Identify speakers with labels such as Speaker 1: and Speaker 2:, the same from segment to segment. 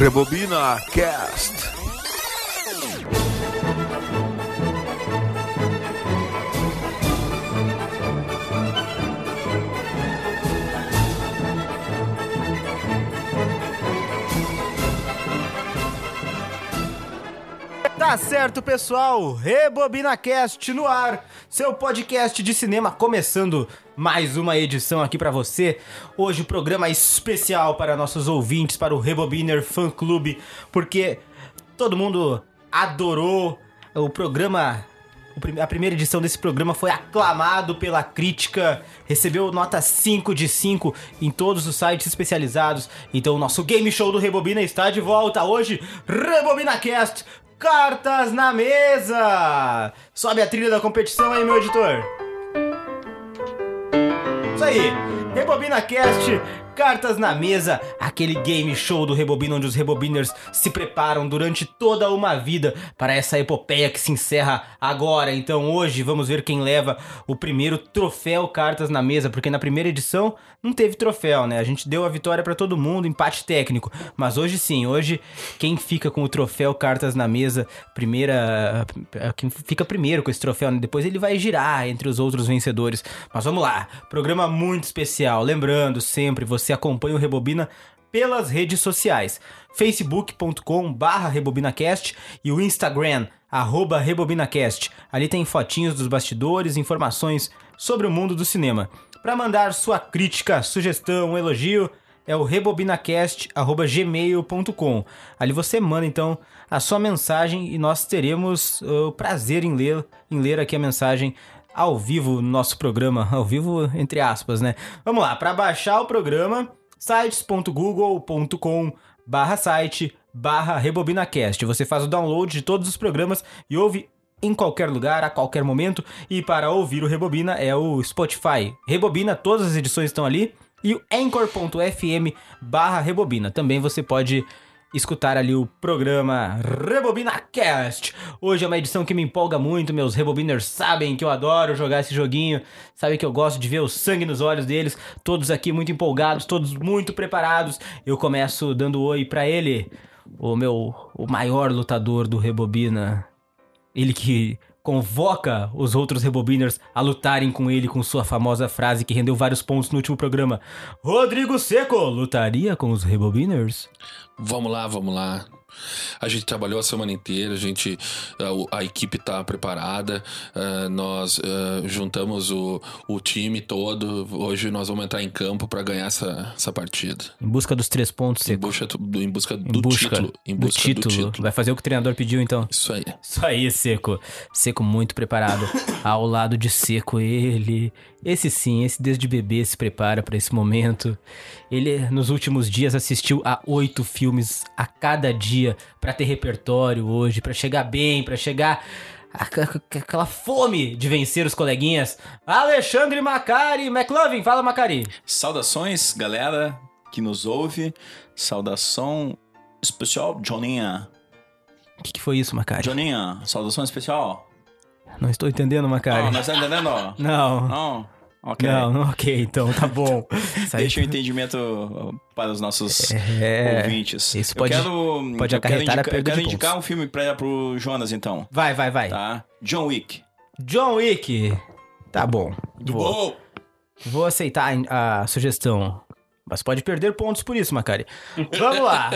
Speaker 1: Rebobina Cast.
Speaker 2: Tá certo, pessoal. Rebobina Cast no ar. Seu podcast de cinema começando mais uma edição aqui pra você. Hoje o programa especial para nossos ouvintes, para o Rebobiner Fan Clube, porque todo mundo adorou o programa o prime- A primeira edição desse programa foi aclamado pela crítica, recebeu nota 5 de 5 em todos os sites especializados. Então, o nosso game show do Rebobina está de volta hoje. Rebobina Cast, cartas na mesa! Sobe a trilha da competição aí, meu editor. Isso aí, Rebobina Cast, cartas na mesa, aquele game show do Rebobina onde os Rebobiners se preparam durante toda uma vida para essa epopeia que se encerra agora. Então hoje vamos ver quem leva o primeiro troféu cartas na mesa, porque na primeira edição não teve troféu, né? A gente deu a vitória para todo mundo, empate técnico. Mas hoje sim, hoje quem fica com o troféu cartas na mesa, primeira, é, quem fica primeiro com esse troféu, né? depois ele vai girar entre os outros vencedores. Mas vamos lá, programa muito especial. Lembrando, sempre você acompanha o Rebobina pelas redes sociais, facebook.com/barra rebobinacast e o Instagram arroba rebobinacast. Ali tem fotinhos dos bastidores, informações sobre o mundo do cinema. Para mandar sua crítica, sugestão, elogio, é o rebobinacast.gmail.com. Ali você manda então a sua mensagem e nós teremos uh, o prazer em ler, em ler aqui a mensagem ao vivo no nosso programa. Ao vivo, entre aspas, né? Vamos lá, para baixar o programa, sites.google.com barra site barra rebobinacast. Você faz o download de todos os programas e ouve em qualquer lugar, a qualquer momento. E para ouvir o Rebobina é o Spotify. Rebobina, todas as edições estão ali. E o anchor.fm barra Rebobina. Também você pode escutar ali o programa Rebobina Cast. Hoje é uma edição que me empolga muito, meus rebobiners sabem que eu adoro jogar esse joguinho, sabem que eu gosto de ver o sangue nos olhos deles, todos aqui muito empolgados, todos muito preparados. Eu começo dando oi pra ele, o meu o maior lutador do Rebobina. Ele que convoca os outros rebobiners a lutarem com ele com sua famosa frase que rendeu vários pontos no último programa. Rodrigo Seco lutaria com os rebobiners?
Speaker 3: Vamos lá, vamos lá. A gente trabalhou a semana inteira, a gente a, o- a equipe tá preparada, ah, nós ah, juntamos o, o time todo. Hoje nós vamos entrar em campo para ganhar essa, essa partida.
Speaker 2: Em busca dos três pontos,
Speaker 3: Em
Speaker 2: Seco.
Speaker 3: busca, do, em busca
Speaker 2: Em
Speaker 3: do
Speaker 2: busca
Speaker 3: título. Em
Speaker 2: do
Speaker 3: busca
Speaker 2: título.
Speaker 3: do título.
Speaker 2: Vai fazer o que o treinador pediu, então.
Speaker 3: Isso aí.
Speaker 2: Isso aí, Seco. Seco muito preparado. Ao lado de Seco, ele. Esse sim, esse desde bebê se prepara pra esse momento. Ele, nos últimos dias, assistiu a oito filmes a cada dia pra ter repertório hoje, pra chegar bem, pra chegar. a- a- a- Aquela fome de vencer os coleguinhas. Alexandre Macari, McLovin, fala Macari.
Speaker 4: Saudações, galera que nos ouve. Saudação especial, Johninha.
Speaker 2: O que, que foi isso, Macari?
Speaker 4: Johninha, saudação especial.
Speaker 2: Não estou entendendo, Macari.
Speaker 4: Não, não está entendendo?
Speaker 2: não.
Speaker 4: Não? Ok.
Speaker 2: Não, não, ok, então tá bom. Isso aí
Speaker 4: Deixa o entendimento uh, para os nossos
Speaker 2: É.
Speaker 4: ouvintes.
Speaker 2: Isso
Speaker 4: Eu
Speaker 2: pode-
Speaker 4: quero,
Speaker 2: pode
Speaker 4: eu
Speaker 2: acarretar
Speaker 4: quero
Speaker 2: a
Speaker 4: indicar, Eu
Speaker 2: perda de É.
Speaker 4: quero indicar um filme para pro Jonas, então.
Speaker 2: Vai, vai, vai.
Speaker 4: Tá? John Wick.
Speaker 2: John Wick. Tá bom. Vou,
Speaker 4: bom?
Speaker 2: vou aceitar a, a sugestão. Mas pode perder pontos por isso, Macari. Vamos lá.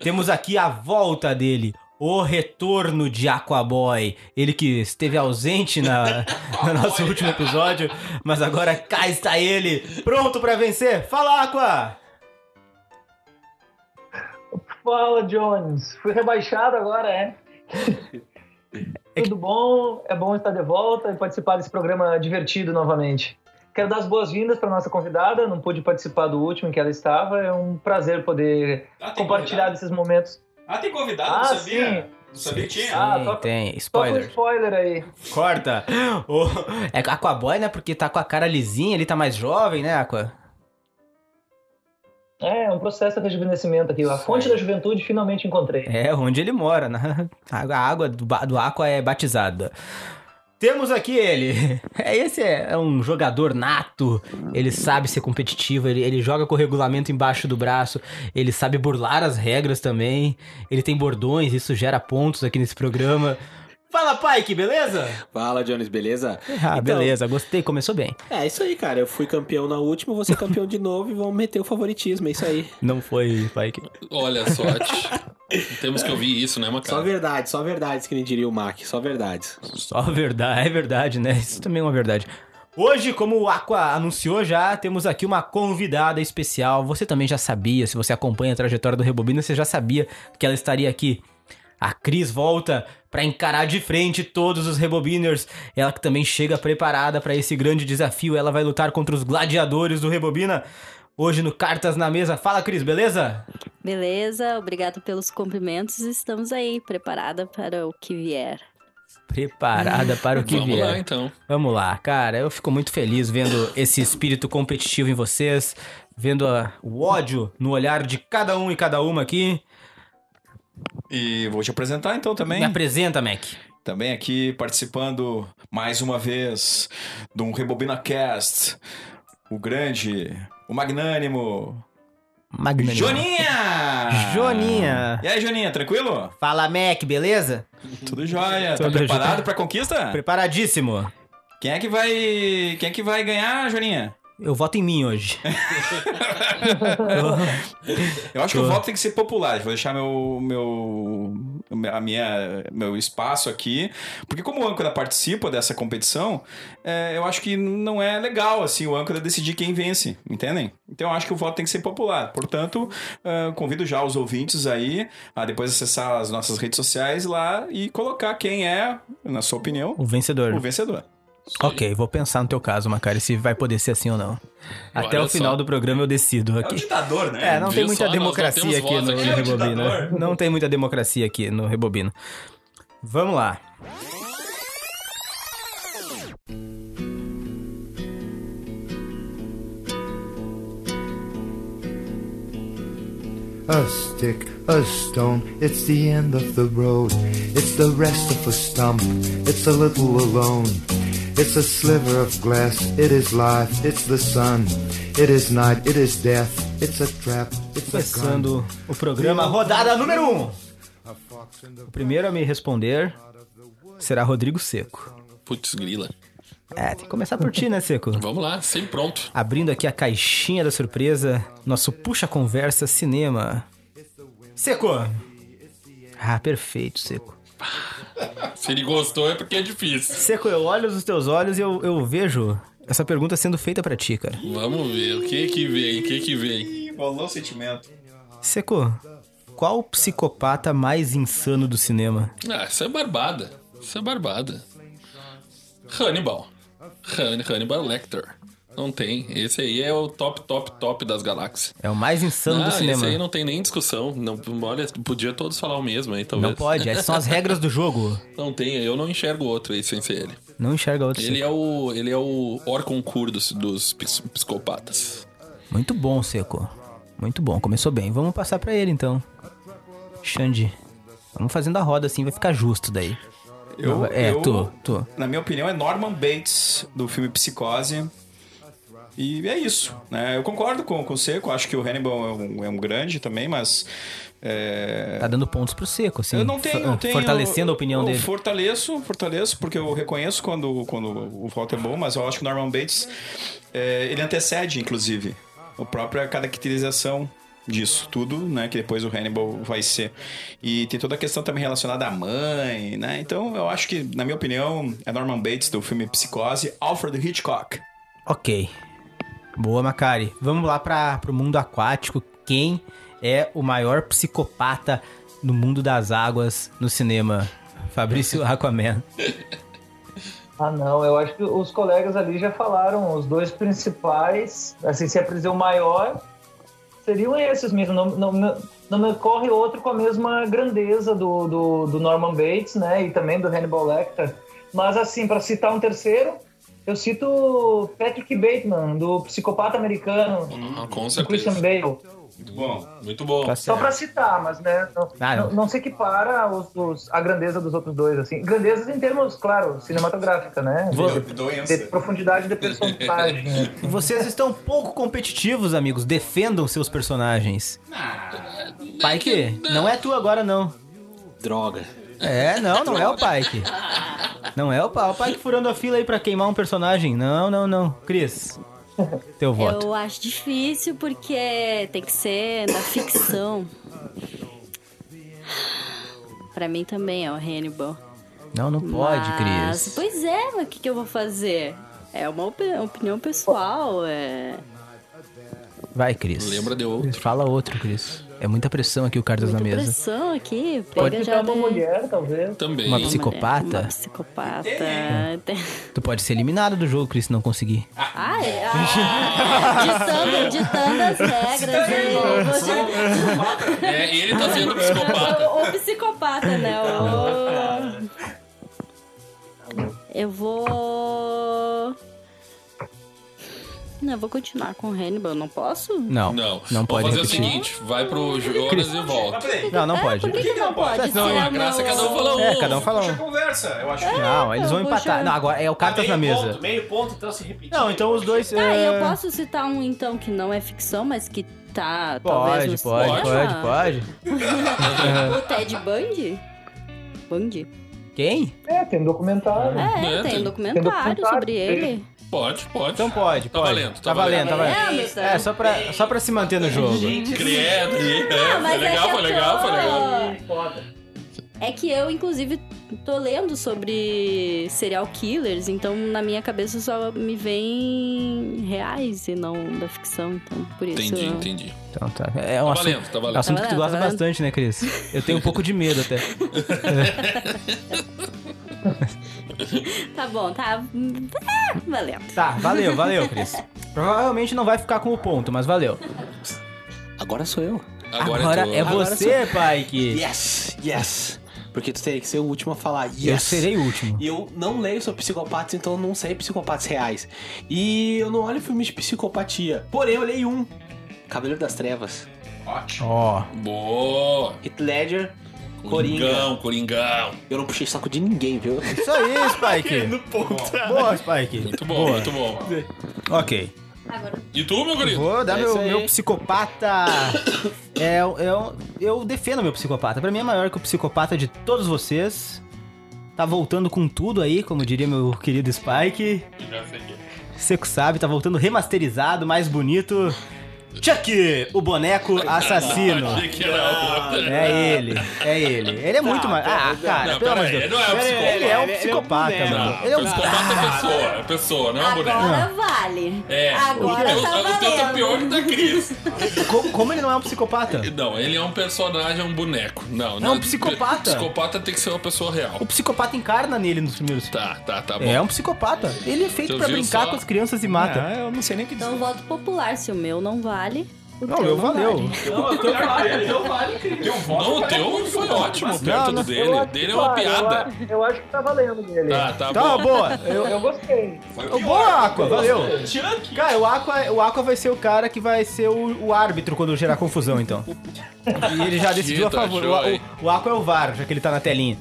Speaker 2: Temos aqui a volta dele. O retorno de Aquaboy. Ele que esteve ausente na, no nosso último episódio, mas agora cá está ele, pronto pra vencer. Fala, Aqua!
Speaker 5: Fala, Jones. Fui rebaixado agora, é? Tudo bom? É bom estar de volta e participar desse programa divertido novamente. Quero dar as boas-vindas para nossa convidada. Não pude participar do último em que ela estava. É um prazer poder compartilhar desses momentos.
Speaker 4: Ah, tem convidado,
Speaker 5: Ah, sim.
Speaker 4: sabia que tinha.
Speaker 5: Ah,
Speaker 2: Sim,
Speaker 5: toca-
Speaker 2: tem.
Speaker 5: Só com
Speaker 2: Spoiler.
Speaker 5: spoiler aí.
Speaker 2: Corta. O... É Aquaboy, né? Porque tá com a cara lisinha, ele tá mais jovem, né, Aqua?
Speaker 5: É, é um processo de rejuvenescimento aqui. A fonte da juventude finalmente encontrei.
Speaker 2: É, onde ele mora, né? A água do, ba- do Aqua é batizada. Temos aqui ele. É, Esse é é um jogador nato. Ele sabe ser competitivo, ele, ele joga com o regulamento embaixo do braço, ele sabe burlar as regras também. Ele tem bordões, isso gera pontos aqui nesse programa. Fala, Pike, beleza?
Speaker 6: Fala, Jones, beleza?
Speaker 2: Ah,
Speaker 6: Então-
Speaker 2: beleza, gostei, começou bem.
Speaker 6: É isso aí, cara. Eu fui campeão na última, vou ser campeão de novo e vamos meter o favoritismo, é isso aí.
Speaker 2: Não foi, Pike.
Speaker 3: Olha a sorte. Temos que ouvir isso, né,
Speaker 6: Só
Speaker 3: Macaco?
Speaker 6: verdade, só verdades que nem diria o Mac, só verdades.
Speaker 2: Só verdade, é verdade, né? Isso também é uma verdade. Hoje, como o Aqua anunciou já, temos aqui uma convidada especial. Você também já sabia, se você acompanha a trajetória do Rebobina, você já sabia que ela estaria aqui. A Cris volta para encarar de frente todos os Rebobiners. Ela que também chega preparada para esse grande desafio. Ela vai lutar contra os gladiadores do Rebobina. Hoje no Cartas na Mesa. Fala, Cris, beleza?
Speaker 7: Beleza, obrigado pelos cumprimentos. Estamos aí, preparada para o que vier.
Speaker 2: Preparada para o que
Speaker 3: Vamos
Speaker 2: vier.
Speaker 3: lá, então.
Speaker 2: Vamos lá, cara. Eu fico muito feliz vendo esse espírito competitivo em vocês, vendo a- o ódio no olhar de cada um e cada uma aqui.
Speaker 4: E vou te apresentar então também.
Speaker 2: Me apresenta, Mac.
Speaker 4: Também aqui participando mais uma vez de um Rebobina Cast. O grande, o magnânimo.
Speaker 2: Magnânimo.
Speaker 4: Joninha!
Speaker 2: Joninha.
Speaker 4: E aí, Joninha, tranquilo?
Speaker 2: Fala, Mac, beleza?
Speaker 4: Tudo jóia?
Speaker 2: Tudo
Speaker 4: tá
Speaker 2: jóia.
Speaker 4: preparado pra conquista?
Speaker 2: Preparadíssimo.
Speaker 4: Quem é que vai. Quem é que vai ganhar, Joninha?
Speaker 2: Eu voto em mim hoje. Eu-
Speaker 4: Eu acho que
Speaker 2: Tô.
Speaker 4: o voto tem que ser popular. Vou deixar meu, meu, a minha, meu espaço aqui. Porque como o âncora participa dessa competição, é, eu acho que não é legal, assim, o âncora decidir quem vence, entendem? Então eu acho que o voto tem que ser popular. Portanto, ah, convido já os ouvintes aí a depois acessar as nossas redes sociais lá e colocar quem é, na sua opinião,
Speaker 2: o vencedor.
Speaker 4: o vencedor.
Speaker 2: Ok, vou pensar no teu caso, Macari, se vai poder ser assim ou não. Até
Speaker 3: Olha
Speaker 2: o final
Speaker 3: só.
Speaker 2: do programa eu decido
Speaker 4: É o
Speaker 2: aqui.
Speaker 4: ditador, né?
Speaker 2: É, não
Speaker 3: Viu
Speaker 2: tem muita
Speaker 3: só? Nós não
Speaker 2: democracia
Speaker 3: temos
Speaker 2: aqui
Speaker 3: voz
Speaker 2: no,
Speaker 3: aqui.
Speaker 2: no
Speaker 3: É o
Speaker 2: Rebobina.
Speaker 4: ditador.
Speaker 2: Não tem muita democracia aqui no Rebobina. Vamos lá.
Speaker 8: A stick, a stone, it's the end of the road. It's the rest of a stump, it's a little alone. It's a sliver of glass, it is life, it's the sun. It is night, it is death, it's a trap, it's a gun.
Speaker 2: Começando o programa Rodada número 1. Um.
Speaker 8: A fox in the
Speaker 2: O primeiro a me responder será Rodrigo Seco.
Speaker 3: Putz, grila.
Speaker 2: É, tem que começar por ti, né, Seco?
Speaker 3: Vamos lá, sempre pronto.
Speaker 2: Abrindo aqui a caixinha da surpresa, nosso Puxa Conversa Cinema. Seco! Ah, perfeito, Seco.
Speaker 3: Se ele gostou é porque é difícil.
Speaker 2: Seco, eu olho nos teus olhos e eu, eu vejo essa pergunta sendo feita pra ti, cara.
Speaker 3: Vamos ver, o que que vem, o que que vem.
Speaker 4: Ih, Rolou o sentimento.
Speaker 2: Seco, qual o psicopata mais insano do cinema?
Speaker 3: Ah, isso é barbada. Isso é barbada. Hannibal. Han- Hannibal Lecter. Não tem. Esse aí é o top, top, top das galáxias.
Speaker 2: É o mais insano
Speaker 3: ah,
Speaker 2: do cinema.
Speaker 3: esse aí não tem nem discussão. Não, olha, podia todos falar o mesmo aí, talvez.
Speaker 2: não pode, essas são as regras do jogo.
Speaker 3: Não tem, eu não enxergo outro aí sem ser ele.
Speaker 2: Não enxerga outro.
Speaker 3: Ele é o, ele é o Orconcourt dos, dos pis- psicopatas.
Speaker 2: Muito bom, Seco. Muito bom, começou bem. Vamos passar pra ele então. Xande. Vamos fazendo a roda assim, vai ficar justo daí.
Speaker 4: Eu,
Speaker 2: é,
Speaker 4: eu-
Speaker 2: tu, tu.
Speaker 4: Na minha opinião, é Norman Bates, do filme Psicose. E é isso. Né? Eu concordo com, com o Seco, acho que o Hannibal é um, é um grande também, mas. é,
Speaker 2: Tá dando pontos pro Seco, assim.
Speaker 4: eu não tenho,
Speaker 2: fa-
Speaker 4: não tenho.
Speaker 2: Fortalecendo a opinião
Speaker 4: eu
Speaker 2: dele.
Speaker 4: Fortaleço, fortaleço, porque eu reconheço quando, quando o voto é bom, mas eu acho que o Norman Bates é, ele antecede, inclusive, a própria caracterização disso tudo, né? Que depois o Hannibal vai ser. E tem toda a questão também relacionada à mãe, né? Então eu acho que, na minha opinião, é Norman Bates do filme Psicose, Alfred Hitchcock.
Speaker 2: Ok. Boa, Macari. Vamos lá pra, pro mundo aquático. Quem é o maior psicopata no mundo das águas no cinema? Fabrício Aquaman.
Speaker 5: Ah, não, eu acho que os colegas ali já falaram, os dois principais, assim, se é pra dizer o maior, seriam esses mesmo. Não, não, não, não me ocorre outro com a mesma grandeza do, do, do Norman Bates, né, e também do Hannibal Lecter. Mas, assim, pra citar um terceiro, eu cito Patrick Bateman, do Psicopata Americano,
Speaker 3: Ah, com
Speaker 5: do Christian
Speaker 3: certeza.
Speaker 5: Bale.
Speaker 4: Muito bom.
Speaker 3: Muito bom.
Speaker 2: Tá
Speaker 5: Só
Speaker 2: certo.
Speaker 5: pra citar, mas né, não,
Speaker 2: Ah, não.
Speaker 5: não, não se equipara aos, os- a grandeza dos outros dois, assim. Grandezas em termos, claro, cinematográfica, né?
Speaker 2: Vo-
Speaker 5: De
Speaker 4: Doença.
Speaker 5: profundidade de personagem. né?
Speaker 2: Vocês estão um pouco competitivos, amigos. Defendam seus personagens. Pike, não é tu agora, não.
Speaker 6: Droga.
Speaker 2: É, não, não é o Pike. Não é o Pike. O Pike furando a fila aí pra queimar um personagem. Não, não, não. Cris, teu voto.
Speaker 7: Eu acho difícil porque tem que ser na ficção. Pra mim também é o Hannibal.
Speaker 2: Não, não pode,
Speaker 7: Mas-
Speaker 2: Cris.
Speaker 7: Pois é, mas o que, que eu vou fazer? É uma opi- opinião pessoal. É
Speaker 2: Vai, Cris.
Speaker 3: Lembra de outro.
Speaker 2: Fala outro, Cris. É muita pressão aqui o Cartas
Speaker 7: muita
Speaker 2: na mesa.
Speaker 7: pressão aqui. Pega
Speaker 5: Pode
Speaker 7: já
Speaker 5: ficar Então, uma
Speaker 7: de-
Speaker 5: mulher, talvez.
Speaker 3: Também.
Speaker 2: Uma
Speaker 7: Uma
Speaker 2: psico- Psicopata?
Speaker 7: mulher, Uma psicopata.
Speaker 5: né?
Speaker 2: Tu pode ser eliminado do jogo, Cris, se não conseguir.
Speaker 7: Ah, é, ah, ditando, ditando as regras. hein? Você-
Speaker 3: É, ele tá sendo psicopata.
Speaker 7: É, O, o psicopata, né? O- Eu vou. Não, eu vou continuar com o Hannibal, não posso?
Speaker 2: Não.
Speaker 3: Não.
Speaker 2: Não pode
Speaker 3: Vamos fazer
Speaker 2: repetir.
Speaker 3: o seguinte: vai pro Jonas e volta.
Speaker 2: Ah, Não, não
Speaker 7: É,
Speaker 2: pode.
Speaker 7: Por que, que não pode?
Speaker 2: Não,
Speaker 7: Se
Speaker 2: é
Speaker 3: A graça é
Speaker 7: meu-
Speaker 3: cada um fala um.
Speaker 2: É, cada um fala
Speaker 4: Puxa a
Speaker 2: um.
Speaker 4: conversa, eu acho que.
Speaker 2: Não, eles
Speaker 7: eu
Speaker 2: vão
Speaker 7: vou
Speaker 2: empatar.
Speaker 7: chamar.
Speaker 2: Não, agora é o Cartas na
Speaker 9: meio
Speaker 2: mesa.
Speaker 9: ponto, meio ponto, então se repetir.
Speaker 2: Não, então os dois.
Speaker 7: Tá, e
Speaker 2: é,
Speaker 7: eu posso citar um então que não é ficção, mas que tá. talvez
Speaker 2: Pode,
Speaker 7: no
Speaker 2: pode, pode,
Speaker 7: cinema?
Speaker 2: pode.
Speaker 7: Ah, O Ted Bundy? Bundy?
Speaker 2: Quem?
Speaker 5: É, tem documentário.
Speaker 7: É,
Speaker 3: É,
Speaker 7: tem
Speaker 3: tem-
Speaker 7: um documentário,
Speaker 5: documentário
Speaker 7: sobre ele.
Speaker 3: Pode, pode.
Speaker 2: Então pode, pode.
Speaker 3: Tá valendo, tá
Speaker 2: valendo, tá
Speaker 7: valendo.
Speaker 2: valendo.
Speaker 7: É, meu
Speaker 2: É, só pra, só pra se manter no jogo.
Speaker 3: Credo,
Speaker 7: Ah,
Speaker 3: é, foi
Speaker 7: mas é
Speaker 3: legal,
Speaker 7: que
Speaker 3: foi
Speaker 7: eu
Speaker 3: legal,
Speaker 7: tô-
Speaker 3: foi legal.
Speaker 7: É que eu, inclusive, tô lendo sobre serial killers, então na minha cabeça só me vem reais e não da ficção, então por isso.
Speaker 3: Entendi,
Speaker 7: eu-
Speaker 3: entendi.
Speaker 2: Então tá. É um
Speaker 3: Tá
Speaker 2: assunto,
Speaker 3: valendo, tá valendo.
Speaker 2: assunto que tu
Speaker 7: Tá valendo,
Speaker 2: gosta
Speaker 7: tá valendo.
Speaker 2: bastante, né, Cris? Eu tenho um pouco de medo até.
Speaker 7: Tá bom, tá. Ah, valendo.
Speaker 2: Tá, valeu, valeu, Cris. Provavelmente não vai ficar com o ponto, mas valeu.
Speaker 6: Agora sou eu.
Speaker 3: Agora,
Speaker 2: Agora
Speaker 3: tu-
Speaker 2: é você, Pike.
Speaker 6: Yes, yes. Porque tu teria que ser o último a falar yes.
Speaker 2: Eu serei o último.
Speaker 6: E eu não leio sobre psicopatas, então eu não sei psicopatas reais. E eu não olho filmes de psicopatia. Porém, eu leio um. Cavaleiro das Trevas.
Speaker 4: Ótimo.
Speaker 2: Ó,
Speaker 3: Boa!
Speaker 6: Heath Ledger.
Speaker 3: Coringão, Coringão.
Speaker 6: Eu não puxei saco de ninguém, viu?
Speaker 2: isso aí, Spike. Boa, Spike.
Speaker 3: Muito bom, muito bom.
Speaker 2: Ok.
Speaker 7: Agora
Speaker 3: E tu, meu querido?
Speaker 2: Vou dar
Speaker 6: É
Speaker 2: meu,
Speaker 6: isso aí.
Speaker 2: meu psicopata. é, eu, eu defendo meu psicopata. Pra mim é maior que o psicopata de todos vocês. Tá voltando com tudo aí, como diria meu querido Spike.
Speaker 9: Já sei que é.
Speaker 2: Seco sabe, tá voltando remasterizado, mais bonito. Chuck, o boneco assassino.
Speaker 3: Achei que era outra.
Speaker 2: É ele, é ele. Ele é muito mais. Ah, cara,
Speaker 3: não,
Speaker 2: pelo
Speaker 3: pera
Speaker 2: amor de
Speaker 3: aí,
Speaker 2: Deus.
Speaker 3: não é um
Speaker 2: Ele- Ele é um
Speaker 6: psicopata,
Speaker 2: psicopata,
Speaker 6: ele
Speaker 2: mano. Ele é
Speaker 3: Não,
Speaker 6: é um boneco.
Speaker 2: um
Speaker 3: psicopata é pessoa, é pessoa, não
Speaker 7: Tá
Speaker 3: é boneco.
Speaker 7: Agora vale.
Speaker 3: É,
Speaker 7: Agora
Speaker 3: o teu,
Speaker 7: tá
Speaker 3: o teu tá
Speaker 7: valendo.
Speaker 3: pior que da Cris.
Speaker 2: Como, como ele não é um psicopata?
Speaker 3: Não, ele é um personagem, é um boneco. Não,
Speaker 2: um psicopata.
Speaker 3: Psicopata tem que ser uma pessoa real.
Speaker 2: O psicopata encarna nele nos primeiros
Speaker 3: Tá, tá, tá bom.
Speaker 2: É um psicopata. Ele é feito
Speaker 3: Tu
Speaker 2: pra
Speaker 3: viu
Speaker 2: brincar
Speaker 3: só?
Speaker 2: com as crianças e mata.
Speaker 4: Ah, eu não sei nem o que
Speaker 7: Então voto popular, se o meu não vale. O
Speaker 2: Não,
Speaker 7: teu
Speaker 2: meu
Speaker 7: não
Speaker 2: valeu.
Speaker 7: Vale.
Speaker 6: Não,
Speaker 5: Então,
Speaker 6: eu vale, eu vale, querido.
Speaker 3: Não, o teu foi ótimo perto
Speaker 2: é não,
Speaker 3: do dele. Dele é uma piada.
Speaker 5: Eu, acho que tá valendo dele.
Speaker 3: Tá, tá
Speaker 2: Tá,
Speaker 3: bom.
Speaker 2: boa.
Speaker 5: Eu, eu gostei.
Speaker 2: Eu, boa, Aqua, valeu. Cara, o Aqua, o Aqua vai ser o cara que vai ser o, o árbitro quando gerar confusão, então. E ele já decidiu a
Speaker 3: Tita,
Speaker 2: favor. O,
Speaker 3: show, hein?
Speaker 2: o, o Aqua é o VAR, já que ele tá na telinha.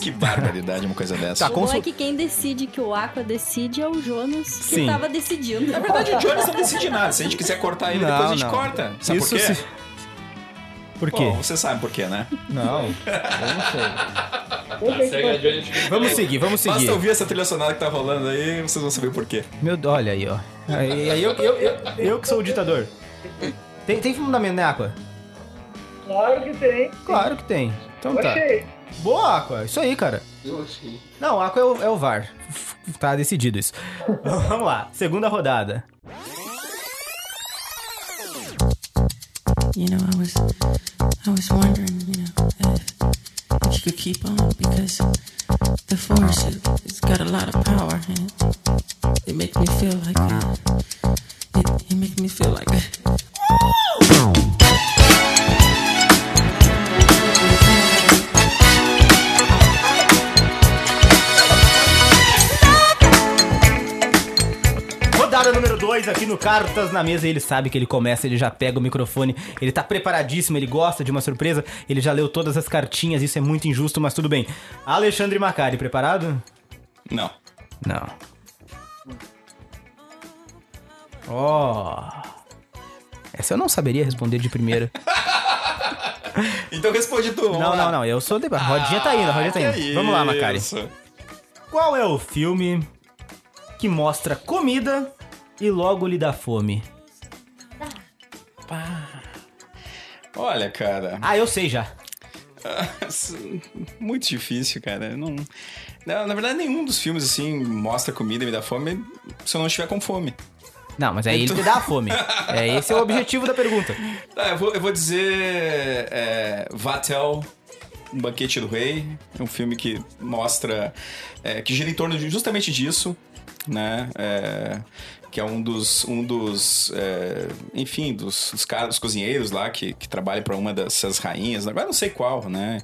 Speaker 4: Que barbaridade, uma coisa dessa.
Speaker 2: Tá,
Speaker 7: O bom
Speaker 2: consul...
Speaker 7: é que quem decide que o Aqua decide é o Jonas, que
Speaker 2: Sim.
Speaker 7: tava decidindo.
Speaker 3: É
Speaker 4: Na verdade, o Jonas não decide nada. tá ah, Se a gente quiser cortar ele,
Speaker 2: Não,
Speaker 4: depois a gente
Speaker 2: não.
Speaker 4: corta. Sabe por quê?
Speaker 2: se- Por quê?
Speaker 4: Bom, você sabe por quê, né?
Speaker 2: Não.
Speaker 5: Eu
Speaker 3: Tá, Segue adiante.
Speaker 2: Vamos seguir, vamos seguir.
Speaker 4: Basta ouvir essa trilha sonora que tá rolando aí, vocês vão saber por quê.
Speaker 2: Meu, olha aí, ó. Aí, aí eu, eu, eu, eu que sou o ditador. Tem, tem fundamento, né, Aqua?
Speaker 5: Claro que tem.
Speaker 3: Tá.
Speaker 2: Claro que tem. Então tá.
Speaker 5: Achei.
Speaker 2: Boa, Aqua. Isso aí, cara. Não, Aqua é o, é o VAR. Tá decidido isso. Vamos lá. Segunda rodada.
Speaker 10: you know, I was, I was wondering, you know, if, if you could keep on because the force it, it's got a lot of power and it, it makes me feel like it, it makes me feel like.
Speaker 2: Rodada número 2. dois aqui no Cartas na Mesa. E ele sabe que ele começa, ele já pega o microfone. Ele tá preparadíssimo, ele gosta de uma surpresa. Ele já leu todas as cartinhas, isso é muito injusto, mas tudo bem. Alexandre Macari, preparado?
Speaker 4: Não.
Speaker 2: Não. Ó. Essa eu não saberia responder de primeira.
Speaker 4: Então responde tu. vamos
Speaker 2: Não,
Speaker 4: lá.
Speaker 2: não, não. Eu sou. De... A rodinha tá indo, a rodinha tá
Speaker 4: Ah,
Speaker 2: indo.
Speaker 4: que
Speaker 2: Vamos lá, Macari.
Speaker 4: isso.
Speaker 2: Qual é o filme que mostra comida e logo lhe dá fome?
Speaker 4: Olha, cara.
Speaker 2: Ah, eu sei já.
Speaker 4: Muito difícil, cara. Eu Não, não, na verdade, nenhum dos filmes assim mostra comida e me dá fome se eu não estiver com fome.
Speaker 2: Não, mas aí ele te dá a fome. É, esse é o objetivo da pergunta.
Speaker 4: Tá, eu, vou, eu vou dizer é, Vatel, Um Banquete do Rei. É um filme que mostra. é, que gira em torno de- justamente disso, né? É, que é um dos. Um dos é, enfim, dos, dos caras, dos cozinheiros lá que, que trabalha para uma dessas rainhas. Agora eu não sei qual, né?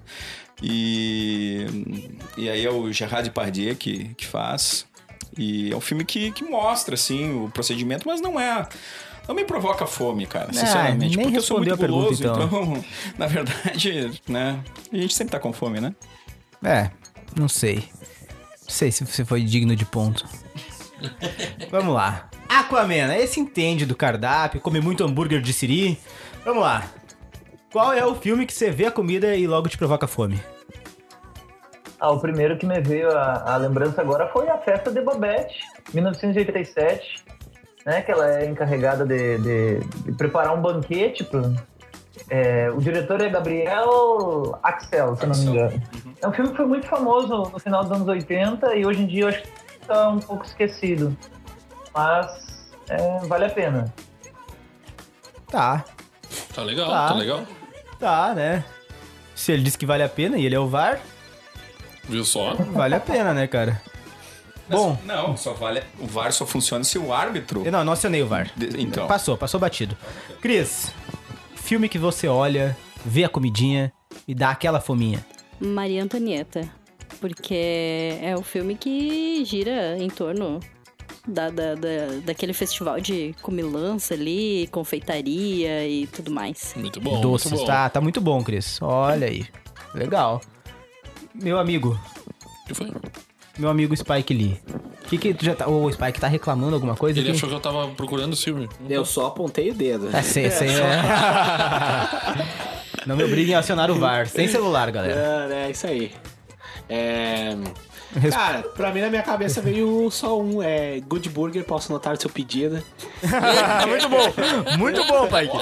Speaker 4: E, e aí é o Gerard Depardieu que, que faz. E é um filme que, que mostra, assim, o procedimento, mas não é... Não me provoca fome, cara,
Speaker 2: Ah,
Speaker 4: sinceramente.
Speaker 2: nem
Speaker 4: porque eu sou muito
Speaker 2: respondeu a
Speaker 4: guloso,
Speaker 2: pergunta,
Speaker 4: então, na verdade, né? A gente sempre tá com fome, né?
Speaker 2: É, não sei. Não sei se você foi digno de ponto. Vamos lá. Aquaman, esse entende do cardápio, come muito hambúrguer de siri. Vamos lá. Qual é o filme que você vê a comida e logo te provoca fome?
Speaker 5: Ah, o primeiro que me veio a, a lembrança agora foi a festa de Babette, 1987, né? Que ela é encarregada de, de- de preparar um banquete pro. é, o diretor é Gabriel Axel, se não me engano. É um filme que foi muito famoso no final dos anos 80 e hoje em dia eu acho que tá um pouco esquecido. Mas é, vale a pena.
Speaker 2: Tá,
Speaker 3: Tá legal,
Speaker 2: Tá.
Speaker 3: tá, legal.
Speaker 2: tá, né? Se ele disse que vale a pena e ele é o VAR,
Speaker 3: Viu só?
Speaker 2: vale a pena, né, cara? Bom,
Speaker 4: Não, só vale... O VAR só funciona se o árbitro...
Speaker 2: eu não, não acionei o VAR.
Speaker 4: De- Então...
Speaker 2: Passou, passou batido. Cris, filme que você olha, vê a comidinha e dá aquela fominha.
Speaker 7: Maria Antonieta. Porque é o filme que gira em torno da, da, da- daquele festival de comilança ali, confeitaria e tudo mais.
Speaker 3: Muito bom,
Speaker 2: Doces,
Speaker 3: muito bom.
Speaker 2: tá? Tá muito bom, Cris. Olha aí. Legal. Meu amigo,
Speaker 3: Que foi?
Speaker 2: meu amigo Spike Lee. Que que tu já tá... Ô, o Spike tá reclamando alguma coisa?
Speaker 3: Ele
Speaker 2: aqui?
Speaker 3: achou que eu tava procurando o filme.
Speaker 6: Eu só apontei o dedo.
Speaker 2: É, sei, sei, é. Não me obriguem a acionar o VAR. Sem celular, galera.
Speaker 6: É, é isso aí. É...
Speaker 2: Resp-
Speaker 6: Cara, pra mim na minha cabeça veio só um. É Good Burger, posso anotar o seu pedido.
Speaker 2: muito bom. Muito bom, Spike.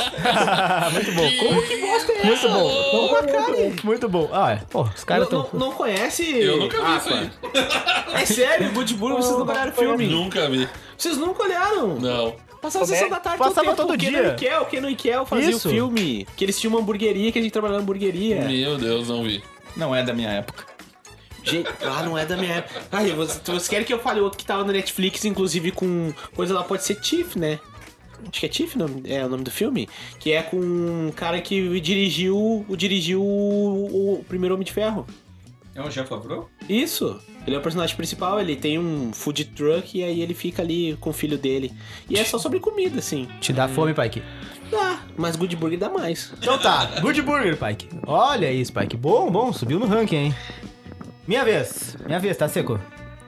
Speaker 2: muito bom. Como que gosta é Muito bom. Muito, bom. Ah, é. pô, os caras
Speaker 6: não,
Speaker 2: estão...
Speaker 6: não, não conhece?
Speaker 3: Eu nunca vi
Speaker 6: Ah,
Speaker 3: isso aí.
Speaker 6: É sério, Good Burger, vocês nunca olharam filme.
Speaker 3: Nunca vi.
Speaker 6: Vocês nunca olharam.
Speaker 3: Não.
Speaker 6: Passava a sessão da tarde
Speaker 2: Passava
Speaker 6: todo, tempo.
Speaker 2: todo
Speaker 6: Quem
Speaker 2: dia.
Speaker 6: não Ikel, quem não Ikel fazia
Speaker 2: Isso.
Speaker 6: o filme. Que eles tinham uma hamburgueria, que a gente trabalhava na hamburgueria.
Speaker 3: Meu Deus, não vi.
Speaker 4: Não é da minha época.
Speaker 6: Gente, ah, não é da minha época. Ai, vocês, vocês querem que eu fale outro que tava na Netflix, inclusive com coisa lá, pode ser Tiff, né? Acho que é Tiff nome- é o nome do filme. Que é com um cara que dirigiu, o- dirigiu o, o primeiro Homem de Ferro.
Speaker 4: É o Jean Favreau?
Speaker 6: Isso. Ele é o personagem principal, ele tem um food truck e aí ele fica ali com o filho dele. E é só sobre comida, assim.
Speaker 2: Te dá fome, Pike.
Speaker 6: Dá, mas Good Burger dá mais.
Speaker 2: Então tá, Good Burger, Pike. Olha aí, Spike. Bom, bom, subiu no ranking, hein? Minha vez. Minha vez, tá seco?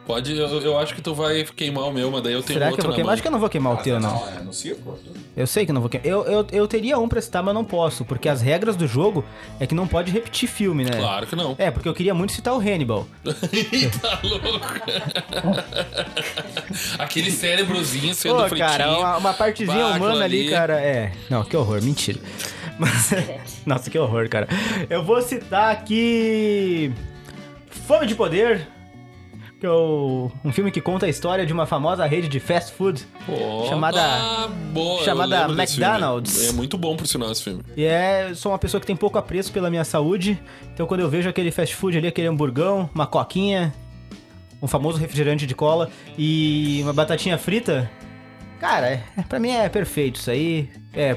Speaker 3: Pode, eu, eu acho que tu vai queimar o meu, mas daí eu tenho
Speaker 2: Será que eu vou
Speaker 3: outro na mão.
Speaker 2: queimar? Acho que eu não vou queimar o teu, não.
Speaker 4: é no circo?
Speaker 2: Eu sei que eu não vou queimar. Eu, eu, eu teria um pra citar, mas não posso, porque as regras do jogo é que não pode repetir filme, né?
Speaker 3: Claro que não.
Speaker 2: É, porque eu queria muito citar o Hannibal.
Speaker 3: Eita, louco. Aquele cérebrozinho sendo
Speaker 2: Pô,
Speaker 3: fritinho.
Speaker 2: cara, é uma, uma partezinha
Speaker 3: Bah,
Speaker 2: humana
Speaker 3: aquilo
Speaker 2: ali,
Speaker 3: ali.
Speaker 2: cara. É. Não, que horror, mentira. Mas, nossa, que horror, cara. Eu vou citar aqui. Fome de Poder. Que é o- um filme que conta a história de uma famosa rede de fast food.
Speaker 3: Opa,
Speaker 2: chamada-
Speaker 3: tá boa, eu
Speaker 2: chamada
Speaker 3: lembro desse filme.
Speaker 2: McDonald's.
Speaker 3: É muito bom por sinal esse filme.
Speaker 2: E é, sou uma pessoa que tem pouco apreço pela minha saúde. Então quando eu vejo aquele fast food ali, aquele hamburgão, uma coquinha, um famoso refrigerante de cola e uma batatinha frita, cara, é, é- pra mim é perfeito isso aí. É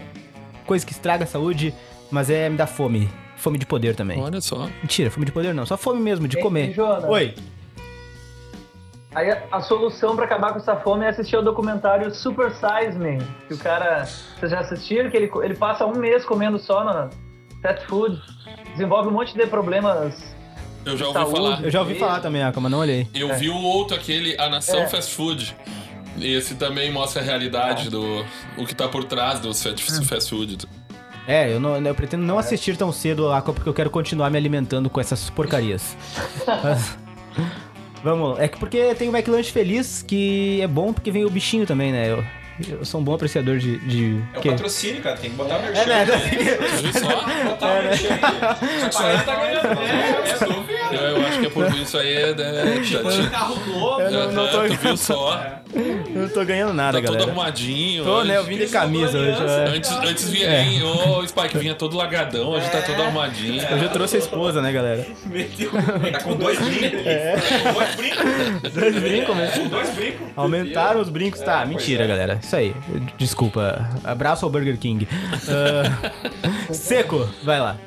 Speaker 2: coisa que estraga a saúde, mas é me dá fome. Fome de poder também.
Speaker 3: Olha só.
Speaker 2: Mentira, fome de poder não, só fome mesmo de
Speaker 5: Ei,
Speaker 2: comer.
Speaker 5: Jonas.
Speaker 2: Oi.
Speaker 5: Aí a- a solução pra acabar com essa fome é assistir o documentário Super Size Me. Que o cara. Vocês já assistiram? Que ele, co- ele passa um mês comendo só na fast food. Desenvolve um monte de problemas.
Speaker 3: Eu já ouvi
Speaker 5: Saúde.
Speaker 3: falar.
Speaker 2: Eu já ouvi falar também, Aka, mas não olhei.
Speaker 3: Eu vi o outro, aquele A Nação
Speaker 5: É.
Speaker 3: Fast Food. Esse também mostra a realidade do. O que tá por trás dos fast, fast food.
Speaker 2: É, eu, não, eu pretendo não assistir tão cedo a Aqua porque eu quero continuar me alimentando com essas porcarias. Mas- Vamos, é que porque tem o McLanche Feliz, que é bom porque vem o bichinho também, né? Eu, eu sou um bom apreciador de. de
Speaker 4: É o
Speaker 2: que-
Speaker 4: patrocínio, cara. Tem que botar o merchan.
Speaker 2: É, né? É,
Speaker 3: Viu só?
Speaker 4: Botar o merchan aí. Só que só ele tá ganhando, né?
Speaker 3: Eu, eu acho que é por isso aí, né? Tá,
Speaker 6: Põe um carro novo.
Speaker 2: Eu não, não
Speaker 3: tu
Speaker 2: tô,
Speaker 3: viu só?
Speaker 2: eu não tô ganhando
Speaker 3: Tá
Speaker 2: nada,
Speaker 3: todo
Speaker 2: galera.
Speaker 3: arrumadinho.
Speaker 2: Tô, né? Eu
Speaker 3: hoje.
Speaker 2: vim de camisa hoje. é.
Speaker 3: Antes, antes vinha hein? Ô, Spike vinha todo lagadão, hoje tá todo arrumadinho.
Speaker 2: Hoje eu trouxe a esposa, né, galera?
Speaker 4: Tá com dois brincos.
Speaker 2: É.
Speaker 4: Com dois brincos.
Speaker 2: Dois brincos, né?
Speaker 4: Com dois brincos.
Speaker 2: Aumentaram os brincos. Tá, mentira, galera. Isso aí. Desculpa. Abraço ao Burger King. Ah, seco, vai lá.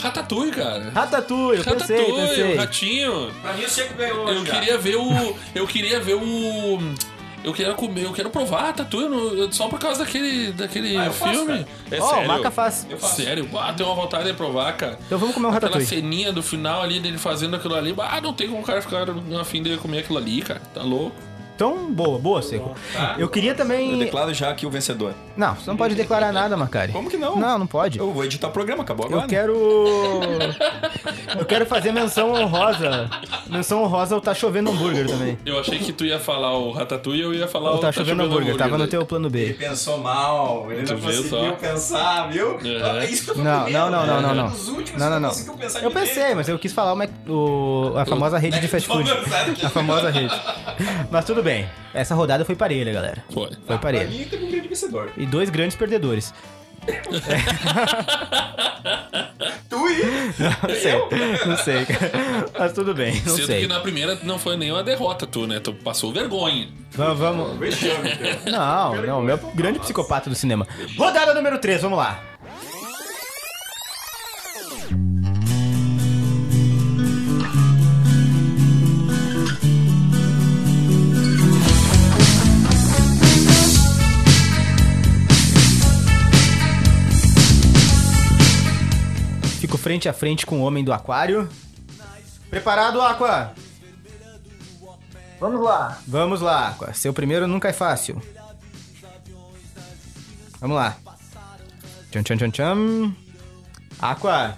Speaker 3: Ratatouille, cara.
Speaker 2: Ratatouille, eu pensei,
Speaker 3: Ratatouille, o
Speaker 2: pensei.
Speaker 3: ratinho.
Speaker 4: Pra mim, o Seco ganhou
Speaker 3: Eu
Speaker 4: hoje, cara.
Speaker 3: queria ver o. Eu queria ver o. Eu queria comer, eu quero provar a tatu no- só por causa daquele, daquele
Speaker 4: Ah, eu faço,
Speaker 3: filme. É
Speaker 2: Ó,
Speaker 3: sério.
Speaker 2: o Maca faz.
Speaker 4: Eu faço.
Speaker 3: Sério, ah, tenho uma vontade de provar, cara.
Speaker 2: Então vamos
Speaker 4: Tá
Speaker 2: comer um
Speaker 3: Aquela
Speaker 2: ratatouille.
Speaker 3: ceninha do final ali dele fazendo aquilo ali, ah, não tem como o cara ficar afim de comer aquilo ali, cara. Tá louco.
Speaker 2: Então, boa, boa, Seco. Eu queria
Speaker 4: Tá, Eu
Speaker 2: também...
Speaker 4: declaro já aqui o vencedor.
Speaker 2: Não, você não pode declarar nada, Macari.
Speaker 4: Como que não?
Speaker 2: Não, não pode.
Speaker 4: Eu vou editar o programa, acabou agora.
Speaker 2: Eu quero... Eu quero fazer menção honrosa. Menção honrosa ao Tá Chovendo Hambúrguer também.
Speaker 3: Eu achei que tu ia falar o Ratatouille e eu ia falar
Speaker 2: Ou
Speaker 3: o
Speaker 2: Tá Chovendo Hambúrguer, tava no
Speaker 3: daí.
Speaker 2: teu plano B.
Speaker 4: pensou mal, ele
Speaker 3: Tu viu só?
Speaker 4: pensar, viu?
Speaker 3: É.
Speaker 4: Ah, isso foi o
Speaker 2: Não, não,
Speaker 4: primeiro,
Speaker 2: não,
Speaker 4: né?
Speaker 2: não, não,
Speaker 4: Um
Speaker 2: não.
Speaker 4: dos últimos
Speaker 2: Não,
Speaker 4: que
Speaker 2: não, não.
Speaker 4: conseguiu pensar
Speaker 2: Eu
Speaker 4: direito.
Speaker 2: pensei, mas eu quis falar o Mac- o- a famosa rede de fast food. A famosa rede. Mas tudo bem. Essa rodada foi parelha, galera.
Speaker 3: Foi.
Speaker 2: Foi
Speaker 4: Pra
Speaker 2: parelha.
Speaker 4: mim, teve um grande vencedor.
Speaker 2: E dois grandes perdedores.
Speaker 4: Tu e...
Speaker 2: Não sei. Não sei. Mas tudo bem, não
Speaker 3: Sendo
Speaker 2: sei.
Speaker 3: que na primeira não foi nenhuma derrota tu, né? Tu passou vergonha.
Speaker 2: Vamos, vamos.
Speaker 4: Vexame, cara.
Speaker 2: Não, não, meu grande psicopata do cinema. Rodada número 3, vamos lá. Fico frente a frente com o homem do aquário. Preparado, Aqua?
Speaker 5: Vamos lá.
Speaker 2: Vamos lá, Aqua. Seu primeiro nunca é fácil. Vamos lá. Tcham, tcham, tcham, tcham. Aqua.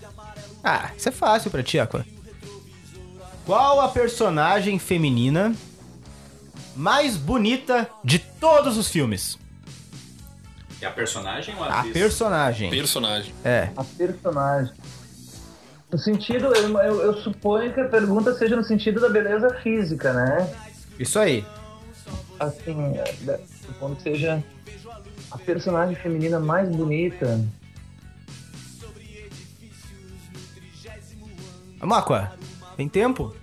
Speaker 2: Ah, isso é fácil pra ti, Aqua. Qual a personagem feminina mais bonita de todos os filmes?
Speaker 4: É a personagem ou a
Speaker 2: A
Speaker 4: atriz?
Speaker 2: personagem.
Speaker 3: Personagem.
Speaker 2: É.
Speaker 5: A personagem. No sentido, eu, eu- eu suponho que a pergunta seja no sentido da beleza física, né?
Speaker 2: Isso aí.
Speaker 5: Assim, é, da- supondo que seja a personagem feminina mais bonita.
Speaker 2: Vamos, Aqua. Tem tempo?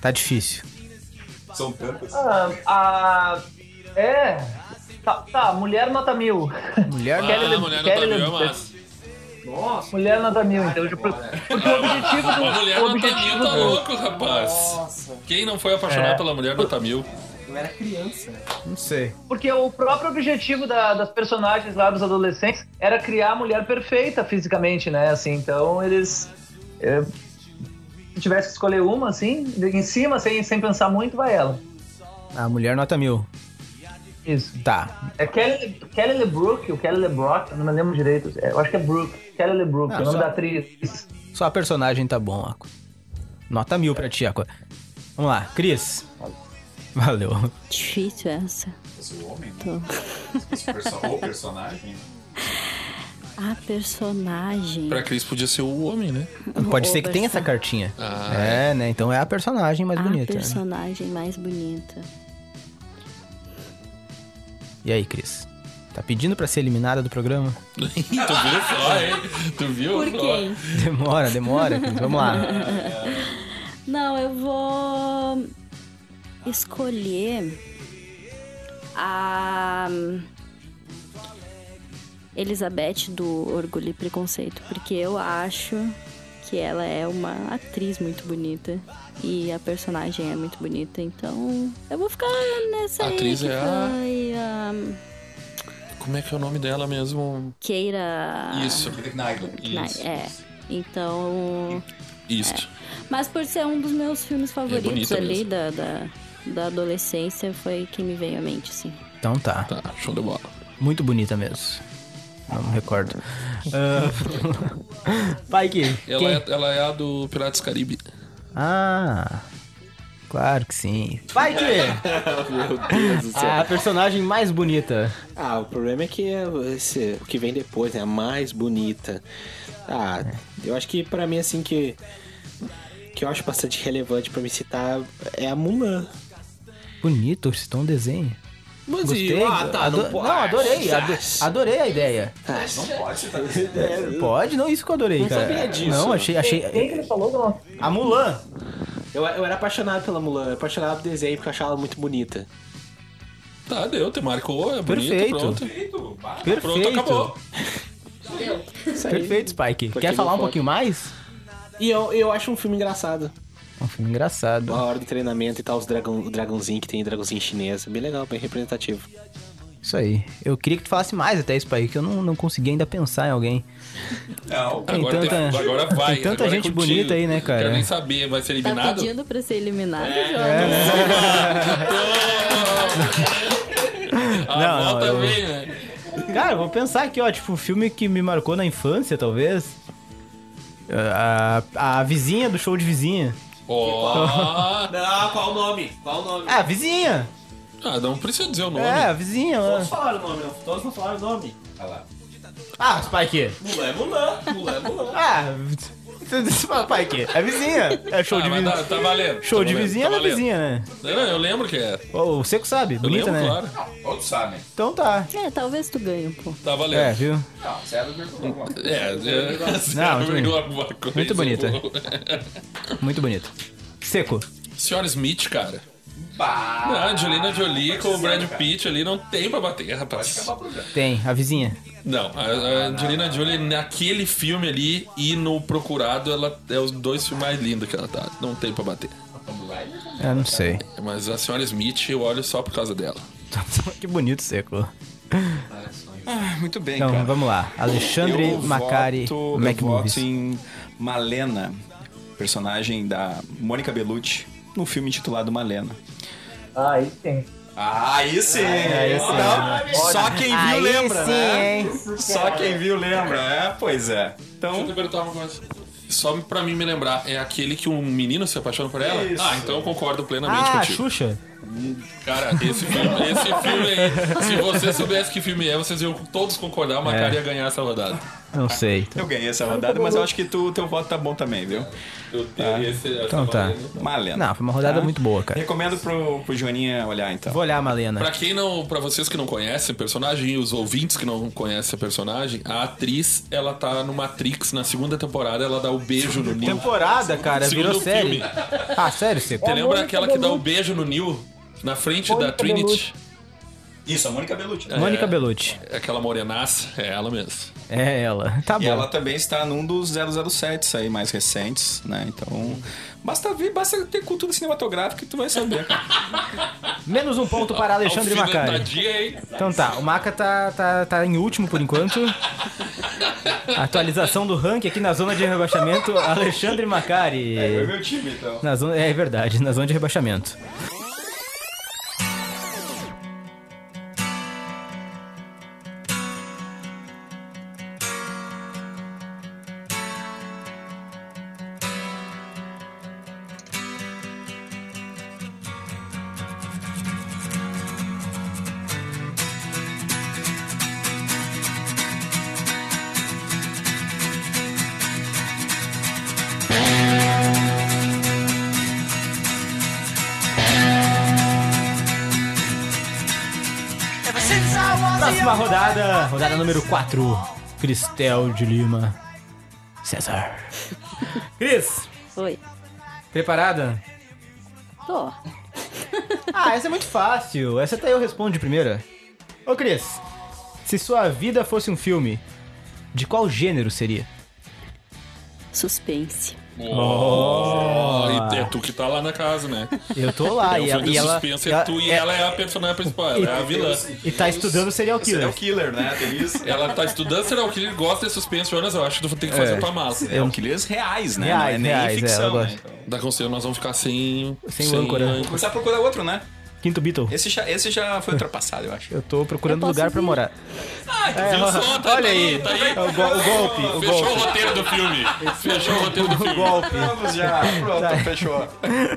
Speaker 2: Tá difícil.
Speaker 4: São tantas.
Speaker 5: Ah, a. É. Tá, tá, mulher nota mil.
Speaker 2: Mulher
Speaker 3: Ah,
Speaker 5: Kelly-
Speaker 3: a mulher não tá
Speaker 5: Kelly-
Speaker 3: viu, mas...
Speaker 5: Mulher nota mil. Então, tipo, porque o objetivo do.
Speaker 3: A mulher
Speaker 5: o
Speaker 3: do
Speaker 5: objetivo
Speaker 3: Natamil tá
Speaker 5: do-
Speaker 3: louco, rapaz. Quem não foi apaixonado
Speaker 2: É.
Speaker 3: pela mulher do Natamil?
Speaker 6: Eu era criança.
Speaker 2: Não sei.
Speaker 5: Porque o próprio objetivo da- das personagens lá dos adolescentes era criar a mulher perfeita fisicamente, né? Assim, então eles. é, se tivesse que escolher uma, assim, de- em cima, sem, sem pensar muito, vai ela.
Speaker 2: A Ah, mulher nota mil.
Speaker 5: Isso.
Speaker 2: Tá.
Speaker 5: É Kelly, Kelly LeBrook, o Kelly LeBrock, eu não me lembro direito. é, Eu acho que é Brooke. Kelly LeBrook,
Speaker 2: Ah,
Speaker 5: é o nome
Speaker 2: só-
Speaker 5: da atriz.
Speaker 2: Só a personagem tá bom, Aqua. Nota mil pra ti, Aqua. Vamos lá, Cris. Valeu.
Speaker 7: Difícil essa.
Speaker 4: O homem?
Speaker 7: Tô.
Speaker 4: Ou personagem?
Speaker 7: A personagem.
Speaker 3: Pra Cris podia ser o homem, né?
Speaker 2: Pode ser que tenha essa
Speaker 7: Oberson.
Speaker 2: cartinha.
Speaker 3: Ah,
Speaker 2: É, né? Então é a personagem mais
Speaker 7: a
Speaker 2: bonita. né?
Speaker 7: personagem mais bonita.
Speaker 2: E aí, Cris? Tá pedindo pra ser eliminada do programa?
Speaker 3: tu viu só, hein? Tu viu
Speaker 7: Por
Speaker 3: só?
Speaker 7: quem?
Speaker 2: Demora, demora, Cris. Vamos lá.
Speaker 7: Não, eu vou escolher a Elizabeth do Orgulho e Preconceito, porque eu acho que ela é uma atriz muito bonita. E a personagem é muito bonita, então eu vou ficar nessa aí
Speaker 3: Atriz
Speaker 7: que
Speaker 3: é a-
Speaker 7: foi ah, a
Speaker 3: Como é que é o nome dela mesmo?
Speaker 7: Keira.
Speaker 3: Isso.
Speaker 7: Knight, É. Então.
Speaker 3: Isso.
Speaker 7: Mas por ser um dos meus filmes favoritos
Speaker 3: bonita
Speaker 7: ali
Speaker 3: É mesmo.
Speaker 7: da, da, da adolescência, foi quem me veio à mente, assim.
Speaker 2: Então tá.
Speaker 3: Tá, show de bola.
Speaker 2: Muito bonita mesmo. Não me recordo. Ah, Vai que.
Speaker 3: Ela
Speaker 2: quem-
Speaker 3: é, ela é a do Piratas Caribe.
Speaker 2: Ah. Claro que sim. Vai que!
Speaker 6: Meu Deus
Speaker 4: Ah,
Speaker 6: do céu.
Speaker 2: A personagem mais bonita.
Speaker 6: Ah, o problema é que esse, o que vem depois, né? A mais bonita. Ah, eu acho que pra mim, assim, que. Que eu acho bastante relevante pra me citar é a Mulan.
Speaker 2: Bonito, citou um desenho.
Speaker 6: Mas
Speaker 2: Gostei. Ado- não, adorei. ado- adorei a ideia.
Speaker 6: Ah,
Speaker 2: Pode? Não, isso que eu adorei,
Speaker 6: Não
Speaker 2: cara.
Speaker 6: sabia disso.
Speaker 2: Não, achei.
Speaker 5: Quem que
Speaker 2: achei...
Speaker 5: ele falou, Bruno?
Speaker 2: A Mulan.
Speaker 6: Eu, eu era apaixonado pela Mulan, eu apaixonado pelo desenho porque eu achava ela muito bonita.
Speaker 3: Tá, deu, te marcou, é bonito,
Speaker 2: Perfeito.
Speaker 3: pronto.
Speaker 2: Perfeito.
Speaker 3: Pronto, acabou.
Speaker 6: Isso aí.
Speaker 2: Perfeito, Spike.
Speaker 6: Porque
Speaker 2: Quer falar um
Speaker 6: não pode.
Speaker 2: pouquinho mais?
Speaker 6: E eu, eu acho um filme engraçado.
Speaker 2: Um filme engraçado.
Speaker 6: A hora do treinamento e tal, os dragão, o dragãozinho que tem, dragãozinho chinês. É Bem legal, bem representativo.
Speaker 2: Isso aí. Eu queria que tu falasse mais até isso, Spike, que eu não, não consegui ainda pensar em alguém. Então,
Speaker 4: Não,
Speaker 2: Tem
Speaker 3: agora, tem-
Speaker 2: tanta-
Speaker 3: agora vai.
Speaker 2: tem tanta
Speaker 3: agora é
Speaker 2: gente
Speaker 3: contigo.
Speaker 2: bonita aí, né, cara?
Speaker 3: Quero nem saber, vai ser
Speaker 7: Tá
Speaker 3: eliminado? É.
Speaker 7: pedindo pra ser eliminado, João?
Speaker 2: É.
Speaker 3: a
Speaker 2: Não,
Speaker 3: avó
Speaker 2: não, eu-
Speaker 3: também, né?
Speaker 2: Cara, eu vou pensar aqui, ó, tipo, um filme que me marcou na infância, talvez. A, a- a vizinha do show de vizinha.
Speaker 3: Ó.
Speaker 6: Não, qual o nome? Qual o nome?
Speaker 2: Ah, a vizinha!
Speaker 3: Ah, não precisa dizer o nome.
Speaker 2: É, a vizinha. ó.
Speaker 6: falaram o nome, não. Todos não falaram o nome.
Speaker 2: Ah, Spike.
Speaker 6: Mulan é Mulan, Mulan é Mulan.
Speaker 2: Ah, você disse, Spike. É a vizinha. É show
Speaker 3: Ah,
Speaker 2: de
Speaker 3: mas
Speaker 2: vizinha.
Speaker 3: tá, tá valendo.
Speaker 2: Show
Speaker 3: tá
Speaker 2: de
Speaker 3: valendo,
Speaker 2: vizinha
Speaker 3: tá
Speaker 2: é da
Speaker 3: valendo.
Speaker 2: vizinha, né?
Speaker 3: Não, eu lembro que é. Eu
Speaker 2: Ô, O seco sabe, bonita,
Speaker 3: lembro,
Speaker 2: né?
Speaker 3: claro.
Speaker 4: todos sabem.
Speaker 2: Então tá.
Speaker 7: É, talvez tu ganhe um pouco.
Speaker 3: Tá
Speaker 2: É,
Speaker 3: valendo.
Speaker 2: viu?
Speaker 4: Não, zero vírgula alguma coisa.
Speaker 3: É, é,
Speaker 2: Não, muito
Speaker 3: vírgula alguma coisa.
Speaker 2: Muito bonita. Muito bonito. Seco.
Speaker 3: Senhora Smith, cara.
Speaker 4: Bah,
Speaker 3: Ah, Angelina Jolie com o Brad
Speaker 4: cara.
Speaker 3: Pitt ali não tem pra bater, rapaz.
Speaker 2: Tem, a vizinha.
Speaker 3: Não, a, a Angelina Jolie naquele filme ali e no Procurado, ela é os dois filmes mais lindos que ela tá. Não tem pra bater.
Speaker 2: Eu não sei. Tá
Speaker 3: Mas a senhora Smith eu olho só por causa dela.
Speaker 2: que bonito seco.
Speaker 4: Ah, muito bem,
Speaker 2: Então,
Speaker 4: cara.
Speaker 2: vamos lá. Alexandre
Speaker 4: eu
Speaker 2: Macari
Speaker 4: voto, eu
Speaker 2: McMovies.
Speaker 4: voto em Malena, personagem da Mônica Bellucci, no filme intitulado Malena.
Speaker 5: Ah, aí sim.
Speaker 4: Ah, aí sim! Não, Só quem viu
Speaker 2: né? Aí
Speaker 4: lembra,
Speaker 2: sim,
Speaker 4: né?
Speaker 2: hein?
Speaker 4: Só quem viu lembra, é? Pois é.
Speaker 3: Deixa eu te
Speaker 4: Então,
Speaker 3: perguntar uma coisa. Só pra mim me lembrar, é aquele que um menino se apaixona por ela?
Speaker 4: Isso.
Speaker 3: Ah, então eu concordo plenamente
Speaker 2: Ah,
Speaker 3: contigo.
Speaker 2: Xuxa.
Speaker 3: Cara, esse filme, esse filme aí, se você soubesse que filme é, vocês iam todos
Speaker 2: É.
Speaker 3: concordar, uma cara ia ganhar essa rodada.
Speaker 2: Não sei.
Speaker 4: eu ganhei essa rodada, mas eu acho que tu, teu voto tá bom também, viu?
Speaker 3: Eu esse,
Speaker 2: Então tá.
Speaker 4: Malena.
Speaker 2: Não, foi uma rodada
Speaker 4: Tá?
Speaker 2: muito boa, cara.
Speaker 4: Recomendo pro, pro Joaninha olhar, então.
Speaker 2: Vou olhar a Malena.
Speaker 3: Pra quem não, para vocês que não conhecem a personagem e os ouvintes que não conhecem a personagem, a atriz, ela tá no Matrix, na segunda temporada ela dá o beijo no Neo.
Speaker 2: Temporada, cara,
Speaker 3: Segundo
Speaker 2: virou série.
Speaker 3: filme.
Speaker 2: Ah, sério, seco?
Speaker 3: Você lembra
Speaker 5: Mônica
Speaker 3: aquela que dá o
Speaker 5: Bellucci.
Speaker 3: beijo no Neo na frente da
Speaker 5: Mônica
Speaker 3: Trinity?
Speaker 5: Bellucci.
Speaker 4: Isso, a Mônica Bellucci. né?
Speaker 2: Mônica Bellucci.
Speaker 3: Aquela morenaça, é ela mesmo.
Speaker 2: É ela. Tá
Speaker 4: E
Speaker 2: bom.
Speaker 4: ela também está num dos 007s aí mais recentes, né? Então, basta ver, basta ter cultura cinematográfica que tu vai saber. cara.
Speaker 2: Menos um ponto para Alexandre Macari.
Speaker 3: Alfinetadinha, hein?
Speaker 2: Então tá, o Maca tá, tá, tá em último por enquanto. Atualização do ranking aqui na zona de rebaixamento, Alexandre Macari.
Speaker 4: Foi meu time, então.
Speaker 2: Na zona, é verdade, na zona de rebaixamento. Próxima rodada, rodada número 4. Cristel de Lima. César. Cris,
Speaker 7: Oi.
Speaker 2: preparada?
Speaker 7: Tô.
Speaker 2: Ah, essa é muito fácil. Essa até eu respondo de primeira. Ô, Cris, se sua vida fosse um filme, de qual gênero seria?
Speaker 7: suspense.
Speaker 3: Oh, e é tu que tá lá na casa, né?
Speaker 2: Eu tô lá,
Speaker 3: é um
Speaker 2: e
Speaker 3: filme
Speaker 2: ela- e
Speaker 3: de
Speaker 2: ela-
Speaker 3: suspense,
Speaker 2: ela-
Speaker 3: é tu e
Speaker 2: é-
Speaker 3: ela é a personagem principal, ela é a vilã.
Speaker 2: E tá estudando serial killer.
Speaker 4: Serial killer, né? Tem isso.
Speaker 3: Ela tá estudando serial killer, gosta de suspense, Jonas, eu acho que tu tem que fazer
Speaker 4: É.
Speaker 3: a tua massa.
Speaker 4: Serial killers reais, né?
Speaker 2: um Reais,
Speaker 4: Não é nem
Speaker 2: reais, é, eu
Speaker 4: ficção, né?
Speaker 2: gosto.
Speaker 4: Então,
Speaker 3: Da conselho, nós vamos ficar sem...
Speaker 2: Sem âncora.
Speaker 4: Começar a procurar outro, né?
Speaker 2: Quinto Beatle.
Speaker 4: Esse já, esse já foi ultrapassado, eu acho.
Speaker 2: Eu tô procurando
Speaker 7: Eu posso
Speaker 2: lugar pra
Speaker 7: vir.
Speaker 2: morar.
Speaker 3: Viu só? Tá-
Speaker 2: É, olha
Speaker 3: tá-
Speaker 2: aí.
Speaker 3: tá aí.
Speaker 2: O, go- o golpe, o
Speaker 3: Fechou
Speaker 2: golpe.
Speaker 3: o roteiro do filme. Fechou o roteiro do
Speaker 2: O
Speaker 3: filme.
Speaker 2: golpe.
Speaker 4: Vamos já,
Speaker 2: Tá.
Speaker 4: pronto, fechou.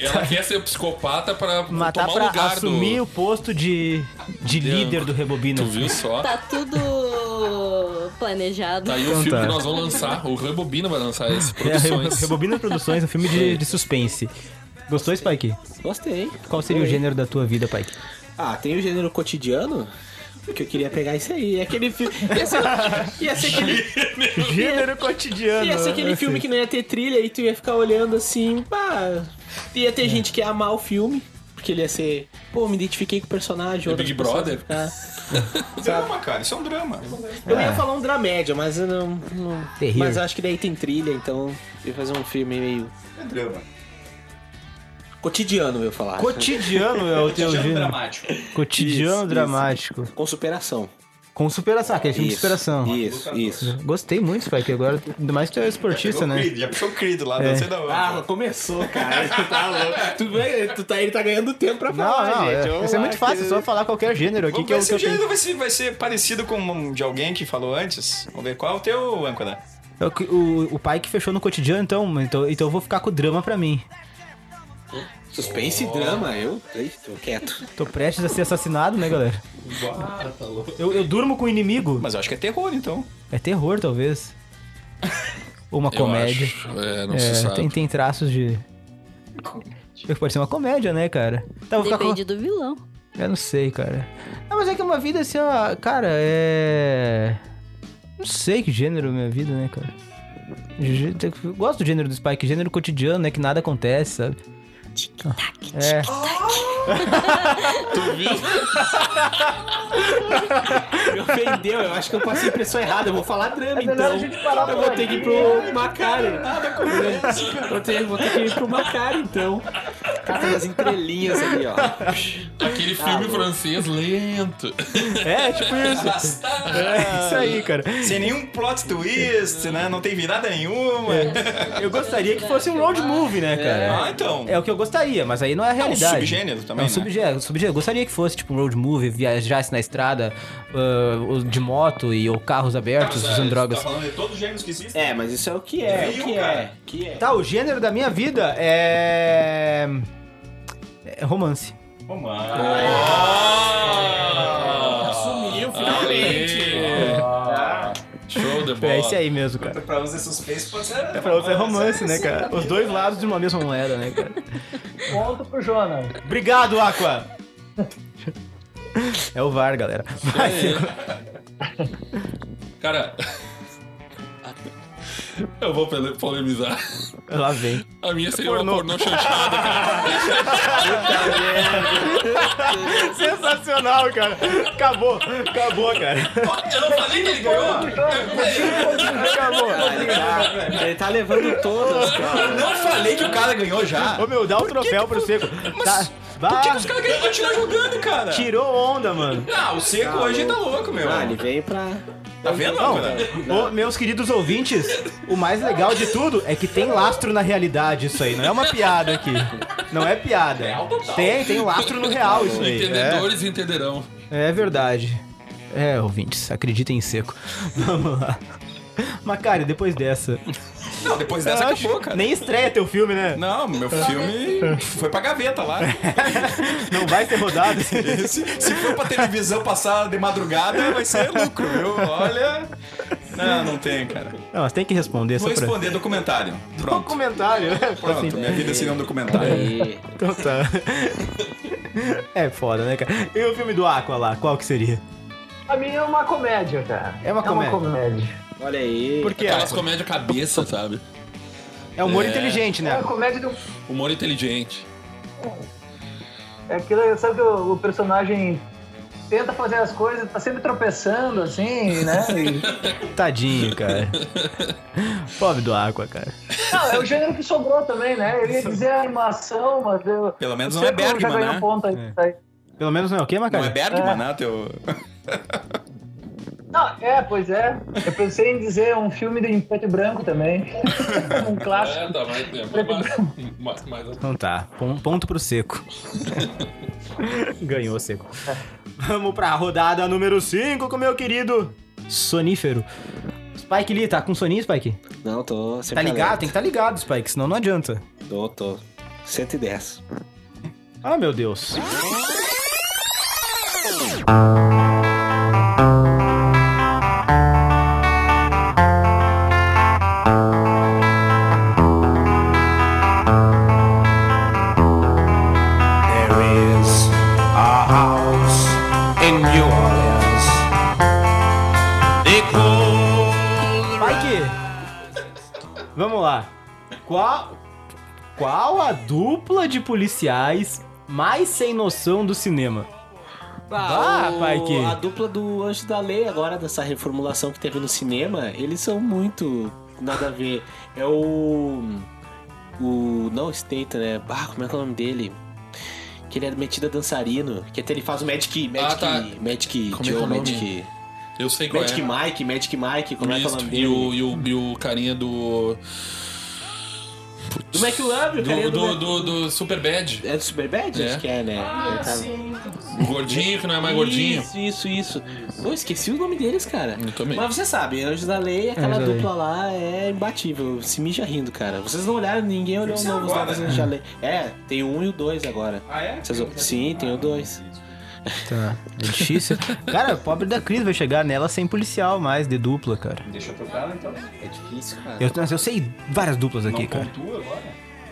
Speaker 3: Ela quer ser psicopata pra
Speaker 2: Matar
Speaker 3: tomar o
Speaker 2: pra
Speaker 3: lugar
Speaker 2: assumir
Speaker 3: do...
Speaker 2: o posto de, de líder do Rebobino.
Speaker 3: Tu viu só?
Speaker 7: Tá tudo planejado.
Speaker 3: Tá aí o
Speaker 2: Então
Speaker 3: filme
Speaker 2: tá.
Speaker 3: que nós vamos lançar. O Rebobina vai lançar esse.
Speaker 2: É, Rebo-
Speaker 3: Produções.
Speaker 2: Rebobina Produções, um filme de, de suspense. Gostou, Spike?
Speaker 6: Gostei.
Speaker 2: Qual seria o gênero da tua vida, Spike?
Speaker 6: Ah, tem o gênero cotidiano? Porque eu queria pegar isso aí. É aquele filme. Ia ser, ia ser aquele,
Speaker 2: Gênero cotidiano. né?
Speaker 6: ia ser aquele filme que
Speaker 2: assim.
Speaker 6: não ia ter trilha e tu ia ficar olhando assim, pá. Ia
Speaker 2: É.
Speaker 6: ter gente que ia amar o filme. Porque ele ia ser. Pô, me identifiquei com o personagem.
Speaker 3: É
Speaker 6: outras
Speaker 3: Big
Speaker 6: pessoas
Speaker 3: Brother?
Speaker 6: iam ficar-
Speaker 4: Drama, cara, isso é um drama.
Speaker 6: Eu ia falar um dramédia, mas eu não. não-
Speaker 2: Terrível.
Speaker 6: mas eu acho que daí tem trilha, então. Eu ia fazer um filme meio.
Speaker 4: É drama.
Speaker 6: Cotidiano, eu ia falar.
Speaker 2: Cotidiano é o teu
Speaker 4: Cotidiano
Speaker 2: gênero.
Speaker 4: dramático.
Speaker 2: Cotidiano
Speaker 6: Isso, isso.
Speaker 2: dramático.
Speaker 6: Com superação.
Speaker 2: Com superação, aquele filme de
Speaker 6: Isso,
Speaker 2: superação.
Speaker 6: Isso, isso.
Speaker 2: Gostei muito, Spike. Agora, ainda mais que tu é esportista,
Speaker 4: Pegou o
Speaker 2: né?
Speaker 4: Creed, Já puxou o Creed lá,
Speaker 2: É.
Speaker 4: não sei da onde.
Speaker 6: Ah, começou, cara. Tu tá louco. Tu, vai- tu tá, ele tá ganhando tempo pra
Speaker 2: Não,
Speaker 6: falar,
Speaker 2: não,
Speaker 6: gente.
Speaker 2: é,
Speaker 6: Vamos
Speaker 2: isso é
Speaker 6: lá,
Speaker 2: muito fácil, é
Speaker 6: que-
Speaker 2: só falar qualquer gênero aqui
Speaker 4: Vamos
Speaker 2: que é
Speaker 4: ver
Speaker 2: o que
Speaker 4: se o
Speaker 2: eu tenho.
Speaker 4: gênero vai ser, vai ser parecido com um de alguém que falou antes. Vamos ver qual é o teu âncora.
Speaker 2: É o que- O, o pai que fechou no cotidiano, então, então, então eu vou ficar com o drama pra mim.
Speaker 6: Suspense e drama, eu Ei, tô quieto.
Speaker 2: Tô prestes a ser assassinado, né, galera? tá Eu, eu durmo com o inimigo.
Speaker 4: Mas eu acho que é terror, então.
Speaker 2: É terror, talvez. Ou uma
Speaker 3: Eu
Speaker 2: comédia.
Speaker 3: acho. É, não se
Speaker 2: É,
Speaker 3: sabe.
Speaker 2: tem, tem traços de. Pode ser uma comédia, né, cara? Tá, eu vou ficar com...
Speaker 7: Depende do vilão.
Speaker 2: Eu não sei, cara. Não, mas é que é uma vida assim, ó. Cara, é. Não sei que gênero é minha vida, né, cara? Gê- Eu gosto do gênero do Spike, gênero cotidiano, né? Que nada acontece, sabe? É.
Speaker 6: Me ofendeu, eu acho que eu passei a impressão errada. Eu vou falar drama, então.
Speaker 5: É melhor a gente parar
Speaker 6: eu
Speaker 5: por
Speaker 6: vou
Speaker 5: aqui.
Speaker 6: ter que ir pro Macari. Vou ter, vou ter que ir pro Macari, então. Cata das entrelinhas ali, ó.
Speaker 3: Aquele
Speaker 4: Tá
Speaker 3: filme francês lento.
Speaker 2: É, tipo isso. É isso aí, cara.
Speaker 4: Sem nenhum plot twist, né? Não tem virada nenhuma.
Speaker 6: É.
Speaker 2: Eu gostaria que fosse um road movie, né, cara?
Speaker 4: Ah, então.
Speaker 2: É o que eu gostaria, mas aí não é a
Speaker 4: um
Speaker 2: realidade.
Speaker 4: subgênero também,
Speaker 2: É um
Speaker 4: né?
Speaker 2: subgênero, subgênero. Eu gostaria que fosse tipo um road movie, viajasse na estrada ah, de moto e ou carros abertos usando drogas.
Speaker 4: É, tá falando de todos os gêneros que existem?
Speaker 6: É, mas isso é o que é, o que é, o que é.
Speaker 2: Tá, o gênero da minha vida é. é romance.
Speaker 4: Oh, mano.
Speaker 6: Ah!
Speaker 3: Ah,
Speaker 6: Sumiu,
Speaker 4: Tá.
Speaker 3: Show de bola.
Speaker 2: É esse aí mesmo, cara.
Speaker 4: Pra você é suspense, pode ser.
Speaker 2: Pra você é romance, né, cara? Os dois lados de uma mesma moeda, né, cara?
Speaker 5: Ponto pro Jonas.
Speaker 2: Obrigado, Aqua! É o VAR, galera. Mas,
Speaker 3: Cara... Eu vou pole- polemizar.
Speaker 2: lá vem.
Speaker 3: A minha seria uma pornô chanchada, cara.
Speaker 2: Sensacional, cara. Acabou, acabou, cara.
Speaker 4: Eu não falei que ele ganhou.
Speaker 2: Acabou.
Speaker 6: Ele tá, ele tá levando todas, cara.
Speaker 4: Eu não falei que o cara ganhou já.
Speaker 2: Ô, meu, dá o troféu pro Seco. Tá. Bah,
Speaker 4: Tipo, Os caras ganham continuar jogando, cara.
Speaker 2: tirou onda, mano.
Speaker 4: Ah, o seco hoje tá louco, meu.
Speaker 6: Ah, ele veio pra...
Speaker 4: Tá vendo,
Speaker 2: Não,
Speaker 4: cara?
Speaker 2: ô, meus queridos ouvintes, o mais legal de tudo é que tem lastro na realidade isso aí. Não é uma piada aqui. Não é piada. Tem, tem lastro no real isso aí. É,
Speaker 3: Entendedores entenderão.
Speaker 2: é verdade. É, ouvintes, acreditem em seco. Vamos lá. Macário, depois dessa.
Speaker 4: Não, depois dessa
Speaker 2: Eu acho-
Speaker 4: acabou, cara.
Speaker 2: Nem estreia teu filme, né?
Speaker 4: Não, meu filme foi pra gaveta lá.
Speaker 2: Não vai ser rodado.
Speaker 4: Se, se for pra televisão passar de madrugada, vai ser lucro, viu? Olha. Não, não tem, cara.
Speaker 2: Não, mas tem que responder
Speaker 4: Vou
Speaker 2: só pra.
Speaker 4: responder documentário. Pronto.
Speaker 2: Documentário, né?
Speaker 4: Pronto, minha vida seria um
Speaker 6: É.
Speaker 4: documentário.
Speaker 6: E...
Speaker 2: Então tá. É foda, né, cara? E o filme do Aqua lá, qual que seria?
Speaker 5: Pra mim é uma comédia, cara.
Speaker 2: É uma comédia.
Speaker 5: É uma comédia.
Speaker 6: Olha aí.
Speaker 2: Por quê?
Speaker 3: Aquelas comédias cabeça, sabe?
Speaker 2: É humor inteligente,
Speaker 5: É
Speaker 2: né?
Speaker 5: uma comédia do.
Speaker 3: Humor inteligente.
Speaker 5: É aquilo, sabe que o, o personagem tenta fazer as coisas, tá sempre tropeçando, assim, né?
Speaker 2: Tadinho, cara. Pobre do Aqua, cara.
Speaker 5: Não, é o gênero que sobrou também, né? Eu ia dizer animação, mas eu.
Speaker 4: Pelo menos
Speaker 5: eu
Speaker 4: não é
Speaker 5: sei que eu
Speaker 4: Bergman,
Speaker 5: já ganhei
Speaker 4: né?
Speaker 5: um ponto aí, aí.
Speaker 2: Pelo menos não é o quê,
Speaker 4: Não
Speaker 2: Macaco?
Speaker 4: é Bergman, né? Teu...
Speaker 5: Não, é, pois é. Eu pensei em dizer um filme em preto e branco também. um clássico.
Speaker 3: É, tá, mas, é, mas, mas, mas-
Speaker 2: Então tá, pon- ponto pro seco. Ganhou seco. Vamos pra rodada número 5 com meu querido sonífero. Spike Lee, tá com soninho, Spike?
Speaker 6: Não, tô
Speaker 2: tá
Speaker 6: sempre
Speaker 2: ligado?
Speaker 6: alerta.
Speaker 2: Tem que tá ligado, Spike, senão não adianta.
Speaker 6: Tô, tô. 110.
Speaker 2: Ah, meu Deus.
Speaker 1: There is a house in New Orleans. They call
Speaker 2: Spike! Vamos lá. Qual, qual a dupla de policiais mais sem noção do cinema? Ah,
Speaker 6: o-
Speaker 2: pai, que-
Speaker 6: A dupla do Anjo da Lei agora, dessa reformulação que teve no cinema, eles são muito nada a ver. É o. O. Não State, né? Ah, como é que é o nome dele? Que ele é metido a dançarino. Que até ele faz o Magic. Magic.
Speaker 3: Ah, tá.
Speaker 6: Magic
Speaker 3: Como é que é
Speaker 6: Joe,
Speaker 3: o nome?
Speaker 6: Magic.
Speaker 3: Eu sei qual
Speaker 6: Magic
Speaker 3: é.
Speaker 6: Mike, Magic Mike, como é que é o
Speaker 3: Isso,
Speaker 6: nome
Speaker 3: e,
Speaker 6: dele?
Speaker 3: o, e, o, e o carinha do.
Speaker 6: Do McLove, o
Speaker 3: Do,
Speaker 6: carinha
Speaker 3: do,
Speaker 6: do,
Speaker 3: do, do Superbad.
Speaker 6: É do Superbad?
Speaker 3: É.
Speaker 6: Acho que é, né? Ele tá-
Speaker 3: O gordinho que não é mais gordinho.
Speaker 6: Isso, isso, isso. Pô, esqueci o nome deles, cara.
Speaker 3: Eu também.
Speaker 6: Mas você sabe, Anjos da Lei, aquela
Speaker 2: Anjos da
Speaker 6: dupla lá é imbatível. Se mija rindo, cara. Vocês não olharam, ninguém olhou os
Speaker 4: Isso
Speaker 6: novos
Speaker 4: agora,
Speaker 6: novos
Speaker 4: né?
Speaker 6: Anjos da Lei. É, tem um e o dois agora.
Speaker 4: Ah, é?
Speaker 6: Vocês- Sim, tem o dois.
Speaker 2: Tá, é difícil. cara, pobre da Cris vai chegar nela sem policial mais, de dupla, cara.
Speaker 4: Deixa eu trocar ela então.
Speaker 6: É difícil, cara.
Speaker 2: Eu, eu sei várias duplas aqui,
Speaker 4: Não
Speaker 2: cara.
Speaker 4: pontua agora?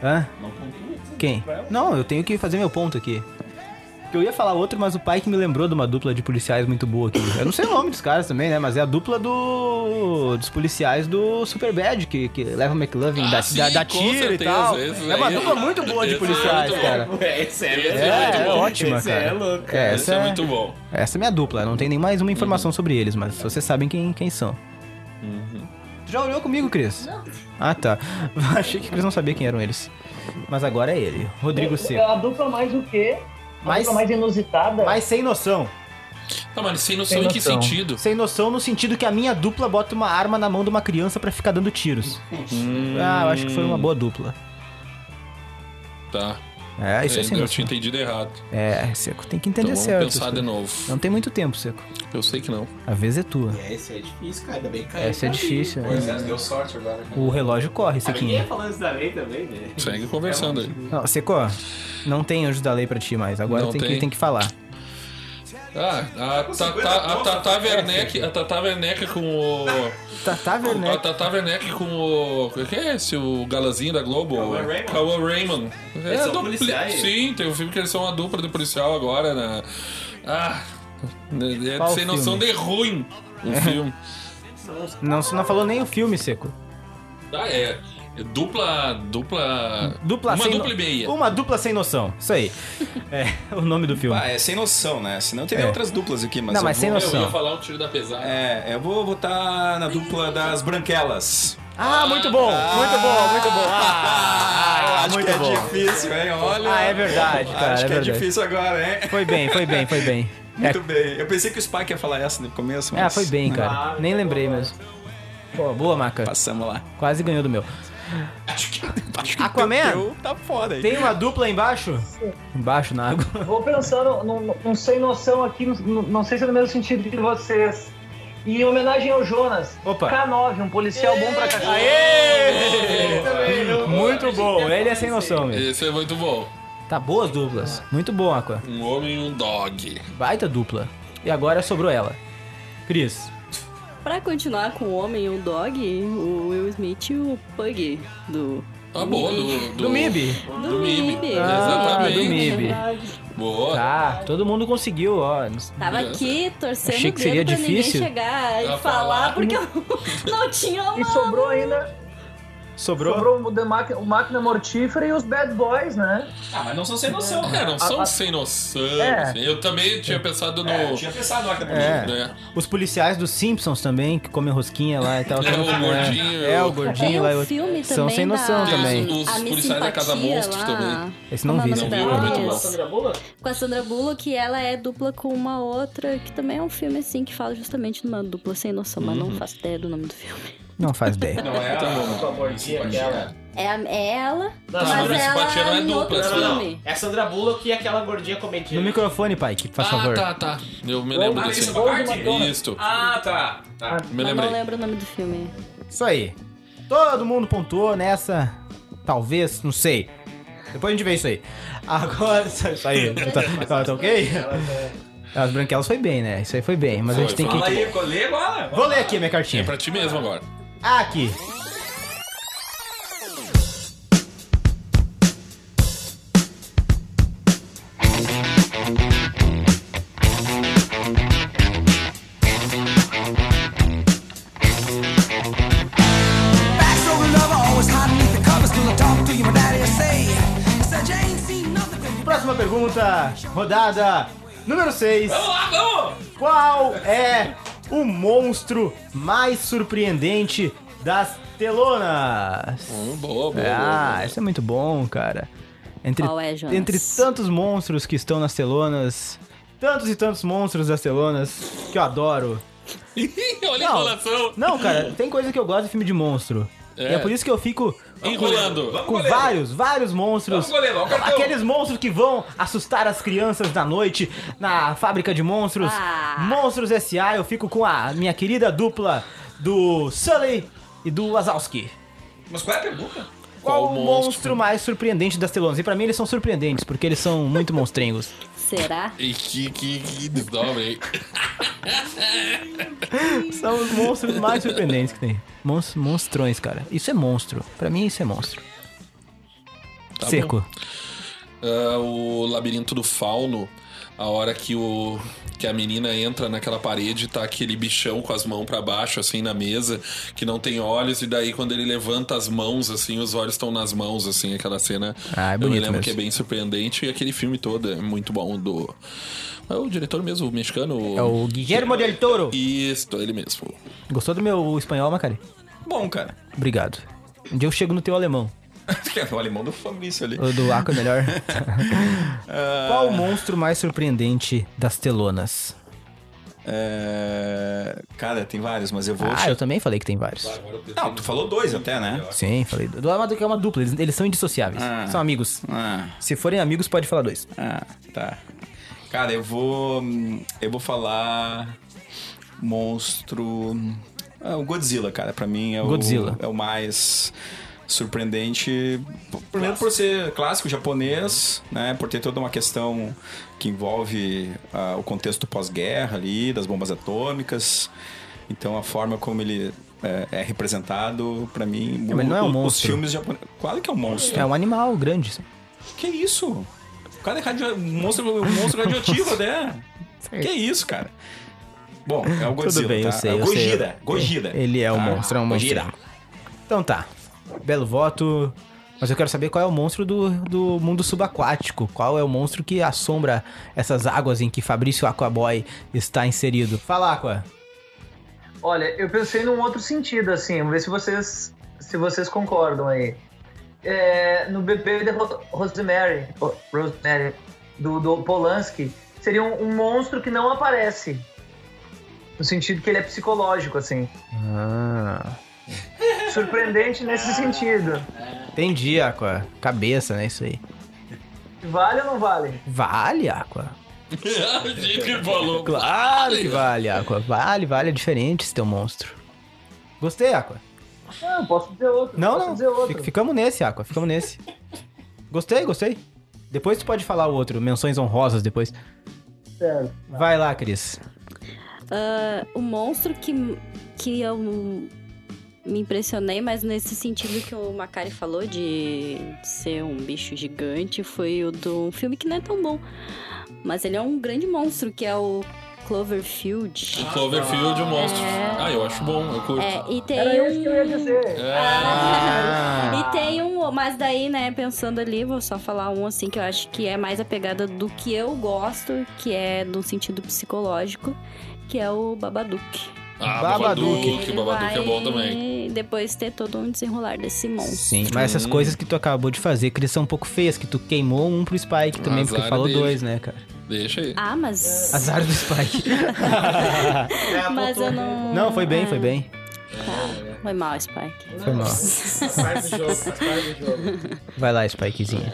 Speaker 2: Hã?
Speaker 4: Não pontua?
Speaker 2: Quem? Não, eu tenho que fazer meu ponto aqui. Eu ia falar outro, mas o pai que me lembrou de uma dupla de policiais muito boa aqui. Eu não sei o nome dos caras também, né? Mas é a dupla do dos policiais do Superbad, que, que leva o McLovin,
Speaker 3: Ah,
Speaker 2: dá,
Speaker 3: sim,
Speaker 2: dá, dá
Speaker 3: com
Speaker 2: tiro
Speaker 3: certeza,
Speaker 2: e tal.
Speaker 3: esse
Speaker 2: É uma
Speaker 3: aí é-
Speaker 2: dupla muito boa de
Speaker 3: esse é
Speaker 2: policiais,
Speaker 3: muito bom.
Speaker 2: cara.
Speaker 6: É, esse é,
Speaker 3: Esse
Speaker 2: É,
Speaker 3: muito
Speaker 2: é
Speaker 3: bom.
Speaker 2: ótima,
Speaker 6: Esse
Speaker 2: cara.
Speaker 6: é louco.
Speaker 2: É,
Speaker 3: Essa
Speaker 2: essa,
Speaker 3: é
Speaker 2: é,
Speaker 3: muito bom.
Speaker 2: essa é minha dupla. Não tem nem mais uma
Speaker 3: Uhum.
Speaker 2: informação sobre eles, mas vocês sabem quem, quem são. Tu já olhou comigo, Cris? Não. Ah, tá. Achei que o Cris não sabia quem eram eles. Mas agora é ele, Rodrigo
Speaker 5: É
Speaker 2: Seco.
Speaker 5: a dupla mais o quê? A
Speaker 2: Mais-
Speaker 5: dupla mais inusitada.
Speaker 2: Mas sem noção.
Speaker 3: Tá, mas sem noção
Speaker 5: Sem
Speaker 3: em que
Speaker 5: noção.
Speaker 3: sentido?
Speaker 2: Sem noção no sentido que a minha dupla bota uma arma na mão de uma criança pra ficar dando tiros.
Speaker 3: Hum.
Speaker 2: Ah, eu acho que foi uma boa dupla.
Speaker 3: Tá.
Speaker 2: É, isso é, sem
Speaker 3: eu tinha
Speaker 2: noção.
Speaker 3: entendido errado.
Speaker 2: É, Seco, tem que entender
Speaker 3: Então vamos
Speaker 2: certo.
Speaker 3: pensar de novo.
Speaker 2: Não tem muito tempo, Seco.
Speaker 3: Eu sei que não.
Speaker 2: A vez é tua.
Speaker 6: É, esse é difícil, cara. Ainda bem que caiu
Speaker 2: Essa é
Speaker 6: pra mim.
Speaker 2: difícil, né?
Speaker 4: Pois é, deu sorte agora.
Speaker 2: O relógio corre,
Speaker 6: Ninguém
Speaker 2: Sequinho.
Speaker 6: ia é falando isso da lei também, né?
Speaker 3: Segue conversando aí.
Speaker 2: Não, Seco, não tem anjo da lei pra ti mais. Agora
Speaker 3: Não
Speaker 2: tem que,
Speaker 3: tem.
Speaker 2: tem que falar.
Speaker 3: Ah, a Tata, a Tata Werneck, a Tata Werneck com o.
Speaker 2: Tata
Speaker 3: A
Speaker 2: Werneck.
Speaker 3: Tata Werneck tá, com o. O que é esse? O galazinho da Globo?
Speaker 4: Cauã Raymond.
Speaker 3: Cauã Raymond.
Speaker 6: Eles são
Speaker 3: dupla-
Speaker 6: policiais.
Speaker 3: Sim, tem um filme que eles são uma dupla de policial agora na. Ah. É
Speaker 2: Qual
Speaker 3: sem noção
Speaker 2: filme? É.
Speaker 3: de ruim o filme.
Speaker 2: Não, você não falou nem o filme, Seco.
Speaker 3: Ah, é. é Dupla. Dupla.
Speaker 2: Dupla
Speaker 3: Uma
Speaker 2: sem
Speaker 3: dupla
Speaker 2: no-
Speaker 3: e meia.
Speaker 2: Uma dupla sem noção. Isso aí. É o nome do filme.
Speaker 4: Ah, é sem noção, né? Senão teria
Speaker 2: É.
Speaker 4: outras duplas aqui, mas.
Speaker 2: Não,
Speaker 4: eu
Speaker 2: mas sem
Speaker 4: vou-
Speaker 2: noção.
Speaker 3: Eu ia falar um tiro da pesada.
Speaker 4: É, eu vou votar na dupla das branquelas.
Speaker 2: Ah, muito bom, muito bom, muito bom. Ah,
Speaker 4: eu acho
Speaker 2: muito
Speaker 4: que é
Speaker 2: bom.
Speaker 4: difícil, hein? Olha.
Speaker 2: Ah, é verdade, cara.
Speaker 4: acho
Speaker 2: é
Speaker 4: que é
Speaker 2: verdade.
Speaker 4: difícil agora, hein?
Speaker 2: Foi bem, foi bem, foi bem.
Speaker 4: Muito bem. Eu pensei que o Spike ia falar essa no começo, mas.
Speaker 2: Ah, foi bem, cara. Nem lembrei mesmo. Pô, boa, Maca.
Speaker 4: Passamos lá.
Speaker 2: Quase ganhou do meu.
Speaker 4: Acho que, acho que
Speaker 2: Aquaman?
Speaker 4: o teu tá foda aí.
Speaker 2: Tem uma dupla aí embaixo? Embaixo, na água.
Speaker 5: Vou pensar num- num num sem noção aqui, num- num- não sei se é no mesmo sentido que vocês. E em homenagem ao Jonas,
Speaker 2: Opa.
Speaker 5: K9, um policial bom pra cacete.
Speaker 2: É. Aê! Muito bom, ele é sem noção mesmo.
Speaker 3: Esse é muito bom.
Speaker 2: Tá boas duplas. Muito bom, Aqua.
Speaker 3: Um homem e um dog.
Speaker 2: Baita dupla. E agora sobrou ela. Cris.
Speaker 7: Pra continuar com o homem e o dog, o Will Smith e o Pug do.
Speaker 3: Tá boa, do.
Speaker 2: Do MIB.
Speaker 7: Do MIB.
Speaker 2: Ah,
Speaker 3: Exatamente.
Speaker 2: do MIB.
Speaker 3: Boa.
Speaker 2: Tá, todo mundo conseguiu, ó.
Speaker 7: Tava
Speaker 3: Beleza.
Speaker 7: aqui torcendo
Speaker 2: Achei
Speaker 7: o
Speaker 2: que
Speaker 7: dedo
Speaker 2: seria
Speaker 7: pra
Speaker 2: difícil.
Speaker 7: ninguém chegar e
Speaker 3: Pra falar.
Speaker 7: falar, porque eu não tinha
Speaker 5: E
Speaker 7: uma.
Speaker 5: sobrou ainda.
Speaker 2: Sobrou.
Speaker 5: Sobrou o, The Mac- o Máquina Mortífera e os Bad Boys, né?
Speaker 4: Ah, mas não são sem noção,
Speaker 2: Tá.
Speaker 3: É,
Speaker 4: cara.
Speaker 3: não são sem noção.
Speaker 5: É.
Speaker 3: assim. Eu também tinha pensado no.
Speaker 4: É, eu tinha pensado na hora da
Speaker 2: É.
Speaker 3: né?
Speaker 2: Os policiais dos Simpsons também, que comem rosquinha lá e tal.
Speaker 3: É, o gordinho.
Speaker 2: um É, o gordinho
Speaker 7: Tem
Speaker 2: lá.
Speaker 7: um filme
Speaker 2: são
Speaker 7: também
Speaker 2: sem noção
Speaker 7: da-
Speaker 2: também.
Speaker 3: Os- os
Speaker 7: a Miss
Speaker 3: policiais da Casa
Speaker 7: Simpatia
Speaker 3: Monstros
Speaker 7: lá.
Speaker 3: também.
Speaker 2: Esse não
Speaker 7: Como
Speaker 2: vi,
Speaker 7: é o
Speaker 2: não
Speaker 7: nome
Speaker 3: vi, é muito
Speaker 7: dela?
Speaker 3: bom.
Speaker 6: Sandra Bullock?
Speaker 7: Com a Sandra Bullock, ela é dupla com uma outra, que também é um filme assim que fala justamente de uma dupla sem noção, mas
Speaker 3: Uhum.
Speaker 7: não faço ideia do nome do filme.
Speaker 2: Não faz ideia.
Speaker 4: Não é,
Speaker 2: Então,
Speaker 6: Com a gordinha aquela.
Speaker 7: É, a- é ela,
Speaker 6: Não,
Speaker 3: Tá,
Speaker 7: mas
Speaker 3: Sandra Simpatia não
Speaker 7: ela
Speaker 3: é
Speaker 7: é em
Speaker 3: dupla,
Speaker 7: outro
Speaker 3: essa
Speaker 6: Não, não,
Speaker 7: filme.
Speaker 6: não. É Sandra Bullock e aquela gordinha comediante.
Speaker 2: No microfone, pai, que faz
Speaker 3: ah,
Speaker 2: favor.
Speaker 3: tá, tá. Eu me lembro
Speaker 4: Ah,
Speaker 3: desse.
Speaker 4: isso é uma parte?
Speaker 3: Isso.
Speaker 4: Ah, tá. tá.
Speaker 3: Me
Speaker 7: Mas não
Speaker 3: lembrei.
Speaker 7: lembro o nome do filme.
Speaker 2: Isso aí. Todo mundo pontuou nessa. Talvez, não sei. Depois a gente vê isso aí. Agora. Isso aí. Tá, tá- tá ok? As branquelas foi bem, né? Isso aí foi bem, mas a gente
Speaker 3: tá-
Speaker 2: tem
Speaker 3: Foi,
Speaker 2: que.
Speaker 3: foi.
Speaker 4: Fala aí, colê agora.
Speaker 2: Vou ler aqui a minha
Speaker 3: É
Speaker 2: cartinha.
Speaker 3: pra ti mesmo agora.
Speaker 2: Aqui. Próxima pergunta, rodada número 6. Qual é o monstro mais surpreendente das telonas?
Speaker 3: Hum, boa, boa, boa.
Speaker 2: Ah,
Speaker 3: boa.
Speaker 2: isso é muito bom, cara. Entre,
Speaker 7: Qual é, Jonas?
Speaker 2: entre tantos monstros que estão nas telonas, tantos e tantos monstros das telonas que eu adoro.
Speaker 3: Olha a
Speaker 2: Não.
Speaker 3: enrolação.
Speaker 2: Não, cara, tem coisa que eu gosto de filme de monstro.
Speaker 3: É.
Speaker 2: E é por isso que eu fico
Speaker 3: Enrolando.
Speaker 2: com vários, vários monstros.
Speaker 4: Vamos, goleiro, olha o cartão.
Speaker 2: Aqueles monstros que vão assustar as crianças na noite na fábrica de monstros.
Speaker 7: Ah.
Speaker 2: Monstros S.A. Eu fico com a minha querida dupla do Sully e do Wazowski.
Speaker 4: Mas qual é a pergunta?
Speaker 2: Qual o
Speaker 3: Qual
Speaker 2: monstro,
Speaker 3: monstro
Speaker 2: mais surpreendente das telonas? E pra mim eles são surpreendentes, porque eles são muito monstrengos.
Speaker 7: Será?
Speaker 3: E que, que, que desdobre, hein?
Speaker 2: são os monstros mais surpreendentes que tem. Mons- monstrões, cara. Isso é monstro. Pra mim isso é monstro.
Speaker 3: Tá
Speaker 2: Seco.
Speaker 3: Ah, o labirinto do fauno, a hora que o que a menina entra naquela parede, tá aquele bichão com as mãos pra baixo assim na mesa, que não tem olhos e daí quando ele levanta as mãos assim, os olhos estão nas mãos assim, aquela cena.
Speaker 2: Ah, é
Speaker 3: eu me
Speaker 2: bonito
Speaker 3: lembro
Speaker 2: mesmo.
Speaker 3: que é bem surpreendente e aquele filme todo é muito bom do é o diretor mesmo, o mexicano.
Speaker 2: É o Guillermo del Toro.
Speaker 3: Isso, ele mesmo.
Speaker 2: Gostou do meu espanhol, Macari?
Speaker 4: Bom, cara.
Speaker 2: Obrigado. Um dia eu chego no teu alemão.
Speaker 4: o alemão do Fabrício ali.
Speaker 2: O do Aco é melhor. Qual o monstro mais surpreendente das telonas?
Speaker 4: É... Cara, tem vários, mas eu vou.
Speaker 2: Ah, eu também falei que tem vários.
Speaker 4: Não, tu falou dois até, né?
Speaker 2: Sim, falei. Do lado que é uma dupla, eles, eles são indissociáveis.
Speaker 4: Ah.
Speaker 2: São amigos.
Speaker 4: Ah,
Speaker 2: Se forem amigos, pode falar dois.
Speaker 4: ah, tá. Cara, eu vou. hum, Eu vou falar. Monstro. Ah, o Godzilla, cara, pra mim é o,
Speaker 2: Godzilla.
Speaker 4: é o mais surpreendente. p- Primeiro por ser clássico japonês, né? Por ter toda uma questão que envolve ah, o contexto pós-guerra ali, das bombas atômicas. Então a forma como ele é, é representado, pra mim.
Speaker 2: É, mas ele não é um
Speaker 4: o- Os
Speaker 2: monstro.
Speaker 4: filmes japoneses. Claro que é um monstro.
Speaker 2: É um animal grande. isso.
Speaker 4: Que isso? O cara é radio... um monstro, um monstro radioativo, né? Que isso, cara? Bom, é o
Speaker 2: Tudo
Speaker 4: Godzilla,
Speaker 2: bem,
Speaker 4: tá?
Speaker 2: eu sei.
Speaker 4: É o
Speaker 2: eu sei.
Speaker 4: Gojira, Gojira.
Speaker 2: Ele é um
Speaker 4: tá?
Speaker 2: monstro, é um monstro.
Speaker 4: Gojira.
Speaker 2: Então tá. Belo voto. Mas eu quero saber qual é o monstro do, do mundo subaquático. Qual é o monstro que assombra essas águas em que Fabrício Aquaboy está inserido? Fala, Aqua.
Speaker 5: é- Olha, eu pensei num outro sentido, assim, vamos ver se vocês, se vocês concordam aí. É, no bebê de Ro- Rosemary, oh, Rosemary do, do Polanski, seria um, um monstro que não aparece. No sentido que ele é psicológico, assim. Surpreendente nesse sentido.
Speaker 2: Entendi, Aqua. Cabeça, né? Isso aí.
Speaker 5: Vale ou não vale?
Speaker 2: Vale, Aqua.
Speaker 3: o jeito que ele falou.
Speaker 2: Claro que vale, Aqua. Vale, vale. É diferente esse teu monstro. Gostei, Aqua.
Speaker 5: Não, posso dizer outro.
Speaker 2: Não,
Speaker 5: posso
Speaker 2: não.
Speaker 5: Dizer outro.
Speaker 2: Fic- Ficamos nesse, Aqua. Ficamos nesse. Gostei, gostei. Depois tu pode falar o outro. Menções honrosas depois.
Speaker 5: Certo.
Speaker 2: Vai lá, Cris.
Speaker 7: Ah, o monstro que, que eu me impressionei, mas nesse sentido que o Macari falou de ser um bicho gigante, foi o do filme que não é tão bom. Mas ele é um grande um monstro, que é o Cloverfield.
Speaker 3: Cloverfield, o monstro.
Speaker 7: É.
Speaker 3: Ah, eu acho bom, eu curto. É.
Speaker 7: É, e tem
Speaker 5: Era
Speaker 7: um...
Speaker 5: isso que eu ia
Speaker 2: Hum.
Speaker 5: dizer.
Speaker 7: Ah. E tem um, mas daí, né, pensando ali, vou só falar um assim que eu acho que é mais a pegada do que eu gosto, que é no sentido psicológico, que é o Babadook.
Speaker 3: Ah,
Speaker 2: Babadook.
Speaker 3: Babadook, que o Babadook é bom
Speaker 7: vai
Speaker 3: também.
Speaker 7: Depois ter todo um desenrolar desse monstro.
Speaker 2: Sim, mas essas coisas que tu acabou de fazer, que eles são um pouco feias, que tu queimou um pro Spike também, porque
Speaker 3: Azar
Speaker 2: falou
Speaker 3: dele.
Speaker 2: dois, né, cara?
Speaker 3: Deixa aí.
Speaker 7: Ah, mas.
Speaker 2: Azar do Spike.
Speaker 6: É,
Speaker 7: Mas eu
Speaker 6: botou-
Speaker 7: não.
Speaker 2: Não, foi bem,
Speaker 7: Ah,
Speaker 2: foi bem.
Speaker 7: tá. Foi mal, Spike.
Speaker 2: Foi mal.
Speaker 6: Faz o jogo, faz o jogo.
Speaker 2: Vai lá, Spikezinho.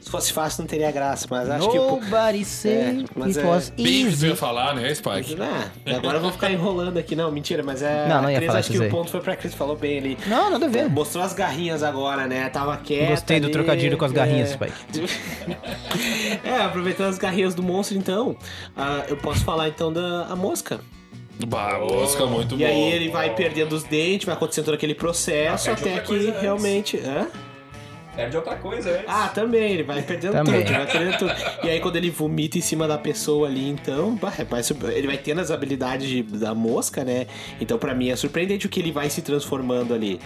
Speaker 6: Se fosse fácil, não teria graça, mas acho que. pô,
Speaker 2: Nobody say
Speaker 6: É, mas
Speaker 2: it
Speaker 6: é-
Speaker 2: was
Speaker 3: Bem que tu
Speaker 2: easy.
Speaker 3: ia falar, né, Spike?
Speaker 6: Ah, agora eu vou ficar enrolando aqui. Não, mentira, mas é.
Speaker 2: Não, não ia
Speaker 6: a Cris,
Speaker 2: falar
Speaker 6: acho
Speaker 2: isso
Speaker 6: que
Speaker 2: aí.
Speaker 6: o ponto foi pra Cris, falou bem ali.
Speaker 2: Não, nada a ver.
Speaker 6: Mostrou as garrinhas agora, né? Tava quieta.
Speaker 2: Gostei do
Speaker 6: ali,
Speaker 2: trocadilho com as
Speaker 6: é.
Speaker 2: garrinhas, Spike.
Speaker 6: é, aproveitando as garrinhas do monstro, então, ah, eu posso falar então da a mosca.
Speaker 3: Bah, a música é muito
Speaker 6: E
Speaker 3: boa.
Speaker 6: aí ele vai perdendo os dentes, vai acontecendo todo aquele processo
Speaker 4: Ah, perde
Speaker 6: até
Speaker 4: outra
Speaker 6: que
Speaker 4: coisa antes.
Speaker 6: realmente. Hã?
Speaker 4: Perde outra coisa, né?
Speaker 6: Ah, também, ele vai perdendo
Speaker 2: Também.
Speaker 6: tudo, vai perdendo tudo. E aí quando ele vomita em cima da pessoa ali, então, bah, é mais sur- ele vai tendo as habilidades de- da mosca, né? Então pra mim é surpreendente o que ele vai se transformando ali.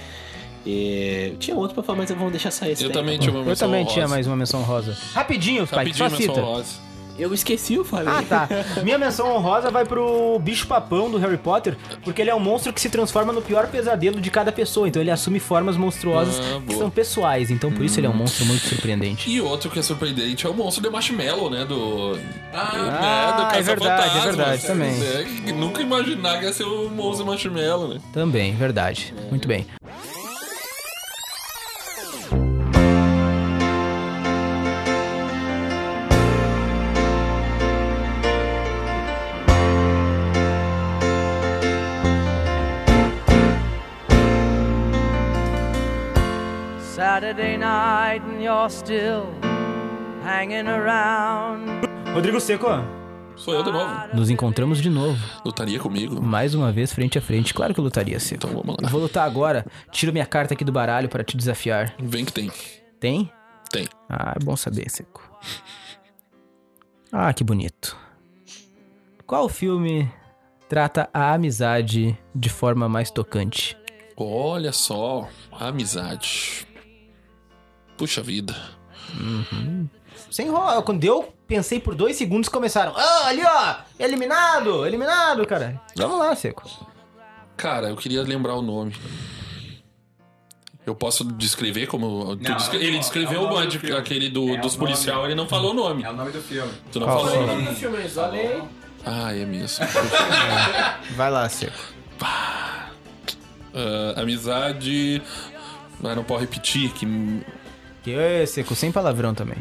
Speaker 6: E... Tinha outro pra falar, mas vamos deixar sair esse
Speaker 3: Eu
Speaker 6: daí,
Speaker 3: também
Speaker 6: tá
Speaker 3: tinha uma menção
Speaker 2: Eu também
Speaker 3: honrosa.
Speaker 2: tinha mais uma menção rosa. Rapidinho, Spike,
Speaker 3: Rapidinho,
Speaker 2: só
Speaker 3: menção
Speaker 2: cita.
Speaker 3: honrosa.
Speaker 6: bom. Eu esqueci, eu falei.
Speaker 2: Ah, tá. Minha menção honrosa vai pro bicho papão do Harry Potter, porque ele é um monstro que se transforma no pior pesadelo de cada pessoa. Então ele assume formas monstruosas
Speaker 3: Ah,
Speaker 2: que
Speaker 3: boa. Hum.
Speaker 2: são pessoais. Então por isso ele é um monstro muito surpreendente.
Speaker 3: E outro que é surpreendente é o monstro de marshmallow, né? Do. né,
Speaker 2: Ah, é verdade, é verdade, também.
Speaker 3: também. É, nunca imaginar que ia ser o monstro de marshmallow, né?
Speaker 2: Também, verdade. Muito bem.
Speaker 11: Saturday night and you're still hanging around.
Speaker 2: Rodrigo Seco,
Speaker 3: Sou eu de novo.
Speaker 2: nos encontramos de novo.
Speaker 3: Lutaria comigo.
Speaker 2: Mais uma vez, frente a frente. Claro que eu lutaria, Seco.
Speaker 3: Então vamos
Speaker 2: Eu
Speaker 3: lá.
Speaker 2: vou lutar agora. Tiro minha carta aqui do baralho para te desafiar.
Speaker 3: Vem que tem.
Speaker 2: Tem?
Speaker 3: Tem.
Speaker 2: Ah, é bom saber, Seco. Ah, que bonito. Qual filme trata a amizade de forma mais tocante?
Speaker 3: Olha só, amizade. Puxa vida.
Speaker 2: Sem rola. Quando eu pensei por dois segundos, começaram. Ah, ali ó! Eliminado! Eliminado, cara. Vamos lá, Seco.
Speaker 3: Cara, eu queria lembrar o nome. Eu posso descrever como. tu
Speaker 4: Não,
Speaker 3: descre-
Speaker 4: é o
Speaker 3: Ele
Speaker 4: nome, é
Speaker 3: descreveu
Speaker 4: o
Speaker 3: o
Speaker 4: nome do
Speaker 3: Bud,
Speaker 4: filme.
Speaker 3: aquele do,
Speaker 4: É
Speaker 3: dos
Speaker 4: o nome.
Speaker 3: policial, ele não falou o nome.
Speaker 4: É o é nome do filme.
Speaker 3: Tu não
Speaker 2: Qual
Speaker 3: falou o
Speaker 2: foi?
Speaker 3: nome. Ah, é mesmo.
Speaker 2: Vai lá, Seco.
Speaker 3: Ah, amizade. Ah, não pode repetir, que.
Speaker 2: Que é, Seco, sem palavrão também.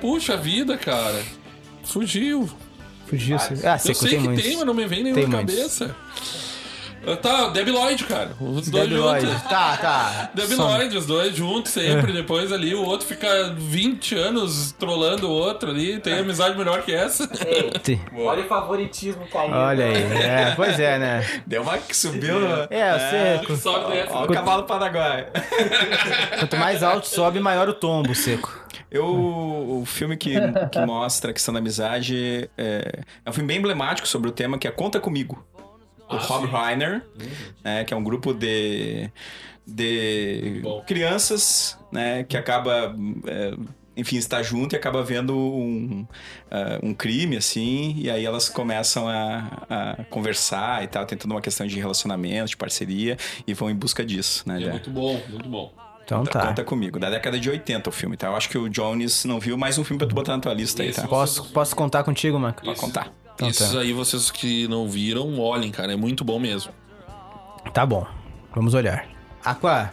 Speaker 3: Puxa vida, cara. Fugiu.
Speaker 2: Fugiu, Seco. Ah,
Speaker 3: Eu
Speaker 2: Seco,
Speaker 3: sei
Speaker 2: tem
Speaker 3: que
Speaker 2: muitos.
Speaker 3: tem, mas não me vem
Speaker 2: Tem
Speaker 3: nenhum na
Speaker 2: muitos.
Speaker 3: cabeça. Ah, Tá, Debi Lloyd, cara. Os dois
Speaker 2: Debi Lloyd.
Speaker 3: juntos.
Speaker 2: Tá, tá.
Speaker 3: Debi
Speaker 2: Some. É.
Speaker 3: Lloyd, os dois juntos sempre. Depois ali o outro fica 20 anos trolando o outro ali. Tem amizade melhor que essa.
Speaker 2: Te-
Speaker 6: Olha o favoritismo caindo.
Speaker 2: Olha aí. É, pois é, né?
Speaker 4: Deu uma que subiu. né?
Speaker 2: É, Seco.
Speaker 3: Sobe dessa.
Speaker 4: Ó, o cavalo paraguai.
Speaker 2: Quanto mais alto sobe, maior o tombo, Seco.
Speaker 4: Eu, o filme que, que mostra a questão da amizade é, é um filme bem emblemático sobre o tema, que é Conta Comigo. O Rob Reiner, né, que é um grupo de, de
Speaker 3: Bom.
Speaker 4: crianças né, que acaba, é, enfim, está junto e acaba vendo um, ah, um crime, assim, e aí elas começam a, a conversar e tal, tentando uma questão de relacionamento, de parceria, e vão em busca disso, né?
Speaker 3: É
Speaker 4: já.
Speaker 3: muito bom, muito bom.
Speaker 2: Então tá.
Speaker 4: Conta comigo. Da década de 80 o filme, tá? Eu acho que o Jones não viu mais um filme pra tu botar na tua lista aí,
Speaker 3: Isso.
Speaker 4: tá?
Speaker 2: Posso, posso contar contigo, Mac?
Speaker 4: Pra contar.
Speaker 2: Então
Speaker 3: Isso
Speaker 2: tá.
Speaker 3: aí, vocês que não viram, olhem, cara. É muito bom mesmo.
Speaker 2: Tá bom. Vamos olhar. Aqua?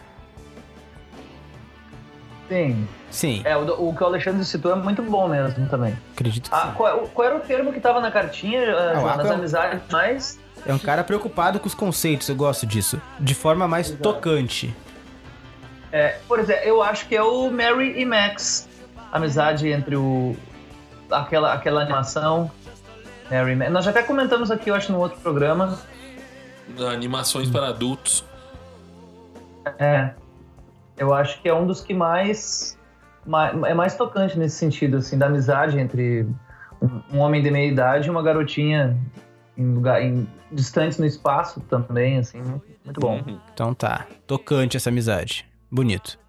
Speaker 5: Sim.
Speaker 2: Sim,
Speaker 5: É, o, do- o que o Alexandre citou é muito bom mesmo também.
Speaker 2: acredito que
Speaker 5: Ah,
Speaker 2: sim.
Speaker 5: qual, o- qual era o termo que tava na cartinha,
Speaker 2: Ah,
Speaker 5: ah,
Speaker 2: o
Speaker 5: João, nas
Speaker 2: Aqua-
Speaker 5: amizades mais?
Speaker 2: É um cara preocupado com os conceitos, eu gosto disso. De forma mais tocante.
Speaker 5: É, por exemplo, eu acho que é o Mary e Max. Amizade entre o. aquela, aquela animação. Mary e Max. Nós já até comentamos aqui, eu acho, no outro programa.
Speaker 3: Animações para adultos.
Speaker 5: É. Eu acho que é um dos que mais. mais- É mais tocante nesse sentido, assim, da amizade entre um homem de meia idade e uma garotinha em lugar em, distantes no espaço também, assim, muito bom.
Speaker 2: Então tá. Tocante essa amizade. Bonito.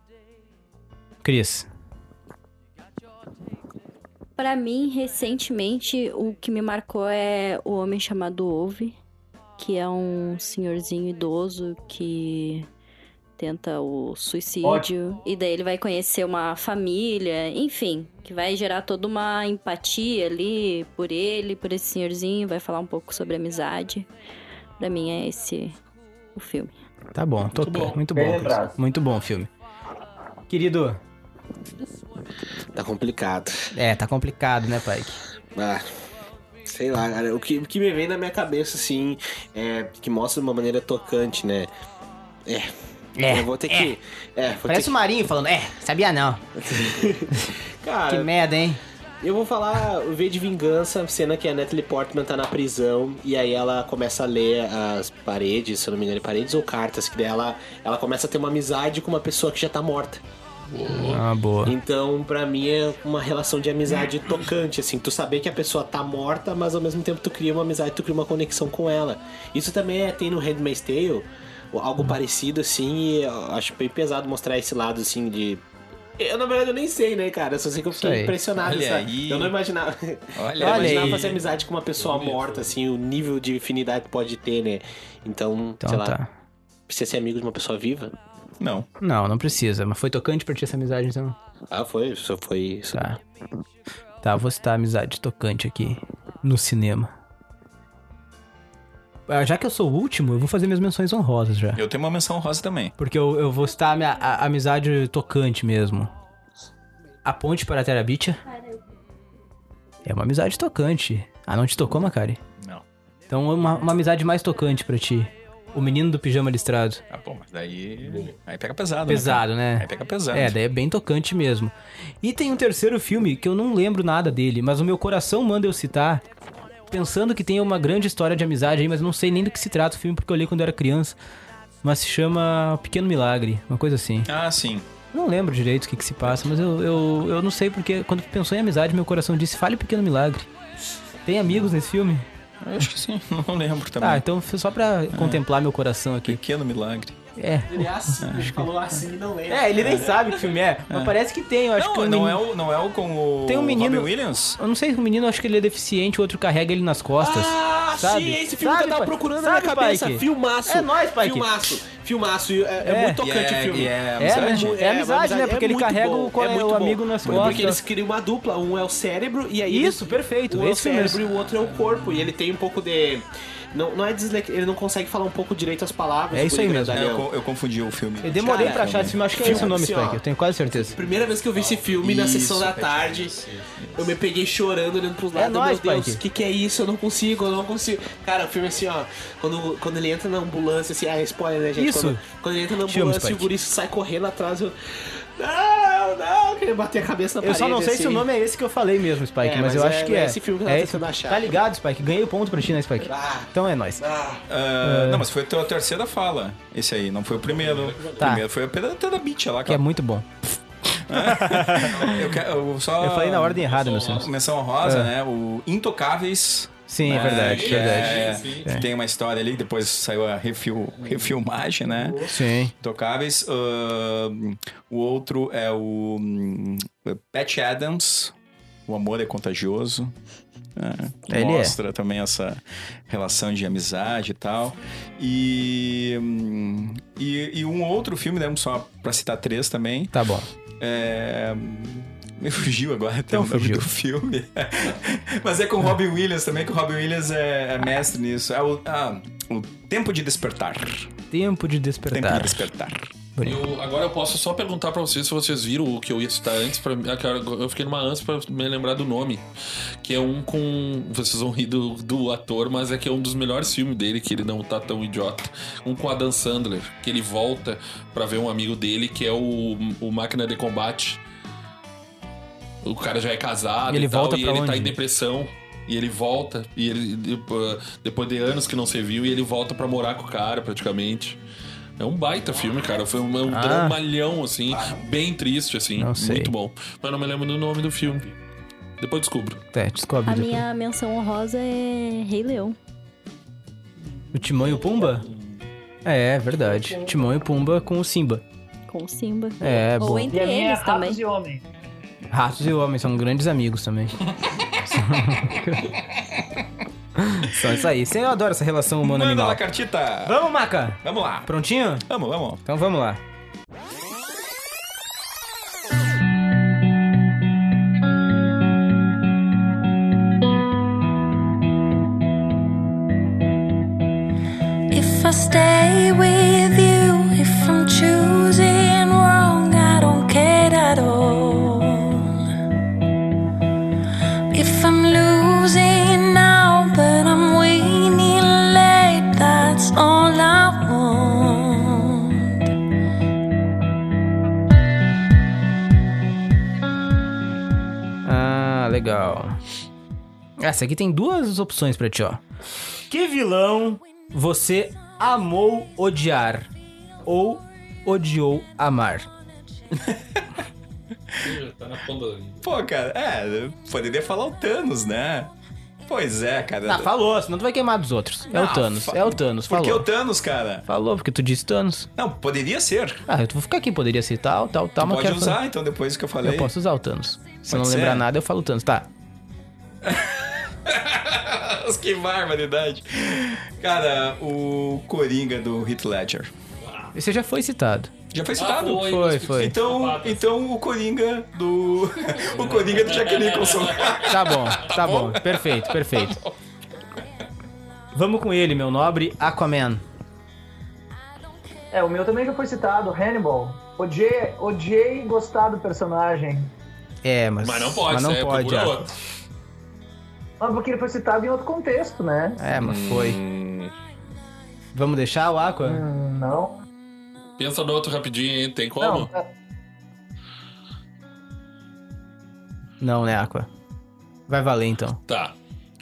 Speaker 2: Cris.
Speaker 7: Pra mim, recentemente, o que me marcou é o homem chamado Ove, que é um senhorzinho idoso que tenta o suicídio
Speaker 5: Ótimo.
Speaker 7: e daí ele vai conhecer uma família, enfim, que vai gerar toda uma empatia ali por ele, por esse senhorzinho, vai falar um pouco sobre amizade. Pra mim é esse o filme.
Speaker 2: Tá bom, tô
Speaker 7: bom.
Speaker 2: muito
Speaker 7: Bem
Speaker 2: bom.
Speaker 7: lembrado.
Speaker 2: Cris. Muito bom o filme. Querido.
Speaker 6: Tá complicado.
Speaker 2: É, tá complicado, né, Pike?
Speaker 6: Ah, sei lá, cara. O que, o que me vem na minha cabeça, assim, é que mostra de uma maneira tocante, né? É.
Speaker 2: É,
Speaker 6: Eu vou ter
Speaker 2: é.
Speaker 6: que. É, vou
Speaker 2: Parece
Speaker 6: ter
Speaker 2: o Marinho falando, é, sabia não.
Speaker 6: que. Cara,
Speaker 2: Que merda, hein?
Speaker 6: Eu vou falar V de Vingança, cena que a Natalie Portman tá na prisão e aí ela começa a ler as paredes, se eu não me engano, é paredes ou cartas, que daí ela, ela começa a ter uma amizade com uma pessoa que já tá morta.
Speaker 2: Ah, boa.
Speaker 6: Então, pra mim, é uma relação de amizade tocante, assim. Tu saber que a pessoa tá morta, mas ao mesmo tempo tu cria uma amizade, tu cria uma conexão com ela. Isso também é, tem no Handmaid's Tale, ou algo parecido, assim, e eu acho bem pesado mostrar esse lado, assim, de... Eu, na verdade, eu nem sei, né, cara? Eu só sei que eu
Speaker 2: Isso
Speaker 6: fiquei
Speaker 2: aí.
Speaker 6: impressionado.
Speaker 2: Olha
Speaker 6: sabe?
Speaker 2: aí.
Speaker 6: Eu não imaginava...
Speaker 2: Olha
Speaker 6: eu não
Speaker 2: aí.
Speaker 6: imaginava fazer amizade com uma pessoa morta, assim, o nível de afinidade que pode ter, né? Então,
Speaker 2: Então
Speaker 6: sei lá...
Speaker 2: tá.
Speaker 6: Precisa ser amigo de uma pessoa viva?
Speaker 4: Não.
Speaker 2: Não, não precisa, mas foi tocante pra ti essa amizade, então.
Speaker 6: Ah, foi, só foi isso.
Speaker 2: Tá. Tá, vou citar a amizade tocante aqui no cinema. Ah, Já que eu sou o último, eu vou fazer minhas menções honrosas já.
Speaker 4: Eu tenho uma menção rosa também.
Speaker 2: Porque eu, eu vou citar a minha a- a amizade tocante mesmo. A ponte para a Terabitia é uma amizade tocante. Ah, não te tocou, Macari?
Speaker 4: Não.
Speaker 2: Então é uma, uma amizade mais tocante pra ti. O menino do pijama listrado.
Speaker 4: Ah, pô, mas daí. Aí pega pesado.
Speaker 2: Pesado, né?
Speaker 4: Aí pega pesado.
Speaker 2: É, daí é bem tocante mesmo. E tem um terceiro filme que eu não lembro nada dele, mas o meu coração manda eu citar, pensando que tem uma grande história de amizade aí, mas eu não sei nem do que se trata o filme porque eu li quando eu era criança. Mas se chama Pequeno Milagre, uma coisa assim.
Speaker 4: Ah, sim.
Speaker 2: Não lembro direito o que, que se passa, mas eu, eu, eu não sei porque quando pensou em amizade, meu coração disse: fale Pequeno Milagre. Tem amigos nesse filme?
Speaker 4: Eu acho que sim. Não lembro também. É.
Speaker 2: Tá, então foi só pra contemplar meu coração aqui.
Speaker 4: Pequeno milagre.
Speaker 2: É.
Speaker 6: Ele é assim, ele falou assim, não lembro.
Speaker 2: É, ele nem sabe que filme é, mas parece que tem, eu acho
Speaker 4: não,
Speaker 2: que um
Speaker 4: não,
Speaker 2: menino-
Speaker 4: é o, não é o com o.
Speaker 2: Tem um menino-
Speaker 4: Robin Williams?
Speaker 2: Eu não sei se o menino, acho que ele é deficiente, o outro carrega ele nas costas.
Speaker 6: Ah,
Speaker 2: sabe?
Speaker 6: sim, esse filme que eu tava
Speaker 2: Pai?
Speaker 6: procurando na
Speaker 2: Sabe,
Speaker 6: minha cabeça.
Speaker 2: Pike?
Speaker 6: Filmaço.
Speaker 2: É nóis, Pike.
Speaker 6: Filmaço. Filmaço. e É, é
Speaker 2: É.
Speaker 6: muito tocante
Speaker 4: E é-
Speaker 6: o filme.
Speaker 4: e é
Speaker 2: É,
Speaker 4: amizade?
Speaker 2: né?
Speaker 6: mu-
Speaker 2: É amizade, né? Porque ele
Speaker 6: muito é
Speaker 2: carrega o co-
Speaker 6: muito
Speaker 2: o amigo nas costas.
Speaker 6: Porque eles criam uma dupla. Um é o cérebro e aí...
Speaker 2: Isso,
Speaker 6: eles-
Speaker 2: perfeito.
Speaker 6: Um é o
Speaker 2: esse filme
Speaker 6: cérebro e
Speaker 2: mesmo.
Speaker 6: o outro é o corpo. E ele tem um pouco de... Não, não é dislec... Ele não consegue falar um pouco direito as palavras.
Speaker 2: É
Speaker 6: por
Speaker 2: isso aí mesmo.
Speaker 4: É,
Speaker 6: grandalhão.
Speaker 4: eu, co- eu confundi o filme.
Speaker 2: Eu demorei pra achar esse filme, acho que é esse o nome,
Speaker 6: Assim, ó.
Speaker 2: Spike, eu tenho quase certeza.
Speaker 6: Primeira vez que eu vi esse filme na sessão
Speaker 4: Isso,
Speaker 6: da
Speaker 4: Pike,
Speaker 6: tarde, eu me peguei chorando olhando pros
Speaker 2: É
Speaker 6: lados.
Speaker 2: nóis,
Speaker 6: meu Deus,
Speaker 2: Pike.
Speaker 6: o que, que é isso? Eu não consigo, eu não consigo. Cara, o filme é assim, ó. Quando, quando ele entra na ambulância, assim, ah, spoiler, né, gente?
Speaker 2: Isso.
Speaker 6: Quando, quando ele entra na
Speaker 2: Te amo,
Speaker 6: ambulância e o
Speaker 2: Spike.
Speaker 6: guri sai correndo atrás, eu. Não, não, eu queria bater a cabeça na
Speaker 2: Eu
Speaker 6: parede.
Speaker 2: só não sei se o
Speaker 6: assim.
Speaker 2: nome é esse que eu falei mesmo, Spike,
Speaker 6: É,
Speaker 2: mas, eu
Speaker 6: mas
Speaker 2: acho
Speaker 6: é-
Speaker 2: que
Speaker 6: é
Speaker 2: é.
Speaker 6: esse filme que eu tava
Speaker 2: esse-
Speaker 6: tentando achar.
Speaker 2: Tá ligado, Spike? Ganhei o ponto pra ti, né, Spike?
Speaker 6: Ah,
Speaker 2: Então é nóis.
Speaker 6: ah.
Speaker 4: Ah, Não, mas foi a tua terceira fala. Esse aí, não foi o primeiro.
Speaker 2: Tá.
Speaker 4: O primeiro foi a pedra da Beach lá.
Speaker 2: Que é muito bom.
Speaker 4: Eu, quero- eu só.
Speaker 2: Eu falei na ordem errada, meu senhor.
Speaker 4: Menção rosa,
Speaker 2: É.
Speaker 4: né? O Intocáveis.
Speaker 2: Sim, é
Speaker 4: né,
Speaker 2: verdade,
Speaker 4: que
Speaker 2: verdade.
Speaker 4: é- que Tem uma história ali, depois saiu a refil, refilmagem, né?
Speaker 2: Sim.
Speaker 4: Intocáveis. ahn, o outro é o hum, Pat Adams. O amor é contagioso. né, que
Speaker 2: Ele é.
Speaker 4: mostra também essa relação de amizade e tal. E, hum, e, e um outro filme, né? Só pra citar três também.
Speaker 2: Tá bom.
Speaker 4: É... Me fugiu agora até
Speaker 2: Não
Speaker 4: o nome
Speaker 2: fugiu.
Speaker 4: do filme. Mas é com o Robin Williams também, que o Robin Williams é, é mestre nisso. É o, ah, o Tempo de Despertar.
Speaker 2: Tempo de
Speaker 4: Tempo de
Speaker 2: despertar.
Speaker 4: Despertar.
Speaker 3: Eu- agora eu posso só perguntar pra vocês se vocês viram o que eu ia citar antes. Pra, mim- ah, cara, eu fiquei numa ânsia pra me lembrar do nome. Que é um com. Vocês vão rir do, do ator, mas é que é um dos melhores filmes dele, que ele não tá tão idiota. Um com Adam Sandler, que ele volta pra ver um amigo dele, que é o, o Máquina de Combate. O cara já é casado
Speaker 2: E ele
Speaker 3: e tal,
Speaker 2: volta
Speaker 3: e
Speaker 2: pra
Speaker 3: ele tá
Speaker 2: onde?
Speaker 3: em depressão. E ele volta, e ele. depo- Depois de anos que não se viu, e ele volta pra morar com o cara, praticamente. É um baita filme, cara. Foi um, um
Speaker 2: Ah.
Speaker 3: dramalhão, assim, bem triste, assim.
Speaker 2: Não sei.
Speaker 3: Muito bom. Mas não me lembro do nome do filme. Depois descubro.
Speaker 2: É, descobre.
Speaker 7: A
Speaker 2: depois.
Speaker 7: minha menção honrosa é Rei Leão.
Speaker 2: O Timão e o Pumba? É, é verdade. Timão e o Pumba com o Simba.
Speaker 7: Com o Simba.
Speaker 2: É,
Speaker 7: Ou
Speaker 2: bom.
Speaker 7: entre
Speaker 5: E a minha é
Speaker 7: eles também.
Speaker 5: Ratos e Homens.
Speaker 2: Ratos e homens são grandes amigos também. Só isso aí. Você- Eu adoro essa relação
Speaker 4: Manda
Speaker 2: humano-animal.
Speaker 4: lá, cartita.
Speaker 2: Vamos, Maca?
Speaker 4: Vamos lá.
Speaker 2: Prontinho?
Speaker 4: Vamos, vamos.
Speaker 2: Então vamos lá.
Speaker 12: If I stay with you, if I'm choosing wrong, I don't care at all. If I'm losing now, but I'm winning late, that's all I want.
Speaker 2: Ah, legal. Ah, Essa aqui tem duas opções pra ti, ó. Que vilão você amou odiar ou odiou amar?
Speaker 4: Tá na ponta da língua. Pô, cara, é, poderia falar o Thanos, né? Pois é, cara.
Speaker 2: Ah, falou, senão tu vai queimar dos outros. É o
Speaker 4: Ah,
Speaker 2: Thanos,
Speaker 4: fa-
Speaker 2: é o Thanos,
Speaker 4: Por
Speaker 2: falou.
Speaker 4: que o Thanos, cara?
Speaker 2: Falou, porque tu disse Thanos.
Speaker 4: Não, poderia ser.
Speaker 2: Ah, eu vou ficar aqui, poderia ser tal, tal, tal, mas
Speaker 4: Pode
Speaker 2: quero
Speaker 4: usar,
Speaker 2: falar.
Speaker 4: então, depois que eu falei.
Speaker 2: Eu posso usar o Thanos. Se eu não
Speaker 4: Pode ser?
Speaker 2: lembrar nada, eu falo Thanos. Tá,
Speaker 4: Nossa, que barbaridade. Cara, o Coringa do Heath Ledger.
Speaker 2: esse já foi citado.
Speaker 4: Já foi citado?
Speaker 2: Ah, foi, Foi, foi.
Speaker 4: Então, então o Coringa do. o Coringa do Jack Nicholson.
Speaker 2: Tá bom, tá bom. Perfeito, perfeito. Vamos com ele, meu nobre Aquaman.
Speaker 5: É, o meu também já foi citado, Hannibal. Odiei, odiei gostar do personagem.
Speaker 2: É, mas.
Speaker 3: Mas não pode,
Speaker 2: mas não
Speaker 3: né?
Speaker 2: pode.
Speaker 3: Procura
Speaker 2: ah.
Speaker 3: outro.
Speaker 5: Mas porque ele foi citado em outro contexto, né?
Speaker 2: É, mas foi. Vamos deixar o Aqua?
Speaker 5: Hum, não.
Speaker 3: Pensa no outro rapidinho aí, tem como?
Speaker 5: Não, é,
Speaker 2: Não, né, Aqua? Vai valer então.
Speaker 3: Tá.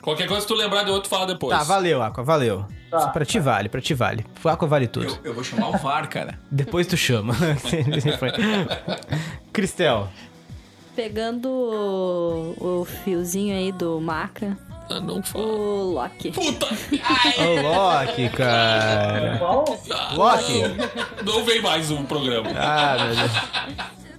Speaker 3: Qualquer coisa que tu lembrar de outro, fala depois.
Speaker 2: Tá, valeu, Aqua, valeu.
Speaker 5: Tá.
Speaker 2: Só pra ti vale, pra ti vale. O Aqua vale tudo.
Speaker 4: Eu, eu vou chamar o VAR, cara.
Speaker 2: Depois tu chama. Foi. Cristel.
Speaker 7: Pegando o, o fiozinho aí do Maca,
Speaker 3: Ah, não fala.
Speaker 7: o Loki.
Speaker 3: Puta!
Speaker 2: Ô, Loki, cara.
Speaker 5: bom,
Speaker 2: Loki.
Speaker 3: Não vem mais um programa.
Speaker 2: Ah, meu Deus.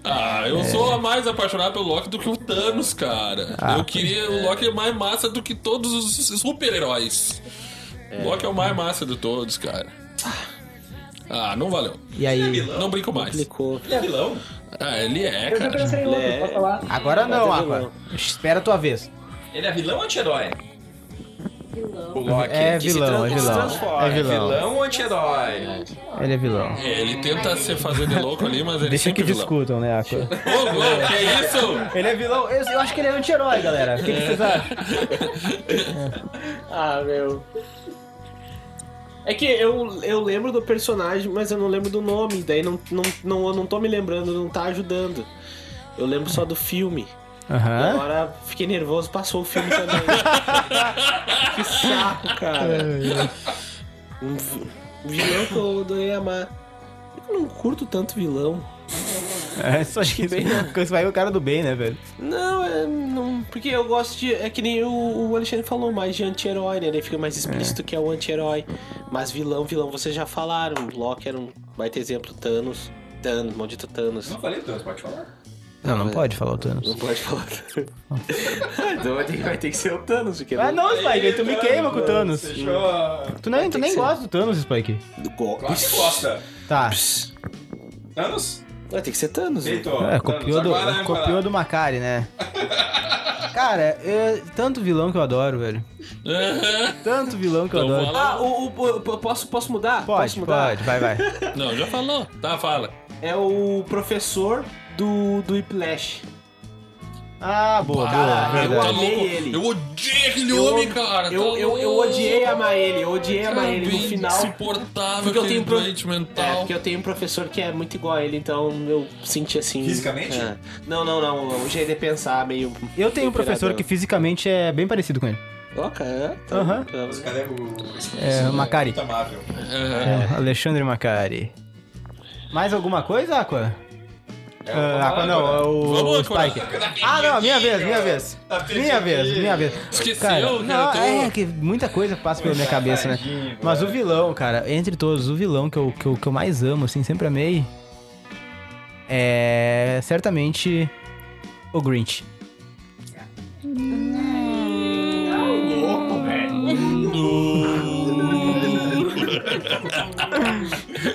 Speaker 3: Ah,
Speaker 2: É.
Speaker 3: eu sou a mais apaixonado pelo Loki do que o Thanos, cara.
Speaker 2: Ah,
Speaker 3: eu queria. O Loki é mais massa do que todos os super-heróis. O Loki é o mais massa de todos, cara. Ah, não valeu.
Speaker 2: E
Speaker 4: é
Speaker 2: aí?
Speaker 3: Não brinco mais.
Speaker 6: Clicou.
Speaker 4: Ele é vilão?
Speaker 3: Ah, ele é,
Speaker 5: eu já
Speaker 3: cara.
Speaker 5: pensei em outro,
Speaker 6: É.
Speaker 5: posso falar?
Speaker 2: Agora não, Aqua. Espera a tua vez.
Speaker 4: Ele é vilão ou anti-herói? O Loki.
Speaker 2: É
Speaker 4: que se
Speaker 2: vilão, é
Speaker 4: trans-
Speaker 2: vilão.
Speaker 4: se transforma.
Speaker 2: É vilão.
Speaker 4: vilão ou anti-herói?
Speaker 2: Ele é vilão.
Speaker 3: É, ele tenta se fazer de louco ali, mas ele
Speaker 2: Deixa que
Speaker 3: sempre é vilão.
Speaker 2: discutam, né, Aqua?
Speaker 3: Ô, ô, que é isso?
Speaker 2: Ele é vilão. Eu, eu acho que ele é anti-herói, galera. O que, que vocês acham?
Speaker 6: Ah, meu. É que eu, eu lembro do personagem, mas eu não lembro do nome. Daí não, não, não, eu não tô me lembrando, não tá ajudando. Eu lembro só do filme.
Speaker 2: Aham.
Speaker 6: Agora fiquei nervoso, passou o filme também. que saco, cara. Um vi- um vilão que eu adorei amar. Eu não curto tanto vilão.
Speaker 2: É, só acho que bem. Você vai ver o cara do bem, né, velho?
Speaker 6: Não, é, não, porque eu gosto de. É que nem o, o Alexandre falou, mais de anti-herói, né? Ele fica mais explícito que é o anti-herói. Mas vilão, vilão, vocês já falaram. Loki era um. Vai ter exemplo, Thanos. Thanos, maldito Thanos.
Speaker 4: Não falei Thanos, pode falar.
Speaker 2: Não, não pode falar o Thanos.
Speaker 6: Não pode falar. então vai ter, vai ter que ser o Thanos, porque
Speaker 2: Ah,
Speaker 6: não.
Speaker 2: não, Spike, tu me queima com o Thanos.
Speaker 4: Fechou.
Speaker 2: Tu nem, tu
Speaker 6: Tem
Speaker 2: nem
Speaker 6: que ser.
Speaker 2: gosta do Thanos, Spike.
Speaker 6: Go-
Speaker 4: Claro que gosta.
Speaker 2: Tá.
Speaker 4: Thanos?
Speaker 6: Vai ter que ser Thanos. né?
Speaker 4: Deitou.
Speaker 2: É, copiou do,
Speaker 4: Agora, né, vai
Speaker 2: copiou
Speaker 4: lá.
Speaker 2: do Macari, né? Cara, é tanto vilão que eu adoro, velho. Tanto vilão que eu
Speaker 3: Não
Speaker 2: adoro.
Speaker 3: Então fala.
Speaker 6: Ah, o, o- o- eu posso, posso mudar? posso
Speaker 2: Pode,
Speaker 6: mudar?
Speaker 2: pode, vai, vai.
Speaker 3: Não, já falou. Tá, fala.
Speaker 6: É o professor do, do Whiplash.
Speaker 2: Ah, boa, boa,
Speaker 6: Caralho,
Speaker 3: tá
Speaker 2: verdade.
Speaker 6: amei
Speaker 3: louco?
Speaker 6: ele.
Speaker 3: Eu odiei aquele
Speaker 6: Eu-
Speaker 3: homem, cara. tá
Speaker 6: Eu, eu, eu
Speaker 3: louco.
Speaker 6: odiei amar ele, eu odiei amar ele no
Speaker 3: Bem
Speaker 6: final.
Speaker 3: Insuportável,
Speaker 6: Porque eu tenho
Speaker 3: aquele
Speaker 6: pro-
Speaker 3: doente
Speaker 6: É,
Speaker 3: mental.
Speaker 6: porque eu tenho um professor que é muito igual a ele, então eu senti assim.
Speaker 4: Fisicamente?
Speaker 6: É. Não, não, não. O jeito de pensar é meio.
Speaker 2: Eu tenho um professor que
Speaker 6: Imperador.
Speaker 2: fisicamente é bem parecido com ele.
Speaker 6: Ok, é. tá-
Speaker 2: Aham.
Speaker 4: Esse
Speaker 6: tá-
Speaker 4: cara é o.
Speaker 2: É, o Macari.
Speaker 4: Muito amável.
Speaker 3: É.
Speaker 2: É, Alexandre Macari. Mais alguma coisa, Aqua? Ah, agora não, é o,
Speaker 3: Vamos,
Speaker 2: o Spike.
Speaker 3: agora.
Speaker 2: Ah, não, minha vez, minha vez.
Speaker 3: A perdi
Speaker 2: Minha
Speaker 3: aqui.
Speaker 2: vez, minha vez.
Speaker 3: Esqueceu, cara,
Speaker 2: Não,
Speaker 3: tô-
Speaker 2: é que muita coisa passa pela minha cabeça, né?
Speaker 3: Safadinho,
Speaker 2: Mas o vilão, cara, entre todos, o vilão que eu, que eu, que eu mais amo, assim, sempre amei, é certamente o Grinch.
Speaker 9: louco,
Speaker 2: Hum.
Speaker 9: velho.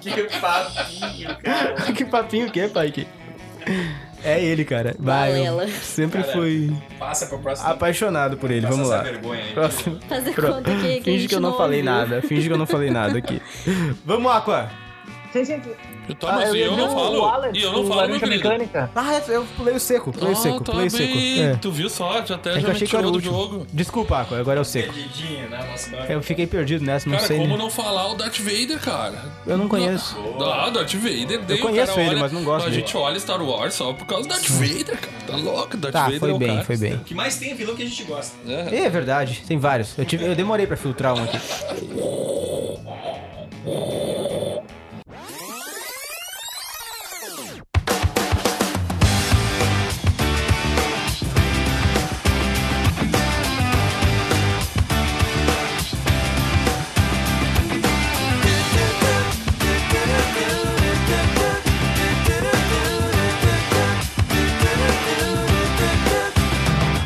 Speaker 9: que papinho, cara.
Speaker 2: que papinho que é, Spike? É ele, cara. Vai, eu
Speaker 9: Balela.
Speaker 2: sempre
Speaker 4: Cara,
Speaker 2: fui
Speaker 4: Passa pro próximo.
Speaker 2: apaixonado por ele.
Speaker 4: Passa
Speaker 2: Vamos lá.
Speaker 4: essa vergonha aí.
Speaker 2: Próximo.
Speaker 7: Fazer
Speaker 2: Pro-
Speaker 7: conta que- que a
Speaker 2: Finge
Speaker 7: gente
Speaker 2: que eu não,
Speaker 7: não
Speaker 2: falei
Speaker 7: ouviu.
Speaker 2: nada. Finge que eu não falei nada aqui. Vamos, Aqua.
Speaker 3: Eu
Speaker 2: tomo, Ah, eu e eu ia não dizer o falo. Wallace, E eu não o falo, meu Laranja querido. Mecânica. Ah, eu pulei o seco. Pulei o seco, pulei o seco. É.
Speaker 3: Ah, tá Tu viu só, já até
Speaker 2: É que
Speaker 3: já
Speaker 2: eu
Speaker 3: me
Speaker 2: achei que era o
Speaker 3: tirou do
Speaker 2: último.
Speaker 3: jogo.
Speaker 2: Desculpa, Aqua, agora é o seco. né, Eu fiquei perdido nessa, não
Speaker 3: Cara,
Speaker 2: sei.
Speaker 3: como
Speaker 2: né?
Speaker 3: não falar o Darth Vader, cara?
Speaker 2: Eu não conheço.
Speaker 3: Ah, Darth Vader. deu,
Speaker 2: conheço
Speaker 3: cara,
Speaker 2: ele,
Speaker 3: olha-
Speaker 2: mas não gosto
Speaker 3: A
Speaker 2: dele.
Speaker 3: gente olha Star Wars só por causa do Darth Vader, cara. Tá louco, Darth
Speaker 2: Tá,
Speaker 3: Vader
Speaker 2: foi
Speaker 3: é o
Speaker 2: bem,
Speaker 3: cara.
Speaker 2: foi bem. O
Speaker 4: que mais tem é vilão que a gente gosta.
Speaker 2: É verdade, tem vários. Eu, tive- eu demorei pra filtrar um aqui.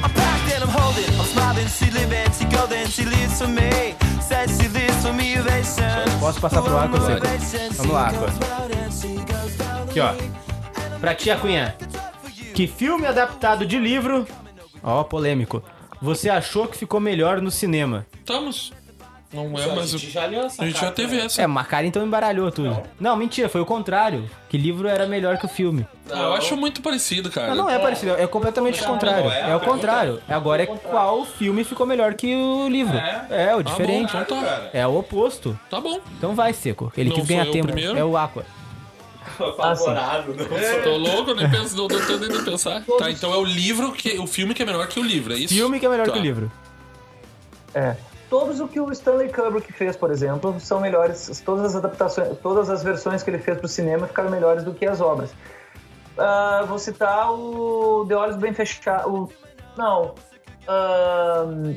Speaker 13: I'm packed and I'm holding, I'm smiling, she living, she golden, she lives for me. Says she lives for me, ovation.
Speaker 2: Posso passar pro Aqua, Seco? Vamos lá, Aqua. Aqui, ó. Pra tia Cunha. Que filme adaptado de livro... Ó, polêmico. Você achou que ficou melhor no cinema?
Speaker 3: Estamos. Tá, Não
Speaker 6: Só,
Speaker 3: é,
Speaker 6: a
Speaker 3: mas
Speaker 6: gente
Speaker 3: o-
Speaker 6: já leu essa
Speaker 3: A gente já
Speaker 6: carta,
Speaker 3: teve essa.
Speaker 2: É, mas a cara então embaralhou tudo. Não. mentira, foi o contrário. Que livro era melhor que o filme.
Speaker 3: Ah, eu acho muito parecido, cara.
Speaker 2: Não, não é parecido, é completamente o contrário.
Speaker 3: Não, é a
Speaker 2: É o
Speaker 3: pergunta.
Speaker 2: contrário. Agora é qual filme ficou melhor que o livro. É, o diferente.
Speaker 3: bom, então tá.
Speaker 2: É o oposto.
Speaker 3: Tá bom.
Speaker 2: Então vai, Seco. Ele
Speaker 3: Não
Speaker 2: quis
Speaker 3: sou
Speaker 2: ganhar
Speaker 3: eu
Speaker 2: tempo.
Speaker 3: primeiro?
Speaker 2: É o Aqua.
Speaker 3: Apavorado, não Tô louco, eu nem penso, não tô tentando nem pensar. Tá, então é o livro que. O filme que é melhor que o livro, é isso?
Speaker 2: Filme que é melhor
Speaker 3: Tá.
Speaker 2: que o livro.
Speaker 5: É. Todos o que o Stanley Kubrick fez, por exemplo, são melhores. Todas as adaptações, todas as versões que ele fez para o cinema ficaram melhores do que as obras. Ah, vou citar o De Olhos Bem Fechados. Não. Ahn.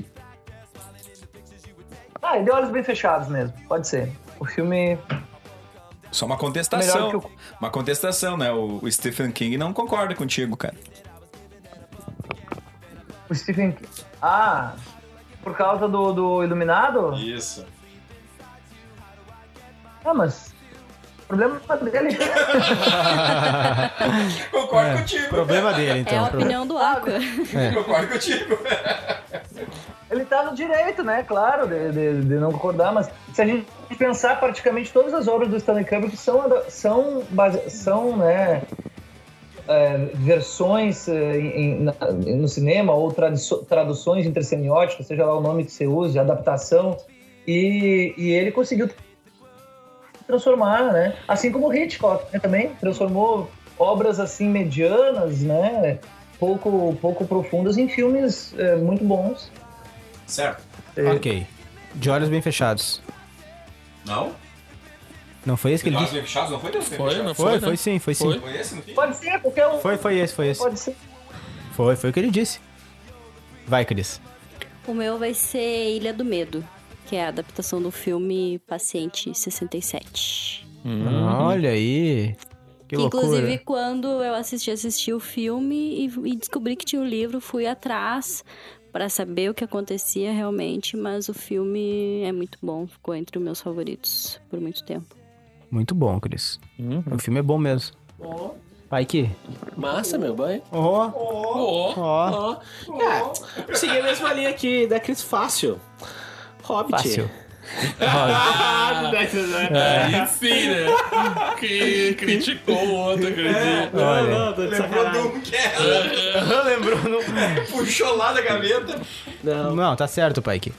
Speaker 5: Ah, é De Olhos Bem Fechados mesmo. Pode ser. O filme.
Speaker 4: Só uma
Speaker 5: Melhor
Speaker 4: contestação.
Speaker 5: que o-
Speaker 4: Uma contestação, né? O, o Stephen King não concorda contigo, cara.
Speaker 5: O Stephen King. Ah, por causa do, do Iluminado?
Speaker 4: Isso.
Speaker 5: Ah, mas. O problema dele. é
Speaker 4: Concordo
Speaker 2: contigo. Problema dele, então.
Speaker 7: é a
Speaker 2: Problema-
Speaker 7: opinião do Aqua.
Speaker 2: É.
Speaker 4: Concordo contigo.
Speaker 5: Ele tá no direito, né? Claro, de, de- de não concordar, mas se a gente pensar, praticamente todas as obras do Stanley Kubrick são, ada- são, base- são né, é, versões é, em- em- na- no cinema ou tradiço- traduções intersemióticas, seja lá o nome que você use, adaptação, e, e ele conseguiu transformar, né? Assim como Hitchcock né, também transformou obras assim medianas, né? Pouco, pouco profundas em filmes é, muito bons.
Speaker 4: Certo.
Speaker 2: Ok. De olhos bem fechados.
Speaker 4: Não?
Speaker 2: Não foi esse que ele
Speaker 4: Nós
Speaker 2: disse?
Speaker 4: fechados, não foi Deus
Speaker 2: Foi,
Speaker 4: fechado?
Speaker 2: não foi, Foi, né? foi sim, foi sim.
Speaker 4: Foi esse no fim?
Speaker 5: Pode ser, porque é um.
Speaker 2: Foi, foi esse, foi esse.
Speaker 5: Pode ser.
Speaker 2: Foi, foi o que ele disse. Vai, Cris.
Speaker 7: O meu vai ser Ilha do Medo, que é a adaptação do filme Paciente 67.
Speaker 3: Hum.
Speaker 2: Olha aí. Que loucura.
Speaker 7: Inclusive, quando eu assisti, assisti o filme e, e descobri que tinha um livro, fui atrás pra saber o que acontecia realmente, mas o filme é muito bom, ficou entre os meus favoritos por muito tempo.
Speaker 2: Muito bom, Cris. O filme é bom mesmo. Vai que.
Speaker 6: Massa, meu banho.
Speaker 2: Ó.
Speaker 6: Ó.
Speaker 2: Ó.
Speaker 6: É, segui a mesma linha aqui da Cris Fácil. Hobbit.
Speaker 2: Fácil. É.
Speaker 6: Ah,
Speaker 3: Aí sim, né? Que criticou o outro,
Speaker 2: É.
Speaker 3: acredito.
Speaker 2: Olha.
Speaker 6: tô de sacanagem.
Speaker 2: Lembrou, não.
Speaker 4: Puxou lá da gaveta.
Speaker 2: Não. tá certo, Paik.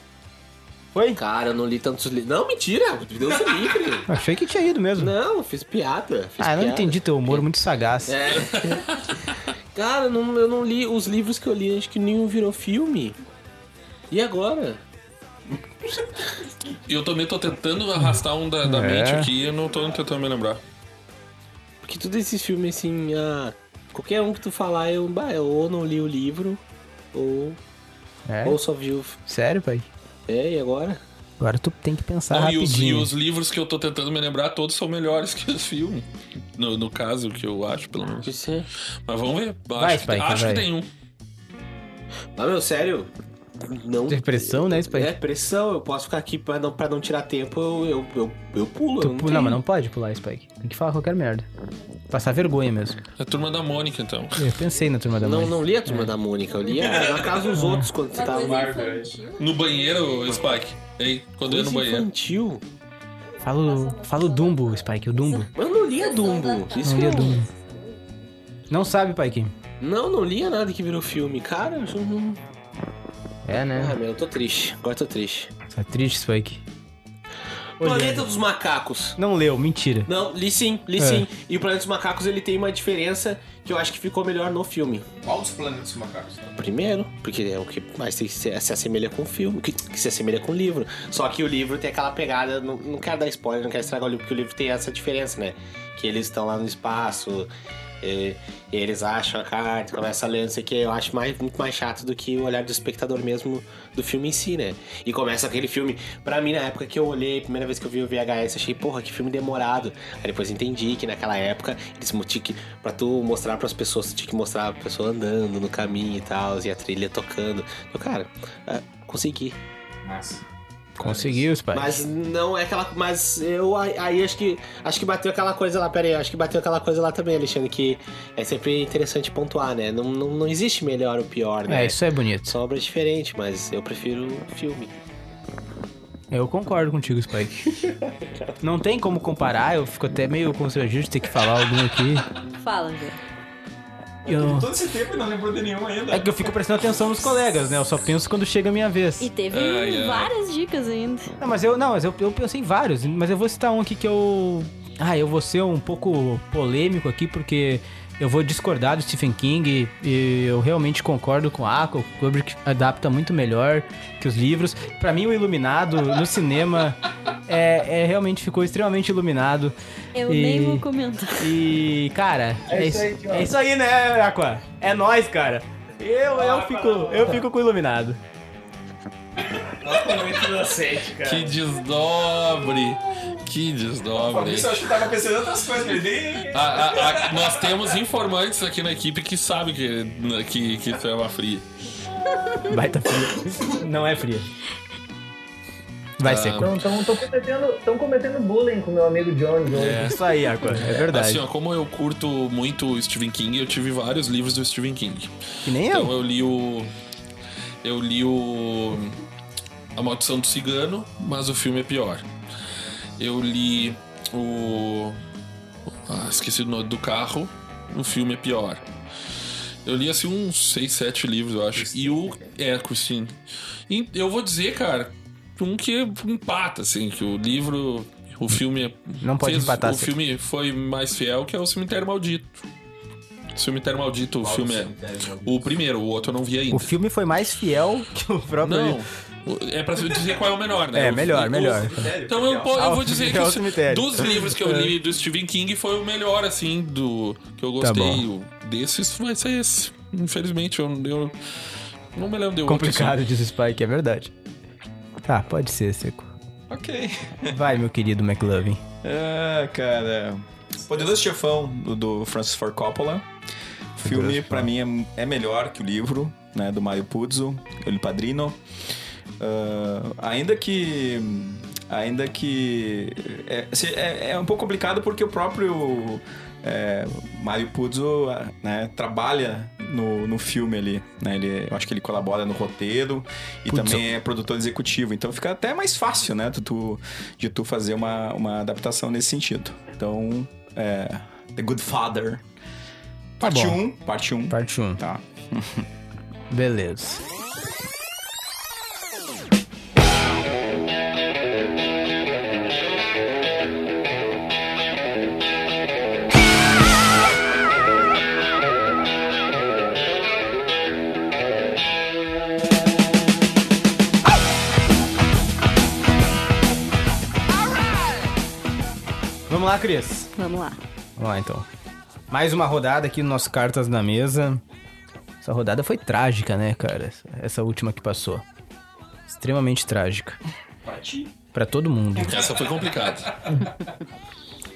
Speaker 6: Oi? Cara, eu não li tantos livros. Não, mentira. Deus é livre.
Speaker 2: Achei que tinha ido mesmo.
Speaker 6: Não, fiz piada. Fiz
Speaker 2: ah, eu não
Speaker 6: piada.
Speaker 2: entendi teu humor, muito sagaz.
Speaker 6: É. Cara, eu não- eu não li os livros que eu li, acho que nenhum virou filme. E agora?
Speaker 3: Eu também tô tentando arrastar um da, da
Speaker 2: É.
Speaker 3: mente aqui e não tô tentando me lembrar.
Speaker 6: Porque todos esses filmes, assim, ah, qualquer um que tu falar, eu, bah, eu ou não li o livro, ou,
Speaker 2: É?
Speaker 6: ou só vi o.
Speaker 2: Sério, pai?
Speaker 6: É, e agora?
Speaker 2: Agora tu tem que pensar
Speaker 3: Não, e, os, e
Speaker 2: Tá rapidinho.
Speaker 3: os livros que eu tô tentando me lembrar, todos são melhores que os filmes. No, no caso, que eu acho, pelo menos. Mas vamos ver.
Speaker 2: Vai,
Speaker 3: acho que,
Speaker 2: Spike,
Speaker 3: acho
Speaker 2: vai.
Speaker 3: que tem um.
Speaker 6: Ah, meu, sério? Não.
Speaker 2: Depressão, né, Spike?
Speaker 6: É pressão, eu posso ficar aqui pra não, pra não tirar tempo, eu, eu, eu, eu pulo.
Speaker 2: Tu
Speaker 6: eu não,
Speaker 2: pu- não,
Speaker 6: tenho.
Speaker 2: mas não pode pular, Spike. Tem que falar qualquer merda. Passar vergonha mesmo.
Speaker 3: É a turma da Mônica, então.
Speaker 2: Eu pensei na turma da
Speaker 6: Não,
Speaker 2: Mônica.
Speaker 6: não li a turma da Mônica, eu li a- É, na casa dos outros quando você tava.
Speaker 3: No banheiro, Spike. Ei, quando eu ia no
Speaker 6: Coisa assim,
Speaker 3: banheiro.
Speaker 6: infantil.
Speaker 2: Fala o, fala o Dumbo, Spike, o Dumbo.
Speaker 6: Eu não lia Dumbo. Isso
Speaker 2: Não lia
Speaker 6: que eu-
Speaker 2: Dumbo. Não sabe, Spike.
Speaker 6: Não, não lia nada que virou filme. Cara, eu sou- não.
Speaker 2: É, né?
Speaker 6: Ah, meu, eu tô triste. Agora eu tô triste.
Speaker 2: Tá triste, Spike.
Speaker 6: Planeta dos Macacos.
Speaker 2: Não leu, mentira.
Speaker 6: Não, li sim, li
Speaker 2: É.
Speaker 6: sim. E o Planeta dos Macacos ele tem uma diferença que eu acho que ficou melhor no filme.
Speaker 4: Qual dos planetas macacos?
Speaker 6: Primeiro, porque é o que mais tem que se, se assemelha com o filme, que, que se assemelha com o livro. Só que o livro tem aquela pegada, não, não quero dar spoiler, não quero estragar o livro, porque o livro tem essa diferença, né? Que eles estão lá no espaço, e, e eles acham a carta, começa a ler, não sei o que. Eu acho mais, muito mais chato do que o olhar do espectador mesmo do filme em si, né? E começa aquele filme. Pra mim, na época que eu olhei, primeira vez que eu vi o VHS, achei, porra, que filme demorado. Aí depois entendi que naquela época eles mo- tinha que, pra tu mostrar pras pessoas, tu tinha que mostrar a pessoa andando no caminho e tal, e a trilha tocando. Então, cara, ah, consegui.
Speaker 4: Massa.
Speaker 2: Conseguiu, Spike.
Speaker 6: Mas não é aquela. Mas eu aí aí acho que. Acho que bateu aquela coisa lá, pera aí, acho que bateu aquela coisa lá também, Alexandre, que é sempre interessante pontuar, né? Não, não, não existe melhor ou pior, né?
Speaker 2: É, isso é bonito.
Speaker 6: São obras diferentes, mas eu prefiro filme.
Speaker 2: Eu concordo contigo, Spike. Não tem como comparar, eu fico até meio constrangido de ter que falar algum aqui.
Speaker 7: Fala, Jé.
Speaker 2: Eu...
Speaker 4: Todo esse tempo e não lembrou de nenhum ainda.
Speaker 2: É que eu fico prestando atenção nos colegas, né? Eu só penso quando chega a minha vez.
Speaker 7: E teve
Speaker 2: Ai, ai.
Speaker 7: várias dicas ainda.
Speaker 2: Não, mas eu não, mas eu, eu pensei em vários, mas eu vou citar um aqui que eu. Ah, eu vou ser um pouco polêmico aqui, porque eu vou discordar do Stephen King e, e eu realmente concordo com a Aqua, o Kubrick adapta muito melhor que os livros. Pra mim, o Iluminado no cinema é, é- realmente ficou extremamente iluminado.
Speaker 7: Eu
Speaker 2: E-
Speaker 7: nem vou comentar.
Speaker 2: E, cara,
Speaker 7: É
Speaker 2: é,
Speaker 7: isso
Speaker 2: isso,
Speaker 7: aí, Diogo.
Speaker 2: é isso aí, né, Aqua? É nós, cara. Eu,
Speaker 7: Ah,
Speaker 2: eu fico, eu fico com o Iluminado.
Speaker 6: Muito inocente, cara.
Speaker 3: Que desdobre. Que desdobre.
Speaker 4: Fabrício, eu acho que tava pensando em outras coisas, mas nem.
Speaker 3: A- a- a- nós temos informantes aqui na equipe que sabem que, que, que isso é uma fria.
Speaker 2: Baita fria. Não é fria. Vai ser.
Speaker 3: Ah,
Speaker 5: Estão então, cometendo, tão cometendo bullying com meu amigo Jones hoje.
Speaker 2: é verdade.
Speaker 3: é. Assim, ó, como eu curto muito o Stephen King, eu tive vários livros do Stephen King.
Speaker 2: Que nem
Speaker 3: então, eu. li o. Eu li o. A Maldição do Cigano, mas o filme é pior. Eu li o. Ah, esqueci o nome do carro, o filme é pior. Eu li assim uns 6, 7 livros, eu acho. E o. É, Christine. E eu vou dizer, cara, um que empata, assim, que o livro. O filme. é
Speaker 2: Não pode
Speaker 3: fez-
Speaker 2: empatar, assim.
Speaker 3: O
Speaker 2: sim.
Speaker 3: filme foi mais fiel, que é o Cemitério Maldito. Cemitério Maldito, o
Speaker 2: Qual
Speaker 3: filme
Speaker 2: o
Speaker 3: é.
Speaker 2: Cemitério
Speaker 3: O primeiro, o outro eu não vi ainda.
Speaker 2: O filme foi mais fiel que o próprio.
Speaker 3: Não. É pra dizer qual é o melhor, né?
Speaker 2: É, melhor,
Speaker 3: O-
Speaker 2: melhor.
Speaker 3: Então eu, po- eu
Speaker 2: Ah,
Speaker 3: vou
Speaker 2: o
Speaker 3: dizer que
Speaker 2: Fiel
Speaker 3: o-
Speaker 2: Cemitério.
Speaker 3: dos livros que eu
Speaker 2: É.
Speaker 3: li do Stephen King foi o melhor, assim, do que eu
Speaker 2: Tá
Speaker 3: gostei.
Speaker 2: bom.
Speaker 3: O- Desses vai ser esse. Infelizmente, eu, eu não me lembro de outro.
Speaker 2: Complicado,
Speaker 3: assim.
Speaker 2: diz o Spike, é verdade. Tá, pode ser, Seco.
Speaker 4: Ok.
Speaker 2: Vai, meu querido McLovin.
Speaker 4: Ah, cara. Poderoso Chefão, do, do Francis Ford Coppola. O filme, pra mim, é, é melhor que o livro, né? Do Mario Puzo, El Padrino. Ah, ainda que... Ainda que... É, se- é- é um pouco complicado porque o próprio é, Mario Puzo ah, né, trabalha no, no filme ali. Né? Ele, eu acho que ele colabora no roteiro e
Speaker 2: Puzo.
Speaker 4: também é produtor executivo. Então fica até mais fácil, né? tu- tu- de tu fazer uma, uma adaptação nesse sentido. Então, é, The Good Father. Parte
Speaker 2: bom.
Speaker 4: 1. Parte 1.
Speaker 2: Parte 1.
Speaker 4: Tá.
Speaker 2: Beleza. Vamos lá, Cris.
Speaker 7: Vamos lá.
Speaker 2: Vamos lá então. Mais uma rodada aqui no nosso Cartas na Mesa. Essa rodada foi trágica, né, cara? Essa- Essa última que passou. Extremamente trágica. Pra todo mundo.
Speaker 3: Essa foi complicada.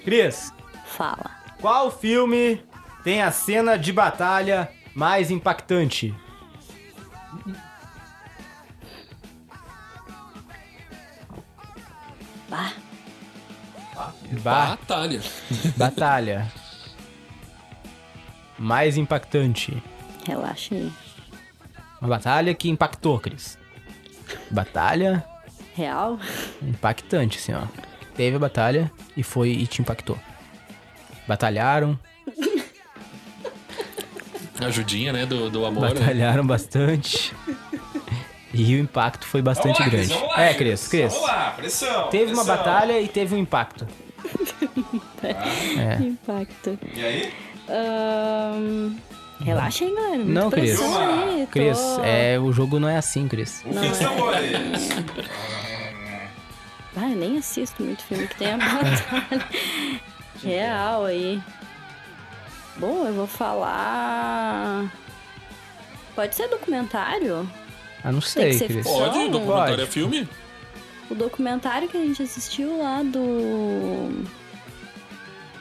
Speaker 2: Cris.
Speaker 7: Fala.
Speaker 2: Qual filme tem a cena de batalha mais impactante?
Speaker 7: Bah.
Speaker 2: Ba-
Speaker 3: Batalha.
Speaker 2: Batalha. mais impactante.
Speaker 7: Relaxa aí.
Speaker 2: Uma batalha que impactou, Cris. Batalha
Speaker 7: Real?
Speaker 2: impactante, assim, ó. Teve a batalha e foi e te impactou. Batalharam,
Speaker 3: Ajudinha, né? Do, do amor. né?
Speaker 2: batalharam bastante. E o impacto foi bastante
Speaker 3: Vamos lá, Cris,
Speaker 2: grande.
Speaker 3: vamos lá,
Speaker 2: é, Cris, Cris.
Speaker 4: Vamos lá, pressão.
Speaker 2: Teve uma
Speaker 4: pressão.
Speaker 2: batalha e teve um impacto. É.
Speaker 7: Impacto.
Speaker 4: E aí?
Speaker 7: Ahn, Relaxa aí, galera. Muita
Speaker 2: Não, Cris.
Speaker 7: pressão aí, tô-
Speaker 2: Cris, é, o jogo não é assim, Cris.
Speaker 7: Não, é. Ah, eu nem assisto muito filme que tem a batalha real aí. Bom, eu vou falar. Pode ser documentário?
Speaker 2: Ah, não sei,
Speaker 7: que ser
Speaker 2: Cris.
Speaker 7: ficção? Pode, documentário
Speaker 3: é filme?
Speaker 7: O documentário que a gente assistiu lá do.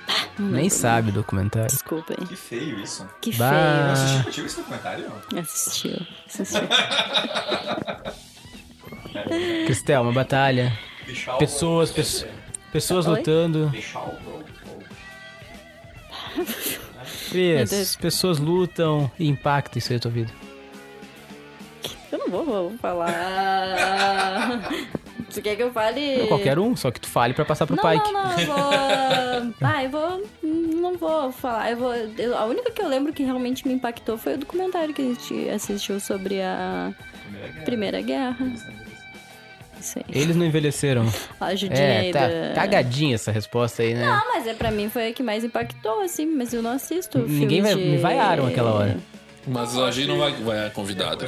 Speaker 7: Ah, não
Speaker 2: Nem
Speaker 7: lembro.
Speaker 2: sabe o documentário.
Speaker 7: Desculpa aí.
Speaker 4: Que feio isso.
Speaker 7: Que
Speaker 2: Bah.
Speaker 7: feio.
Speaker 4: Você assistiu esse documentário?
Speaker 7: Assistiu. Assistiu.
Speaker 2: Cristel, uma batalha.
Speaker 4: Bichal,
Speaker 2: Pessoas, pesso- pessoas
Speaker 7: Oi?
Speaker 2: lutando.
Speaker 4: Bichal, bro.
Speaker 7: Meu Deus.
Speaker 2: Cris, pessoas lutam e impacta isso aí na tua vida.
Speaker 7: eu não vou, vou falar. Você quer que eu fale?
Speaker 2: Não, Qualquer um, só que tu fale pra passar pro
Speaker 7: não,
Speaker 2: Pike.
Speaker 7: Não, não, eu vou. Ah, eu vou. Não vou falar. Eu vou. eu- a única que eu lembro que realmente me impactou foi o documentário que a gente assistiu sobre a Primeira Guerra. Isso aí.
Speaker 2: Eles não envelheceram.
Speaker 7: Ajudinha
Speaker 2: É,
Speaker 7: aí
Speaker 2: tá
Speaker 7: da-
Speaker 2: cagadinha essa resposta aí, né?
Speaker 7: Não, mas é pra mim foi a que mais impactou, assim, mas eu não assisto.
Speaker 2: Ninguém
Speaker 7: filmes
Speaker 2: vai,
Speaker 7: de...
Speaker 2: me vaiaram aquela hora.
Speaker 3: Mas a gente não vai, vai a convidada.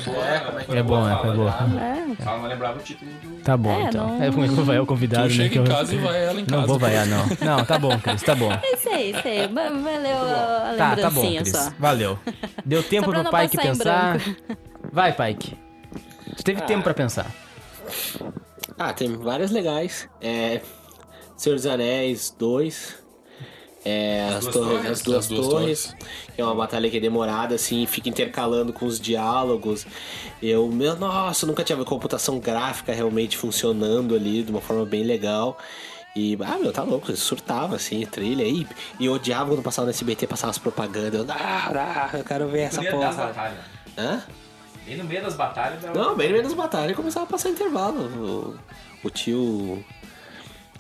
Speaker 2: É bom, é, é boa.
Speaker 7: É.
Speaker 4: Ela não lembrava o título do.
Speaker 2: Tá bom,
Speaker 7: É,
Speaker 2: então.
Speaker 7: não-
Speaker 2: É como é que vai o convidado.
Speaker 3: Tu
Speaker 2: né,
Speaker 3: chega
Speaker 2: que
Speaker 3: em
Speaker 2: eu-
Speaker 3: casa e vai ela em
Speaker 2: Não
Speaker 3: casa
Speaker 2: vou
Speaker 3: depois.
Speaker 2: vaiar, não. Não, tá bom, Cris, tá bom.
Speaker 7: É isso aí, isso aí. Va- Valeu a a
Speaker 2: Tá, tá bom,
Speaker 7: lembrancinha
Speaker 2: Cris.
Speaker 7: só.
Speaker 2: Valeu. Deu tempo
Speaker 7: Só pra
Speaker 2: pro
Speaker 7: não
Speaker 2: Pike
Speaker 7: passar em
Speaker 2: pensar. Vai, Pike. Tu teve
Speaker 6: Ah.
Speaker 2: tempo pra pensar.
Speaker 6: Ah, tem várias legais. É. Senhor dos Anéis 2. É,
Speaker 3: As
Speaker 6: as,
Speaker 3: duas
Speaker 6: torres,
Speaker 3: torres.
Speaker 6: as duas,
Speaker 3: As duas
Speaker 6: torres, Que é uma batalha que é demorada, assim, fica intercalando com os diálogos. Eu, meu, nossa, eu nunca tinha visto computação gráfica realmente funcionando ali de uma forma bem legal. E, ah, meu, tá louco, eu surtava, assim, trilha. E, e eu odiava quando passava no SBT, passava as propagandas. Eu, ah, ah, eu quero ver essa
Speaker 4: No meio das
Speaker 6: porra.
Speaker 4: batalhas.
Speaker 6: Hã?
Speaker 4: Bem no meio das batalhas. dava-
Speaker 6: Não, bem no meio das batalhas começava a passar intervalo. O, o tio.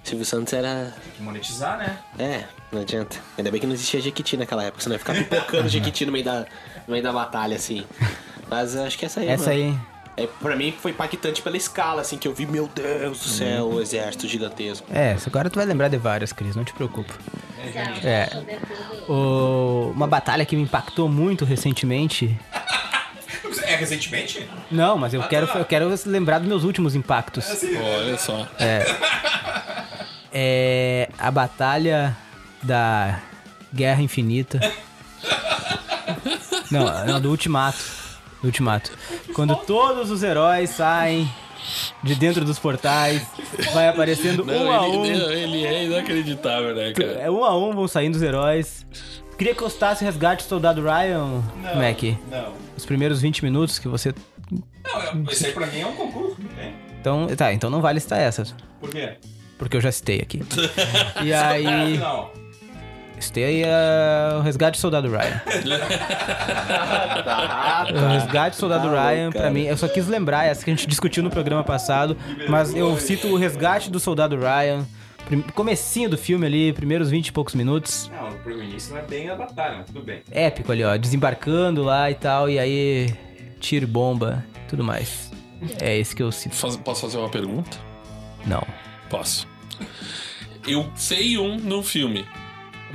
Speaker 6: Silvio Santos era.
Speaker 4: Tem que monetizar, né?
Speaker 6: É, não adianta. Ainda bem que não existia Jequiti naquela época, senão ia ficar pipocando Jequiti no meio, da, no meio da batalha, assim. Mas acho que essa aí.
Speaker 2: Essa
Speaker 6: mano.
Speaker 2: aí.
Speaker 6: É, pra mim foi impactante pela escala, assim, que eu vi, meu Deus do céu,
Speaker 2: Uhum.
Speaker 6: o exército gigantesco.
Speaker 2: É, agora tu vai lembrar de várias, Cris, não te preocupa. É. O- Uma batalha que me impactou muito recentemente.
Speaker 4: É recentemente?
Speaker 2: Não, mas eu quero, eu quero lembrar dos meus últimos impactos.
Speaker 4: assim.
Speaker 3: Olha só.
Speaker 2: É. É a batalha da Guerra Infinita. Não, não, do Ultimato. Do Ultimato. Quando todos os heróis saem de dentro dos portais, vai aparecendo
Speaker 3: Não,
Speaker 2: um a
Speaker 3: ele,
Speaker 2: um.
Speaker 3: não, ele é inacreditável, né, cara?
Speaker 2: É um a um vão saindo os heróis. Queria que eu citasse o resgate do soldado Ryan, Mac.
Speaker 4: Não.
Speaker 2: Os primeiros 20 minutos que você.
Speaker 4: Não, isso aí pra mim é um concurso, né?
Speaker 2: Então, tá, então não vale citar essa,
Speaker 4: Por quê? Ah,
Speaker 2: porque eu já citei aqui. E aí.
Speaker 4: Não.
Speaker 2: Citei ah, o resgate do soldado Ryan.
Speaker 6: Ah,
Speaker 2: O resgate do soldado Ryan, pra mim, eu só quis lembrar essa que a gente discutiu no programa passado, mas eu cito o resgate do soldado Ryan. prim- Comecinho do filme ali, primeiros 20 e poucos minutos.
Speaker 4: Não, pro início não é bem a batalha, mas tudo bem.
Speaker 2: épico ali, ó. Desembarcando lá e tal, e aí tiro, e bomba, tudo mais. É esse que eu cito.
Speaker 3: Faz- posso fazer uma pergunta?
Speaker 2: Não.
Speaker 3: Posso. Eu sei um num filme.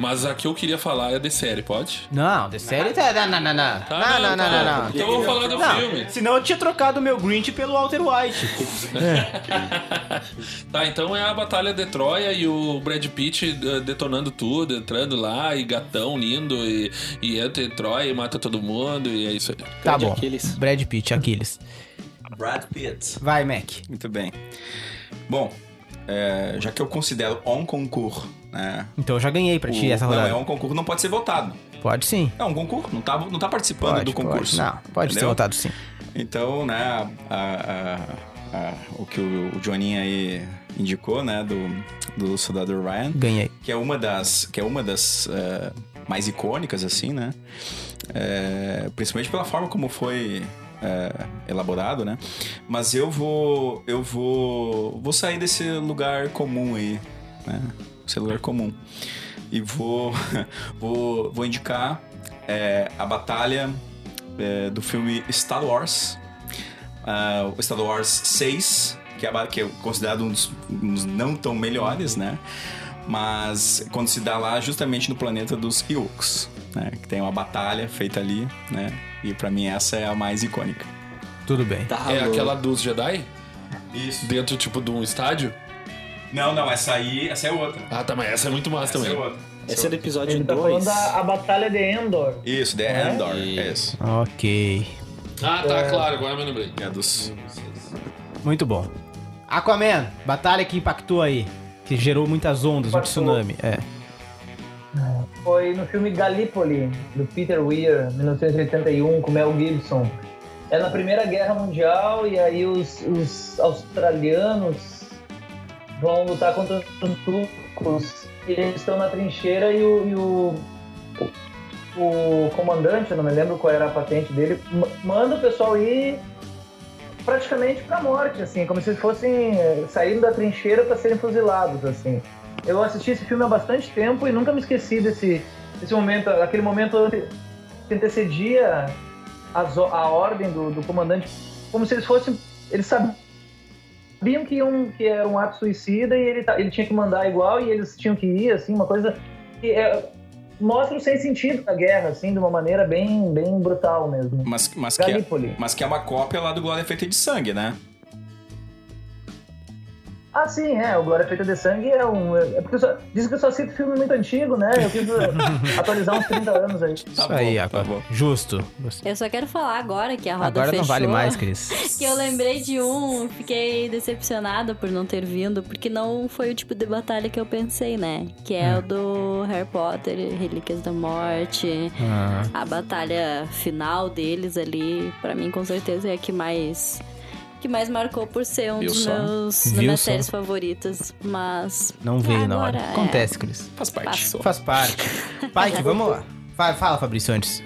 Speaker 3: Mas a que eu queria falar é a de série, pode?
Speaker 2: Não, de série tá. Não, não, não, não.
Speaker 3: Tá,
Speaker 2: não, não,
Speaker 3: não,
Speaker 2: não,
Speaker 3: tá.
Speaker 2: não, não.
Speaker 3: Então eu vou falar do
Speaker 2: Não,
Speaker 3: filme.
Speaker 2: Senão eu tinha trocado o meu Grinch pelo Walter White.
Speaker 3: Tá, então é a Batalha de Troia e o Brad Pitt eh, detonando tudo, entrando lá e gatão lindo e, e entra em Troia e mata todo mundo e é isso aí.
Speaker 2: Tá bom. Brad Pitt, Aquiles.
Speaker 4: Brad Pitt.
Speaker 2: Vai, Mac.
Speaker 4: Muito bem. Bom, é, já que eu considero um concurso, né?
Speaker 2: Então eu já ganhei pra ti
Speaker 4: o-
Speaker 2: essa
Speaker 4: não,
Speaker 2: rodada.
Speaker 4: é um concurso, não pode ser votado.
Speaker 2: Pode sim.
Speaker 4: É um concurso, não tá, não tá participando
Speaker 2: Pode,
Speaker 4: do
Speaker 2: pode.
Speaker 4: concurso.
Speaker 2: Não, pode ser
Speaker 4: entendeu?
Speaker 2: votado sim.
Speaker 4: Então, né, a- a- a- o que o, o Johninho aí indicou, né, do, do Soldado Ryan.
Speaker 2: Ganhei.
Speaker 4: Que é uma das, que é uma das eh, mais icônicas, assim, né? Eh, principalmente pela forma como foi eh, elaborado, né? Mas eu vou, eu vou, vou sair desse lugar comum aí, né? Esse lugar comum. E vou, vou, vou indicar eh, a batalha é, do filme Star Wars. Ah, o Star Wars 6, que é, ba- que é considerado um dos, um dos não tão melhores, né? Mas quando se dá lá justamente no planeta dos Ewoks, né? Que tem uma batalha feita ali, né? E pra mim essa é a mais icônica.
Speaker 2: Tudo bem.
Speaker 3: é
Speaker 4: louco.
Speaker 3: aquela dos Jedi?
Speaker 4: Isso.
Speaker 3: Dentro, tipo, de um estádio?
Speaker 4: Não, não, essa aí, essa é outra.
Speaker 3: Ah, tá, mas essa é muito massa também.
Speaker 6: Esse é do episódio
Speaker 5: Ele tá falando
Speaker 6: 2.
Speaker 5: da a Batalha de Endor.
Speaker 4: Isso, The
Speaker 5: É?
Speaker 4: Endor, é isso.
Speaker 2: Ok.
Speaker 3: Ah, tá, claro, agora eu me lembrei.
Speaker 4: É dos...
Speaker 2: Muito bom. Aquaman, batalha que impactou aí. Que gerou muitas ondas, um tsunami.
Speaker 4: Tá
Speaker 2: É.
Speaker 5: Foi no filme Gallipoli, do Peter Weir, 1981, com Mel Gibson. É na Primeira Guerra Mundial e aí os, os australianos vão lutar contra os turcos. E eles estão na trincheira e o, e o, o comandante, eu não me lembro qual era a patente dele, ma- manda o pessoal ir praticamente pra morte, assim, como se fossem eh, saindo da trincheira para serem fuzilados, assim. Eu assisti esse filme há bastante tempo e nunca me esqueci desse, desse momento, aquele momento ante- que antecedia as o- a ordem do, do comandante, como se eles fossem, eles sabiam que, iam, que era um ato suicida e ele, ta- ele tinha que mandar igual e eles tinham que ir, assim, uma coisa que é- mostra o sem sentido da guerra, assim, de uma maneira bem, bem brutal mesmo.
Speaker 4: Mas, mas, que é, mas que é uma cópia lá do Glória Feita de Sangue, né?
Speaker 5: Ah, sim, é. O Glória Feita de Sangue é um. É porque eu só, dizem que eu só cito filme muito antigo, né? Eu quis eh, atualizar uns 30 anos aí.
Speaker 2: Isso
Speaker 4: tá
Speaker 2: aí, Aqua. Justo.
Speaker 7: Eu só quero falar agora que a roda
Speaker 2: Agora não
Speaker 7: fechou,
Speaker 2: vale mais, Cris.
Speaker 7: Que eu lembrei de um, fiquei decepcionada por não ter vindo, porque não foi o tipo de batalha que eu pensei, né? Que é o do Harry Potter, Relíquias da Morte.
Speaker 2: Ah.
Speaker 7: A batalha final deles ali, pra mim com certeza é a que mais que mais marcou por ser um
Speaker 2: Viu
Speaker 7: dos
Speaker 2: só?
Speaker 7: meus das
Speaker 2: Viu
Speaker 7: minhas
Speaker 2: só?
Speaker 7: séries favoritas, mas
Speaker 2: Não veio na hora.
Speaker 7: Agora é.
Speaker 2: Acontece, Cris.
Speaker 4: Faz parte.
Speaker 2: Faz parte. Pike, vamos lá. Fa- Fala, Fabrício, antes.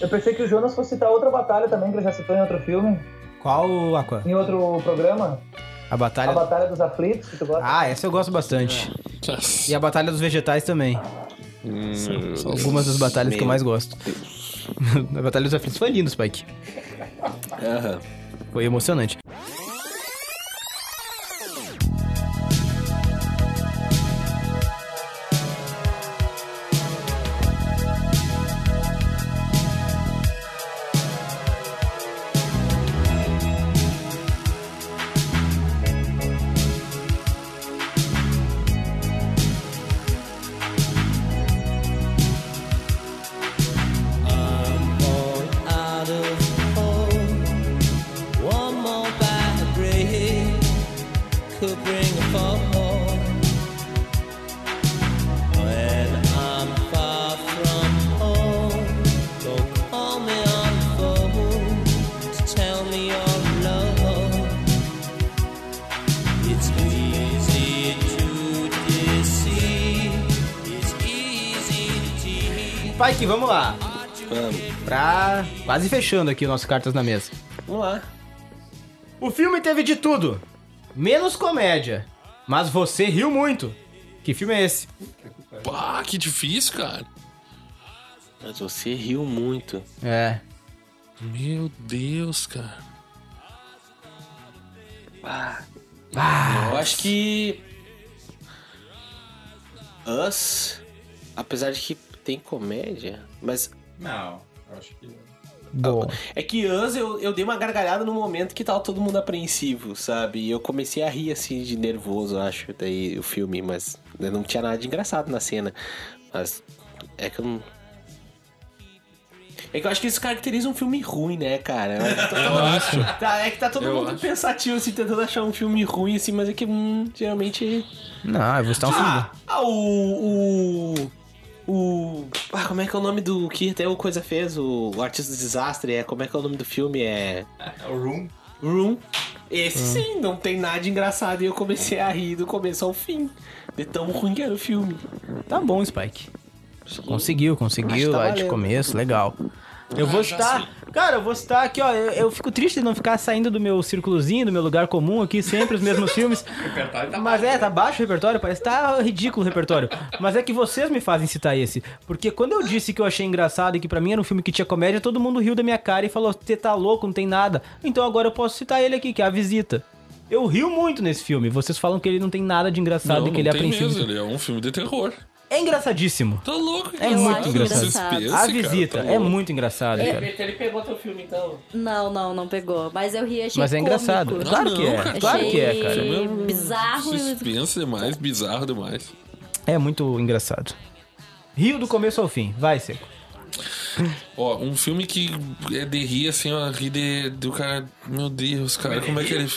Speaker 5: Eu pensei que o Jonas fosse citar outra batalha também, que ele já citou em outro filme,
Speaker 2: Qual, Aqua?
Speaker 5: em outro programa.
Speaker 2: A batalha.
Speaker 5: A Batalha dos Aflitos, que tu gosta.
Speaker 2: Ah, essa eu gosto bastante. E a batalha dos vegetais também. São algumas das batalhas que eu mais gosto. a batalha dos aflitos foi lindo, Spike. Foi emocionante.
Speaker 9: out of hope. One more bad break could bring a fall. When I'm far from home, don't call me on the phone to tell me you're alone. It's easy to deceive. It's easy to
Speaker 2: Spike, vamos lá. Pra. Quase fechando aqui o nosso cartas na mesa.
Speaker 6: Vamos lá.
Speaker 2: O filme teve de tudo, menos comédia. Mas você riu muito. Que filme é esse?
Speaker 3: Pá, que difícil, cara.
Speaker 6: Mas você riu muito.
Speaker 2: É.
Speaker 3: Meu Deus, cara.
Speaker 6: Ah, eu acho que. Us, apesar de que tem comédia, mas.
Speaker 4: Não, acho que.
Speaker 2: Ah,
Speaker 6: Bom. É que Us eu, eu dei uma gargalhada no momento que tava todo mundo apreensivo, sabe? E eu comecei a rir assim de nervoso, eu acho, daí o filme, mas né, não tinha nada de engraçado na cena. Mas é que eu não. É que eu acho que isso caracteriza um filme ruim, né, cara? Eu acho que tá todo-
Speaker 3: Eu acho.
Speaker 6: Tá, é que tá todo
Speaker 3: Eu
Speaker 6: mundo
Speaker 3: acho.
Speaker 6: pensativo, assim, tentando achar um filme ruim, assim, mas é que hum, geralmente.
Speaker 2: Não, eu vou citar um filme.
Speaker 6: Ah, ah, o. o... O. Ah, como é que é o nome do que até o Coisa fez? O, o Artista do Desastre? É, como é que é o nome do filme? É.
Speaker 4: O Room?
Speaker 6: Room. Esse
Speaker 4: Hum.
Speaker 6: sim, não tem nada de engraçado e eu comecei a rir do começo ao fim. De tão ruim que era o filme.
Speaker 2: Tá bom, Spike. Conseguiu,
Speaker 6: Acho que
Speaker 2: conseguiu
Speaker 6: tá
Speaker 2: lá de
Speaker 6: valendo.
Speaker 2: começo, legal. Eu
Speaker 14: Ah,
Speaker 2: vou
Speaker 14: já
Speaker 2: citar.
Speaker 3: assim-
Speaker 2: Cara, eu vou citar aqui, ó. Eu, eu fico triste de não ficar saindo do meu círculozinho, do meu lugar comum aqui, sempre os mesmos filmes.
Speaker 14: repertório
Speaker 2: Mas
Speaker 3: né?
Speaker 2: é, tá baixo o repertório, parece que tá ridículo o repertório. Mas é que vocês me fazem citar esse. Porque quando eu disse que eu achei engraçado e que pra mim era um filme que tinha comédia, todo mundo riu da minha cara e falou: Você tá louco, não tem nada. Então agora eu posso citar ele aqui, que é A Visita. Eu rio muito nesse filme. Vocês falam que ele não tem nada de engraçado
Speaker 3: Não,
Speaker 2: e que ele
Speaker 3: não
Speaker 2: é
Speaker 3: tem
Speaker 2: apreensivo.
Speaker 3: mesmo, ele é um filme de terror.
Speaker 2: É engraçadíssimo.
Speaker 3: Tá louco,
Speaker 2: É
Speaker 3: cara.
Speaker 2: muito
Speaker 3: Vocês
Speaker 2: engraçado.
Speaker 3: pensam,
Speaker 2: a
Speaker 3: cara,
Speaker 2: visita
Speaker 3: tá
Speaker 2: é
Speaker 3: louco.
Speaker 2: muito engraçado,
Speaker 7: É.
Speaker 2: cara.
Speaker 6: Ele pegou teu filme então?
Speaker 7: Não, não, não pegou. Mas eu ri, achei
Speaker 2: Mas é
Speaker 7: cômico.
Speaker 2: engraçado. Claro que é.
Speaker 7: Achei
Speaker 2: Claro que é, cara.
Speaker 3: Ah,
Speaker 7: bizarro.
Speaker 3: Suspenso demais, bizarro demais.
Speaker 2: É muito engraçado. Rio do começo ao fim. Vai, Seco.
Speaker 3: Ó, um filme que é de rir, assim, ó, rir de, do cara. Meu Deus, cara, como é que ele.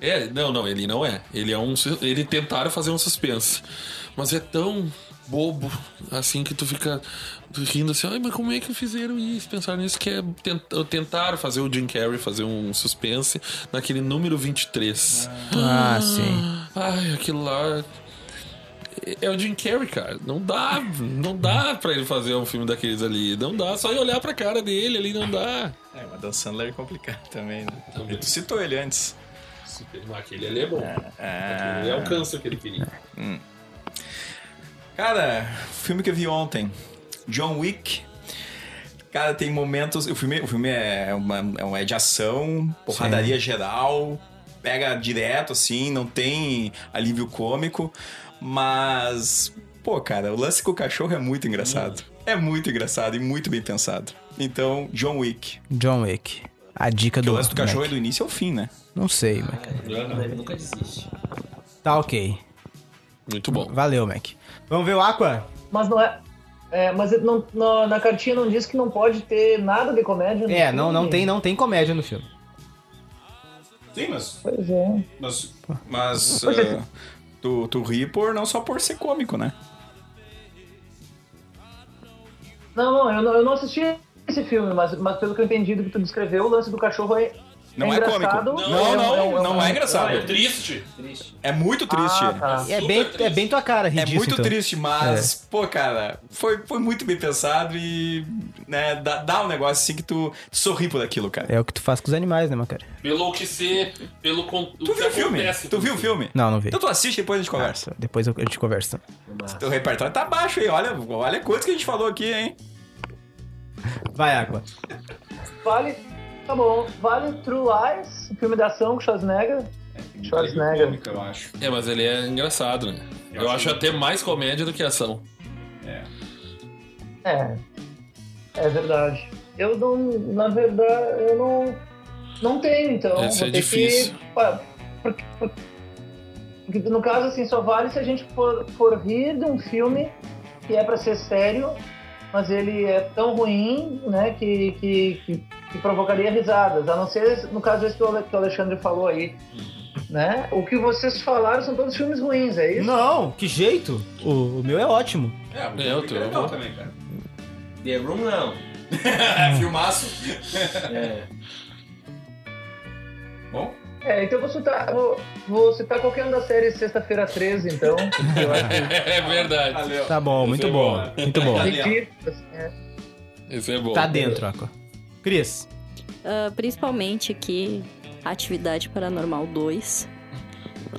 Speaker 3: É, não, não, ele não é. Ele é um. su- Ele tentaram fazer um suspense. Mas é tão bobo, assim, que tu fica rindo assim, ai, mas como é que fizeram isso? Pensaram nisso que é. tent- Tentaram fazer o Jim Carrey fazer um suspense naquele número 23.
Speaker 2: Ah, sim.
Speaker 3: Ai, aquilo lá. É o Jim Carrey, cara. Não dá, não dá pra ele fazer um filme daqueles ali. Não dá, só ir olhar pra cara dele ali não dá.
Speaker 4: É, mas Dan Sandler é complicado também, né? E Tu citou ele antes.
Speaker 3: Aquele ali é bom. Aquele ali alcança o que ele queria.
Speaker 4: Hum. Cara, filme que eu vi ontem. John Wick. Cara, tem momentos. O filme, o filme é, uma, é, um- é de ação, porradaria geral, pega direto, assim, não tem alívio cômico. Mas, pô, cara, o lance com o cachorro é muito engraçado. É muito engraçado e muito bem pensado. Então, John Wick.
Speaker 2: John Wick. A dica
Speaker 4: Porque
Speaker 2: do.
Speaker 4: o lance do cachorro é
Speaker 2: Mac.
Speaker 4: do início ao fim, né?
Speaker 2: Não sei, Mac.
Speaker 6: Nunca desiste.
Speaker 2: Tá ok.
Speaker 3: Muito bom.
Speaker 2: Valeu, Mac. Vamos ver o Aqua?
Speaker 5: Mas não é. é, mas não- não- na cartinha não diz que não pode ter nada de comédia. no
Speaker 2: É, não, não
Speaker 5: filme.
Speaker 2: tem, não tem comédia no filme.
Speaker 4: Sim, mas.
Speaker 5: Pois é.
Speaker 4: Mas. Mas.
Speaker 5: Pois é.
Speaker 4: eh, tu, tu ri por não só por ser cômico, né?
Speaker 5: Não, não, eu não, eu não assisti esse filme, mas, mas pelo que eu entendi do que tu descreveu, o lance do cachorro é.
Speaker 4: Não é,
Speaker 5: engraçado.
Speaker 4: cômico. Não,
Speaker 5: um-
Speaker 4: não,
Speaker 5: um-
Speaker 4: não é engraçado.
Speaker 5: um-
Speaker 4: triste. É muito triste.
Speaker 5: Ah, tá.
Speaker 2: É bem, é bem tua cara,
Speaker 4: É
Speaker 2: rir disso,
Speaker 4: muito
Speaker 2: então.
Speaker 4: triste, mas, pô, cara, foi, foi muito bem pensado e né, dá, dá um negócio assim que tu sorri por aquilo, cara.
Speaker 2: É o que tu faz com os animais, né, Macara?
Speaker 3: Pelo que ser, pelo con...
Speaker 4: Tu viu o filme? Tu viu o filme?
Speaker 2: Não, não vi.
Speaker 4: Então tu assiste e depois a gente conversa.
Speaker 2: Depois eu- a gente conversa.
Speaker 4: Teu repertório tá baixo aí, olha, olha quanto que a gente falou aqui, hein?
Speaker 2: Vai, Aqua.
Speaker 5: Vale. Tá bom. Vale True Lies, o filme da ação com Schwarzenegger.
Speaker 4: É,
Speaker 5: Schwarzenegger.
Speaker 4: eu acho.
Speaker 3: É, mas ele é engraçado, né? Eu, acho até mais comédia do que ação.
Speaker 5: É. É verdade. Eu não. Na verdade, eu não. Não tenho, então.
Speaker 3: Esse
Speaker 5: Vou
Speaker 3: é
Speaker 5: ter
Speaker 3: difícil.
Speaker 5: Que, pa- porque- porque- no caso, assim, só vale se a gente for, for rir de um filme que é pra ser sério, mas ele é tão ruim, né, que, que, que, que provocaria risadas. A não ser, no caso, esse que o Ale- que o Alexandre falou aí.
Speaker 3: Uhum.
Speaker 5: Né? O que vocês falaram são todos filmes ruins, é isso?
Speaker 2: Não, que jeito. O, o meu é ótimo.
Speaker 4: É,
Speaker 3: É, eu tô- eu vou-
Speaker 4: também, cara.
Speaker 6: The Room não.
Speaker 4: Filmaço.
Speaker 6: É.
Speaker 4: Bom,
Speaker 5: É, então eu vou citar, vou, vou citar qualquer uma das séries Sexta-feira 13, então. que eu acho
Speaker 3: é verdade.
Speaker 2: Tá bom, muito
Speaker 3: Esse é
Speaker 2: bom. Muito bom.
Speaker 5: Repeat, é.
Speaker 3: Esse é bom.
Speaker 2: Tá dentro, Aqua. Cris.
Speaker 7: Ah, principalmente aqui, Atividade Paranormal 2.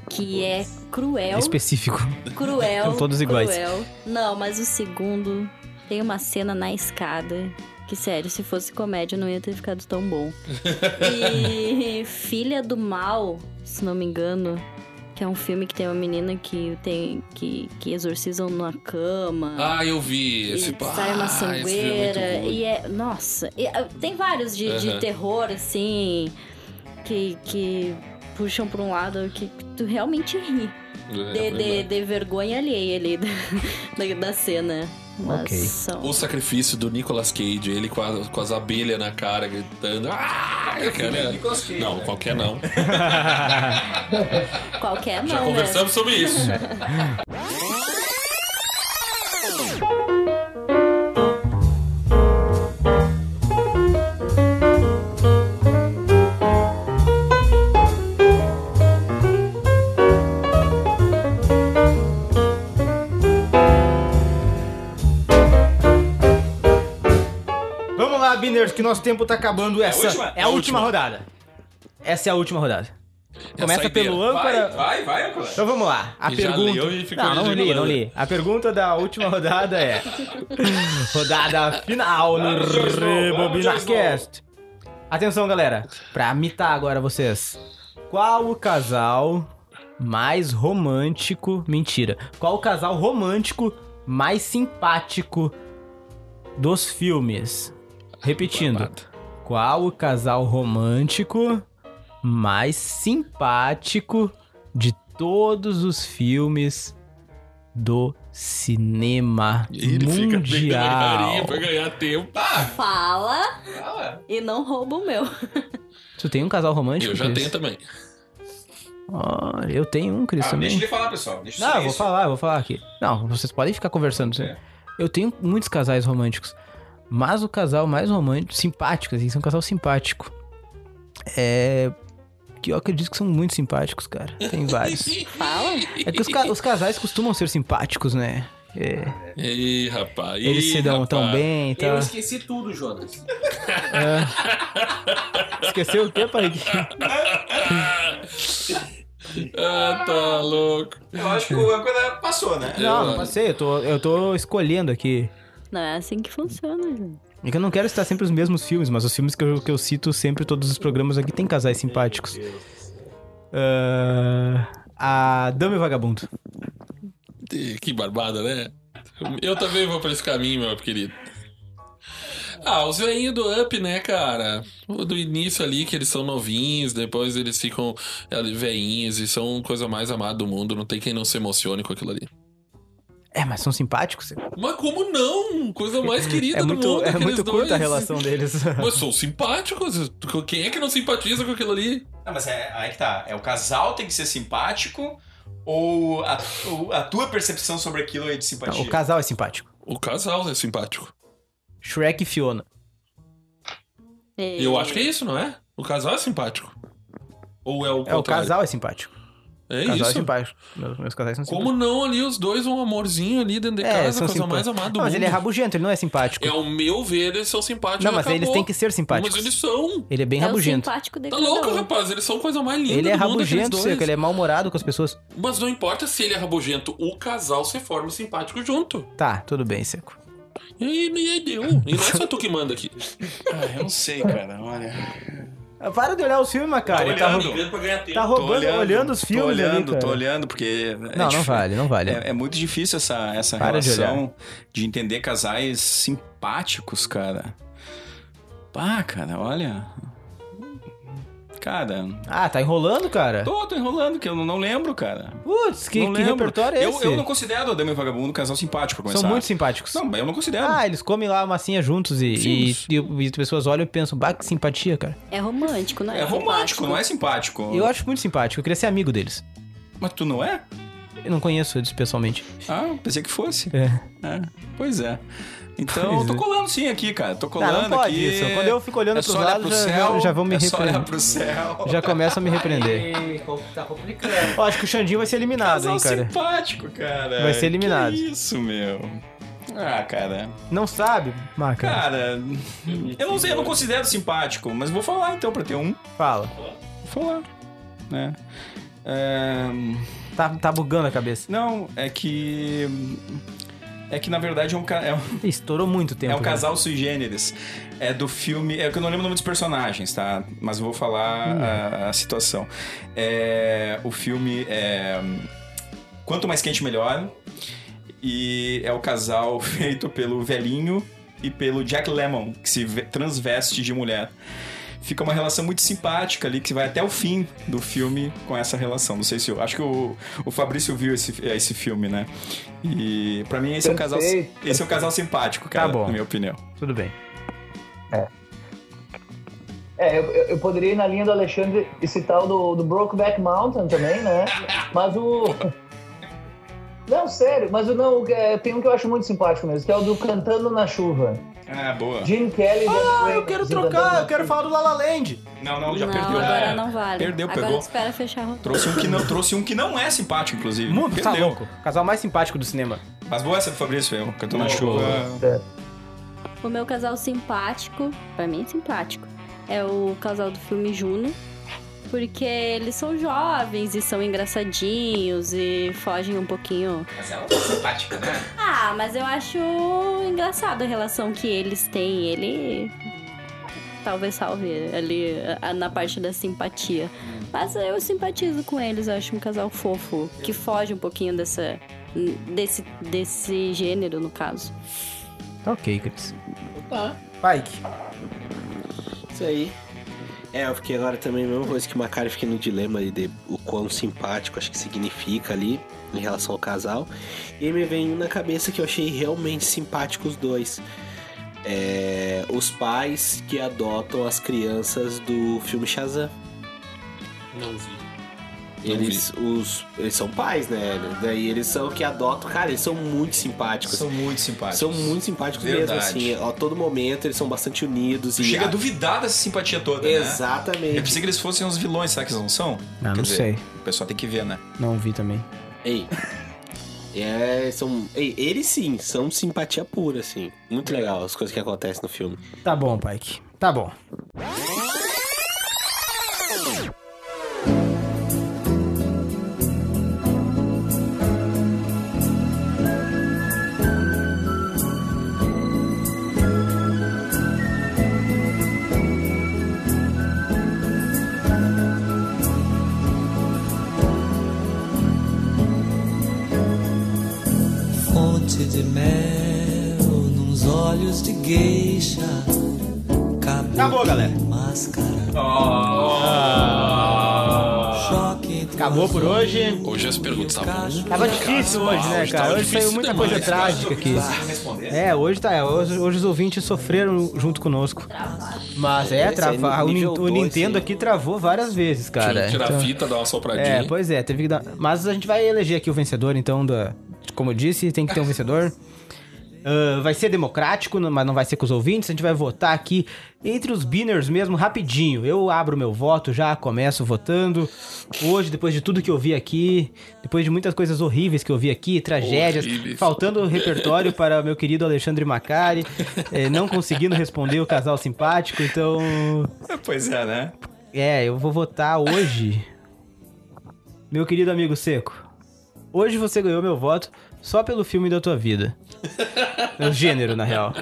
Speaker 7: Que é cruel.
Speaker 2: Específico.
Speaker 7: Cruel.
Speaker 2: São todos iguais.
Speaker 7: cruel. Não, mas o segundo tem uma cena na escada. Que sério, se fosse comédia não ia ter ficado tão bom. E Filha do Mal, se não me engano, que é um filme que tem uma menina que tem que, que exorcizam na cama.
Speaker 3: Ah, eu vi esse
Speaker 7: e
Speaker 3: pá,
Speaker 7: Sai uma
Speaker 3: esse filme é muito
Speaker 7: sangueira.
Speaker 3: ruim.
Speaker 7: e é. Nossa. e, ah, tem vários de, de
Speaker 3: Aham.
Speaker 7: terror, assim. Que, que puxam pra um lado que tu realmente ri.
Speaker 3: É,
Speaker 7: De, de, de vergonha alheia ali da, da, da cena. Mas
Speaker 3: Ok.
Speaker 7: são-
Speaker 3: O sacrifício do Nicolas Cage, ele com, a- com as abelhas na cara, gritando. Ah,
Speaker 4: É
Speaker 3: cara,
Speaker 4: né?
Speaker 3: não, qualquer não. Ah,
Speaker 7: Qualquer não.
Speaker 3: Já
Speaker 7: né?
Speaker 3: conversamos sobre isso.
Speaker 2: Vamos lá, Biners, que nosso tempo tá acabando. Essa é a última,
Speaker 4: última?
Speaker 3: Última.
Speaker 2: rodada. Essa é a última rodada.
Speaker 3: É a
Speaker 2: Começa
Speaker 3: saideira.
Speaker 2: pelo âncora.
Speaker 4: Vai, vai, vai, âncora.
Speaker 2: Então vamos lá. A
Speaker 3: E já
Speaker 2: pergunta.
Speaker 3: leu e ficou
Speaker 2: não, não li,
Speaker 3: gesticulando.
Speaker 2: não li. A pergunta da última rodada é. rodada final no
Speaker 15: Vamos, Joyce Snow, vamos,
Speaker 2: Rebobinacast. Atenção, galera. Pra mitar agora vocês. Qual o casal mais romântico. Mentira. Qual o casal romântico mais simpático dos filmes? Repetindo. Qual o casal romântico mais simpático de todos os filmes do cinema mundial?
Speaker 3: pra ganhar tempo.
Speaker 4: Ah,
Speaker 7: Fala e não rouba o meu.
Speaker 2: Tu tem um casal romântico?
Speaker 3: Eu já
Speaker 2: Cris?
Speaker 3: tenho também.
Speaker 2: Ah, eu tenho um, Cris,
Speaker 4: Ah,
Speaker 2: também.
Speaker 4: deixa ele falar, pessoal. Deixa
Speaker 2: Não, eu vou
Speaker 4: silêncio.
Speaker 2: falar, eu vou falar aqui. Não, vocês podem ficar conversando. sim.
Speaker 3: É.
Speaker 2: Eu tenho muitos casais românticos. Mas o casal mais romântico, simpático, assim, são um casal simpático. É. Que eu acredito que são muito simpáticos, cara. Tem vários.
Speaker 7: Fala.
Speaker 2: É que os, ca- os casais costumam ser simpáticos, né? É,
Speaker 3: Ih, rapaz.
Speaker 2: eles
Speaker 3: ih,
Speaker 2: se dão
Speaker 3: rapaz.
Speaker 2: tão bem e tal.
Speaker 6: Eu esqueci tudo, Jonas.
Speaker 2: É. Esqueceu o que, Parik?
Speaker 3: Ah, tá louco.
Speaker 4: Eu acho que o âncora passou, né?
Speaker 2: Não, não passei. Eu tô, eu tô escolhendo aqui.
Speaker 7: Não é assim que funciona, gente.
Speaker 2: É que eu não quero citar sempre os mesmos filmes, mas os filmes que eu, que eu cito sempre, todos os programas aqui, tem casais simpáticos. Ah, a Dama e o Vagabundo.
Speaker 3: Ih, Que barbada, né? Eu também vou pra esse caminho, meu querido. Ah, os veinhos do Up, né, cara? O Do início ali, que eles são novinhos, depois eles ficam ali, veinhos e são coisa mais amada do mundo. Não tem quem não se emocione com aquilo ali.
Speaker 2: É, mas são simpáticos?
Speaker 3: Mas como não? Coisa mais querida
Speaker 2: é
Speaker 3: do
Speaker 2: muito,
Speaker 3: mundo.
Speaker 2: É
Speaker 3: aqueles
Speaker 2: muito
Speaker 3: dois.
Speaker 2: curta a relação deles.
Speaker 3: Mas são simpáticos. Quem é que não simpatiza com aquilo ali?
Speaker 4: Não, mas é, aí que tá. É o casal tem que ser simpático ou a, ou a tua percepção sobre aquilo é de simpatia?
Speaker 2: Não, o casal é simpático.
Speaker 3: O casal é simpático.
Speaker 2: Shrek e Fiona.
Speaker 3: Eu acho que é isso, não é? O casal é simpático. Ou é o
Speaker 2: É, o
Speaker 3: contrário?
Speaker 2: casal é simpático.
Speaker 3: É
Speaker 2: o casal é
Speaker 3: isso.
Speaker 2: simpático. Meus, meus casais são
Speaker 3: Como não ali os dois um amorzinho ali dentro de
Speaker 2: Assim, É,
Speaker 3: casa,
Speaker 2: são
Speaker 3: coisa
Speaker 2: simpáticos.
Speaker 3: mais amada do
Speaker 2: Não, mas
Speaker 3: mundo.
Speaker 2: ele é rabugento, ele não é simpático.
Speaker 3: É o meu ver, eles são simpáticos.
Speaker 2: Não,
Speaker 3: e
Speaker 2: mas
Speaker 3: acabou.
Speaker 2: eles têm que ser simpáticos.
Speaker 3: Mas eles são.
Speaker 2: Ele é bem
Speaker 7: é o
Speaker 2: rabugento.
Speaker 7: simpático de
Speaker 3: Tá
Speaker 7: cada
Speaker 3: louco,
Speaker 7: um.
Speaker 3: rapaz, eles são a coisa mais linda
Speaker 2: Ele é
Speaker 3: do mundo, aqueles
Speaker 2: rabugento,
Speaker 3: dois.
Speaker 2: seco, ele é mal-humorado com as pessoas.
Speaker 3: Mas não importa se ele é rabugento, o casal se forma simpático junto.
Speaker 2: Tá, tudo bem, seco.
Speaker 3: E aí, e aí deu. E não é só tu que manda aqui.
Speaker 4: Ah, eu não sei, cara. Olha.
Speaker 2: Ah, Para de olhar os filmes, Macari.
Speaker 4: Tô
Speaker 2: tá
Speaker 4: olhando.
Speaker 2: roubando.
Speaker 3: Pra ganhar tempo.
Speaker 2: Tá roubando, olhando, os filmes.
Speaker 4: Tô
Speaker 2: ali,
Speaker 4: olhando,
Speaker 2: cara.
Speaker 4: tô olhando, porque. é
Speaker 2: Não, não
Speaker 4: difí-
Speaker 2: vale, não vale.
Speaker 4: É, é muito difícil essa, essa
Speaker 2: Para de
Speaker 4: relação de, entender casais simpáticos, cara. Pá, cara, olha. Cara.
Speaker 2: Ah, tá enrolando, cara?
Speaker 4: Tô, tô enrolando, que eu não, não lembro, cara.
Speaker 2: Putz, que,
Speaker 4: não
Speaker 2: que
Speaker 4: lembro.
Speaker 2: repertório é
Speaker 4: eu,
Speaker 2: esse?
Speaker 4: Eu não considero o Dama e o Vagabundo um casal simpático, pra
Speaker 2: São
Speaker 4: começar.
Speaker 2: muito simpáticos.
Speaker 4: Não, mas eu não considero.
Speaker 2: Ah, eles comem lá a massinha juntos e,
Speaker 4: Sim,
Speaker 2: e,
Speaker 4: isso.
Speaker 2: e, e as pessoas olham e pensam, bah, que simpatia, cara.
Speaker 7: É romântico, não é?
Speaker 4: É romântico, não é simpático.
Speaker 2: Eu acho muito simpático, eu queria ser amigo deles.
Speaker 4: Mas tu não é?
Speaker 2: Eu não conheço eles pessoalmente.
Speaker 4: Ah, eu pensei que fosse.
Speaker 2: É.
Speaker 4: É, pois é. Então,
Speaker 2: Pois
Speaker 4: tô
Speaker 2: é.
Speaker 4: colando sim aqui, cara. Tô
Speaker 2: Ah,
Speaker 4: colando
Speaker 2: não pode
Speaker 4: aqui.
Speaker 2: isso. Quando eu fico olhando
Speaker 4: é
Speaker 2: pros
Speaker 4: só olhar
Speaker 2: lados,
Speaker 4: pro
Speaker 2: já-
Speaker 4: céu,
Speaker 2: já vão me
Speaker 4: é só
Speaker 2: repreender.
Speaker 4: olhar pro céu.
Speaker 2: Já começam a me repreender.
Speaker 6: Ei, tá complicado.
Speaker 2: Eu acho que o Xandinho vai ser eliminado,
Speaker 4: Casal
Speaker 2: hein, cara.
Speaker 4: simpático, cara.
Speaker 2: Vai ser eliminado. É.
Speaker 4: Que isso, meu. Ah, cara.
Speaker 2: Não sabe, Maca?
Speaker 4: Cara, eu não sei, eu não considero simpático, mas vou falar então pra ter um.
Speaker 2: Fala.
Speaker 4: Vou falar. Né? É,
Speaker 2: Tá, tá bugando a cabeça.
Speaker 4: Não, é que. é que na verdade é um. ca- É um...
Speaker 2: Estourou muito tempo.
Speaker 4: É um
Speaker 2: né?
Speaker 4: casal sui generis. É do filme. É que eu não lembro o nome dos personagens, tá? Mas eu vou falar
Speaker 2: Hum.
Speaker 4: a, a situação. É, o filme é. Quanto mais quente, melhor. E é o casal feito pelo velhinho e pelo Jack Lemmon, que se ve- transveste de mulher. Fica uma relação muito simpática ali, que vai até o fim do filme com essa relação. Não sei se eu. Acho que o, o Fabrício viu esse, esse filme, né? E pra mim esse é um casal.
Speaker 5: Perfeito.
Speaker 4: Esse é um casal simpático, cara,
Speaker 2: Tá bom.
Speaker 4: na minha opinião.
Speaker 2: Tudo bem.
Speaker 5: É, eu, eu- eu poderia ir na linha do Alexandre e citar o do, do Brokeback Mountain também, né? Mas o. Não, sério, mas o não, o- é, tem um que eu acho muito simpático mesmo, que é o do Cantando na Chuva.
Speaker 4: Ah, boa.
Speaker 5: Jim Kelly.
Speaker 2: Ah, eu quero trocar, eu quero falar do Lala Land.
Speaker 4: Não, não, já
Speaker 7: não,
Speaker 4: perdeu.
Speaker 7: agora
Speaker 4: É,
Speaker 7: não vale.
Speaker 4: Perdeu,
Speaker 7: agora
Speaker 4: pegou.
Speaker 7: espera fechar a rodada.
Speaker 4: Trouxe um que não, trouxe um que não é simpático, inclusive.
Speaker 2: Muito, tá
Speaker 4: Perdeu.
Speaker 2: louco. Casal mais simpático do cinema.
Speaker 4: Mas boa essa do Fabrício, eu. Cantou na
Speaker 2: Boa,
Speaker 4: chuva.
Speaker 7: O meu casal simpático, pra mim simpático, é o casal do filme Juno. Porque eles são jovens e são engraçadinhos e fogem um pouquinho.
Speaker 16: Mas ela tá simpática, né?
Speaker 7: Ah, mas eu acho engraçado a relação que eles têm. Ele. Talvez salve ali a- na parte da simpatia. Mas eu simpatizo com eles, eu acho um casal fofo, que foge um pouquinho dessa. desse, desse gênero, no caso.
Speaker 2: Tá ok, Ah, Cris.
Speaker 6: Tá.
Speaker 2: Pike.
Speaker 6: Isso aí. É, eu fiquei agora também, a mesma coisa que o Macari, fiquei no dilema ali de o quão simpático acho que significa ali em relação ao casal. E aí me vem um na cabeça que eu achei realmente simpático os dois. É, os pais que adotam as crianças do filme Shazam.
Speaker 16: Não vi.
Speaker 6: Eles, os, eles são pais, né? Daí eles são que adotam. Cara, eles são muito simpáticos.
Speaker 4: São muito simpáticos.
Speaker 6: São muito simpáticos mesmo,
Speaker 4: Verdade.
Speaker 6: assim. A todo momento eles são bastante unidos. E
Speaker 4: Chega né? a
Speaker 6: a-
Speaker 4: duvidar dessa simpatia toda,
Speaker 6: Exatamente.
Speaker 4: né? Eu pensei que eles fossem uns vilões, será que eles não são?
Speaker 2: Não, não sei.
Speaker 4: O pessoal tem que ver, né?
Speaker 2: Não vi também.
Speaker 6: Ei. É, são. Ei, eles sim, são simpatia pura, assim. Muito legal as coisas que acontecem no filme.
Speaker 2: Tá bom, Pike. Tá bom.
Speaker 17: Fonte de mel nos olhos de geisha. Acabou,
Speaker 2: Tá galera.
Speaker 17: Máscara.
Speaker 2: Ah. Acabou por hoje.
Speaker 3: Hoje as perguntas estavam.
Speaker 2: Tava difícil hoje, né, cara? Hoje saiu muita coisa trágica aqui.
Speaker 6: Tá,
Speaker 2: É, hoje tá. é, Hoje, hoje os ouvintes sofreram junto conosco. Mas é,
Speaker 6: Esse
Speaker 2: trava,
Speaker 6: é
Speaker 2: o,
Speaker 6: nível
Speaker 2: Nin- o
Speaker 6: dois,
Speaker 2: Nintendo aqui travou várias vezes, cara.
Speaker 3: Tinha que tirar
Speaker 2: Então-
Speaker 3: a fita, dar uma sopradinha.
Speaker 2: É, pois é, teve que dar. Mas a gente vai eleger aqui o vencedor, então, da... como eu disse, tem que ter um vencedor. Ah, vai ser democrático, não- mas não vai ser com os ouvintes. A gente vai votar aqui entre os binners mesmo, rapidinho. Eu abro meu voto, já começo votando. Hoje, depois de tudo que eu vi aqui, depois de muitas coisas horríveis que eu vi aqui, tragédias,
Speaker 3: Horríveis.
Speaker 2: faltando repertório para meu querido Alexandre Macari, eh, não conseguindo responder o casal simpático, então.
Speaker 4: Pois é, né?
Speaker 2: É, eu vou votar hoje. meu querido amigo Seco. Hoje você ganhou meu voto só pelo filme da tua vida. o gênero, na real.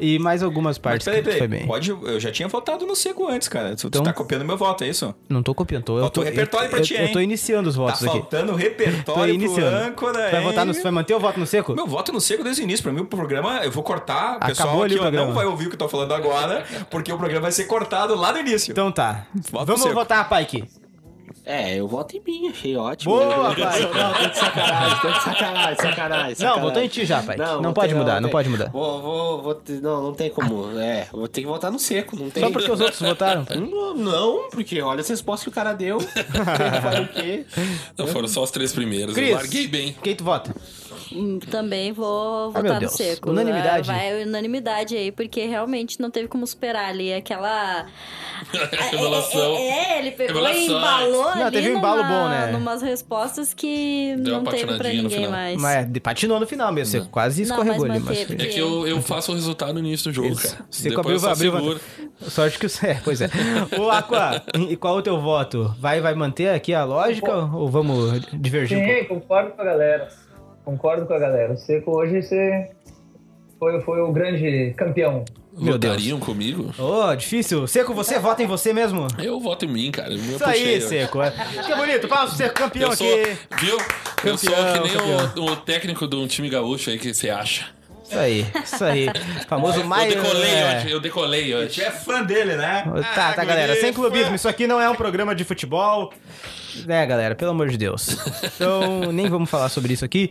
Speaker 2: E mais algumas
Speaker 4: Mas
Speaker 2: partes
Speaker 4: peraí,
Speaker 2: que tu foi
Speaker 4: peraí.
Speaker 2: bem. Então,
Speaker 4: Pode, eu já tinha votado no seco antes, cara. Tu, tu tá copiando meu voto, é isso?
Speaker 2: Não tô copiando, tô, eu
Speaker 4: Faltou
Speaker 2: tô,
Speaker 4: repertório
Speaker 2: eu,
Speaker 4: pra ti,
Speaker 2: eu, eu tô
Speaker 4: hein?
Speaker 2: iniciando os votos
Speaker 4: tá
Speaker 2: aqui.
Speaker 4: faltando
Speaker 2: Tô
Speaker 4: repertório pro
Speaker 2: iniciando.
Speaker 4: âncora,
Speaker 2: vai
Speaker 4: hein?
Speaker 2: votar no, vai manter o voto no seco?
Speaker 4: Meu voto no seco desde o início. Pra mim, o programa, eu vou cortar. O
Speaker 2: Acabou
Speaker 4: pessoal
Speaker 2: ali
Speaker 4: aqui
Speaker 2: o
Speaker 4: ó,
Speaker 2: programa.
Speaker 4: não vai ouvir o que eu tô falando agora, porque o programa vai ser cortado lá do início.
Speaker 2: Então tá.
Speaker 4: Voto
Speaker 2: Vamos
Speaker 4: seco.
Speaker 2: votar, Pike.
Speaker 6: É, eu voto em mim, achei
Speaker 4: Tipo,
Speaker 6: ótimo.
Speaker 2: Boa, pai.
Speaker 6: Não, tô de sacanagem, tô de sacanagem, sacanagem.
Speaker 2: Não,
Speaker 6: sacanagem.
Speaker 2: votou em ti já, pai. Não,
Speaker 6: votei-
Speaker 2: pode mudar, não
Speaker 6: votei.
Speaker 2: pode mudar.
Speaker 6: Vou, vou, vou, te- não, não tem como. É, vou ter que votar no seco, não tem.
Speaker 2: Só porque os outros votaram?
Speaker 6: Não, não, porque olha as respostas que o cara deu. Falei o quê?
Speaker 3: Não, foram só os três primeiros.
Speaker 2: Cris.
Speaker 3: Eu larguei bem.
Speaker 2: Quem tu vota?
Speaker 7: Hum, Também vou
Speaker 2: Uhum. Ah, meu
Speaker 7: votar no
Speaker 2: Deus.
Speaker 7: seco. É,
Speaker 2: Unanimidade?
Speaker 7: Vai, vai unanimidade aí, porque realmente não teve como superar ali aquela.
Speaker 3: Revelação.
Speaker 7: É, é, é, ele pegou
Speaker 3: Revelações.
Speaker 7: e embalou
Speaker 2: Não,
Speaker 7: ali
Speaker 2: teve um embalo
Speaker 7: numa-
Speaker 2: bom, né?
Speaker 7: numas respostas que
Speaker 3: Deu uma
Speaker 7: não teve pra
Speaker 3: patinadinha no
Speaker 7: ninguém
Speaker 3: final.
Speaker 7: mais.
Speaker 2: Mas de- patinou no final mesmo, seco. Quase
Speaker 7: Não,
Speaker 2: escorregou
Speaker 7: mas
Speaker 2: ali, mas.
Speaker 7: manteve.
Speaker 3: É que eu, eu faço o resultado no início do jogo, cara.
Speaker 2: Seco
Speaker 3: Depois
Speaker 2: abriu,
Speaker 3: eu só
Speaker 2: abriu.
Speaker 3: seguro.
Speaker 2: Sorte que o é, pois é. Ô, Aqua, e qual o teu voto? Vai, vai manter aqui a lógica ou vamos divergir um pouco?
Speaker 5: Sim, concordo com a galera. Concordo com a galera. O Seco hoje você foi, foi o grande campeão.
Speaker 3: Meu Lutariam comigo?
Speaker 2: Ô, difícil. Seco, você vota em você mesmo?
Speaker 3: Eu voto em mim, cara. Eu me
Speaker 2: Isso aí,
Speaker 3: puxei, ó.
Speaker 2: Seco. é. Que bonito, palmas pro Seco, campeão
Speaker 3: Eu sou,
Speaker 2: aqui.
Speaker 3: viu? eu sou
Speaker 2: Campeão,
Speaker 3: que nem o, o técnico de um time gaúcho aí que você acha.
Speaker 2: Isso aí, isso aí. Famoso mais.
Speaker 3: Eu decolei
Speaker 2: é.
Speaker 3: hoje, eu decolei hoje.
Speaker 4: É fã dele, né?
Speaker 2: Tá, tá, galera. Sem clubismo, isso aqui não é um programa de futebol. É, galera, pelo amor de Deus. Então, nem vamos falar sobre isso aqui.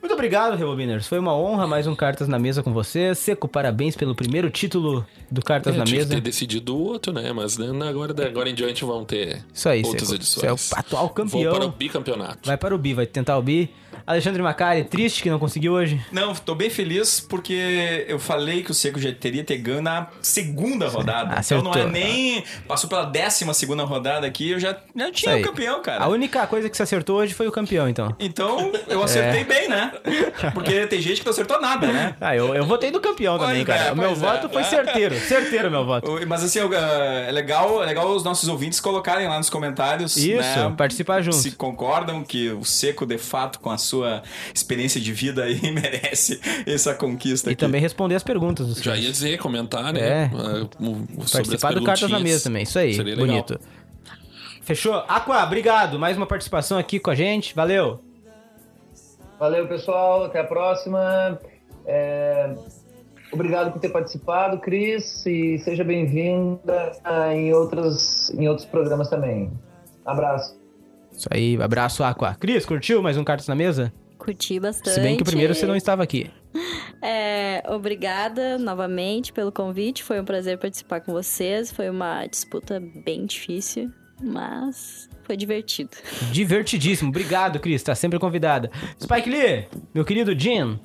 Speaker 2: Muito obrigado, Rebobiners. Foi uma honra mais um Cartas na Mesa com você. Seco, parabéns pelo primeiro título do Cartas
Speaker 3: Eu
Speaker 2: na
Speaker 3: tinha que
Speaker 2: Mesa.
Speaker 3: ter decidido o outro, né? Mas né, agora, da- agora em diante vão ter
Speaker 2: Isso aí,
Speaker 3: outras
Speaker 2: Seco. Você é o
Speaker 3: edições.
Speaker 2: atual campeão.
Speaker 3: Vou para o bicampeonato.
Speaker 2: Vai para o Bi, vai tentar o Bi. Alexandre Macari, triste que não conseguiu hoje.
Speaker 4: Não, tô bem feliz porque eu falei que o Seco já teria ter ganho na segunda rodada.
Speaker 2: Ah, Acertou. tá.
Speaker 4: Então não é nem. Passou pela décima segunda rodada aqui, eu já, já tinha
Speaker 2: aí.
Speaker 4: o campeão, cara.
Speaker 2: A única coisa que você acertou hoje foi o campeão, então.
Speaker 4: Então eu acertei
Speaker 2: É.
Speaker 4: bem, né? Porque tem gente que não acertou nada, né?
Speaker 2: Ah, eu, eu votei no campeão também,
Speaker 4: Pois
Speaker 2: cara.
Speaker 4: é,
Speaker 2: o meu
Speaker 4: pois
Speaker 2: voto
Speaker 4: é.
Speaker 2: foi certeiro. Certeiro meu voto.
Speaker 4: Mas assim, eu, ah, é legal, é legal os nossos ouvintes colocarem lá nos comentários.
Speaker 2: Isso,
Speaker 4: né?
Speaker 2: participar junto.
Speaker 4: se concordam que o Seco, de fato, com a sua experiência de vida aí, merece essa conquista
Speaker 2: E
Speaker 4: aqui.
Speaker 2: também responder as perguntas dos
Speaker 3: Tá Já ia dizer, comentar, né?
Speaker 2: É.
Speaker 3: Ah, o- o- sobre
Speaker 2: Participar
Speaker 3: as
Speaker 2: do Cartas na
Speaker 3: perguntinhas.
Speaker 2: Mesa né? também, isso aí,
Speaker 3: Seria legal.
Speaker 2: bonito. Fechou? Aqua, obrigado. Mais uma participação aqui com a gente, valeu.
Speaker 5: Valeu, pessoal. Até a próxima. É, Obrigado por ter participado, Cris, e seja bem-vinda ah, em, outras, em outros programas também. Abraço.
Speaker 2: Isso aí, abraço, Aqua. Cris, curtiu mais um Cartas na Mesa?
Speaker 7: Curti bastante.
Speaker 2: Se bem que o primeiro você não estava aqui.
Speaker 7: É, obrigada novamente pelo convite. Foi um prazer participar com vocês. Foi uma disputa bem difícil, mas foi divertido.
Speaker 2: Divertidíssimo, obrigado, Cris, tá sempre convidada. Spike Lee, meu querido Jim,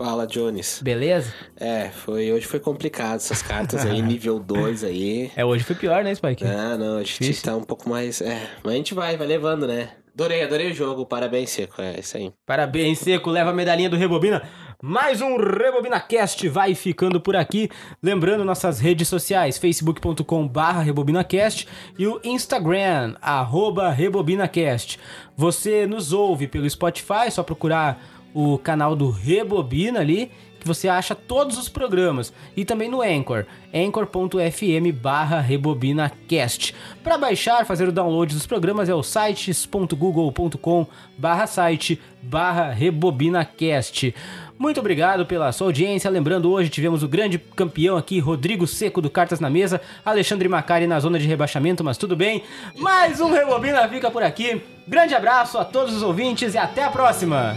Speaker 6: Fala, Jones.
Speaker 2: beleza?
Speaker 6: É, foi, hoje foi complicado essas cartas aí, nível 2 aí.
Speaker 2: É, hoje foi pior, né, Spike?
Speaker 6: Ah, não, a gente tá um pouco mais. É, mas a gente vai, vai levando, né? Adorei, adorei o jogo, parabéns, Seco, é isso aí.
Speaker 2: Parabéns, Seco, leva a medalhinha do Rebobina. Mais um Rebobina Cast vai ficando por aqui. Lembrando nossas redes sociais, facebook.com/barra rebobinacast e o Instagram, arroba rebobinacast. Você nos ouve pelo Spotify, é só procurar o canal do Rebobina ali, que você acha todos os programas. E também no Anchor, anchor.fm barra rebobinacast. Para baixar, fazer o download dos programas é o sites.google.com barra site barra rebobinacast. Muito obrigado pela sua audiência. Lembrando, hoje tivemos o grande campeão aqui, Rodrigo Seco do Cartas na Mesa, Alexandre Macari na zona de rebaixamento, mas tudo bem. Mais um Rebobina fica por aqui. Grande abraço a todos os ouvintes e até a próxima!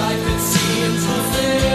Speaker 9: Life it seems a fair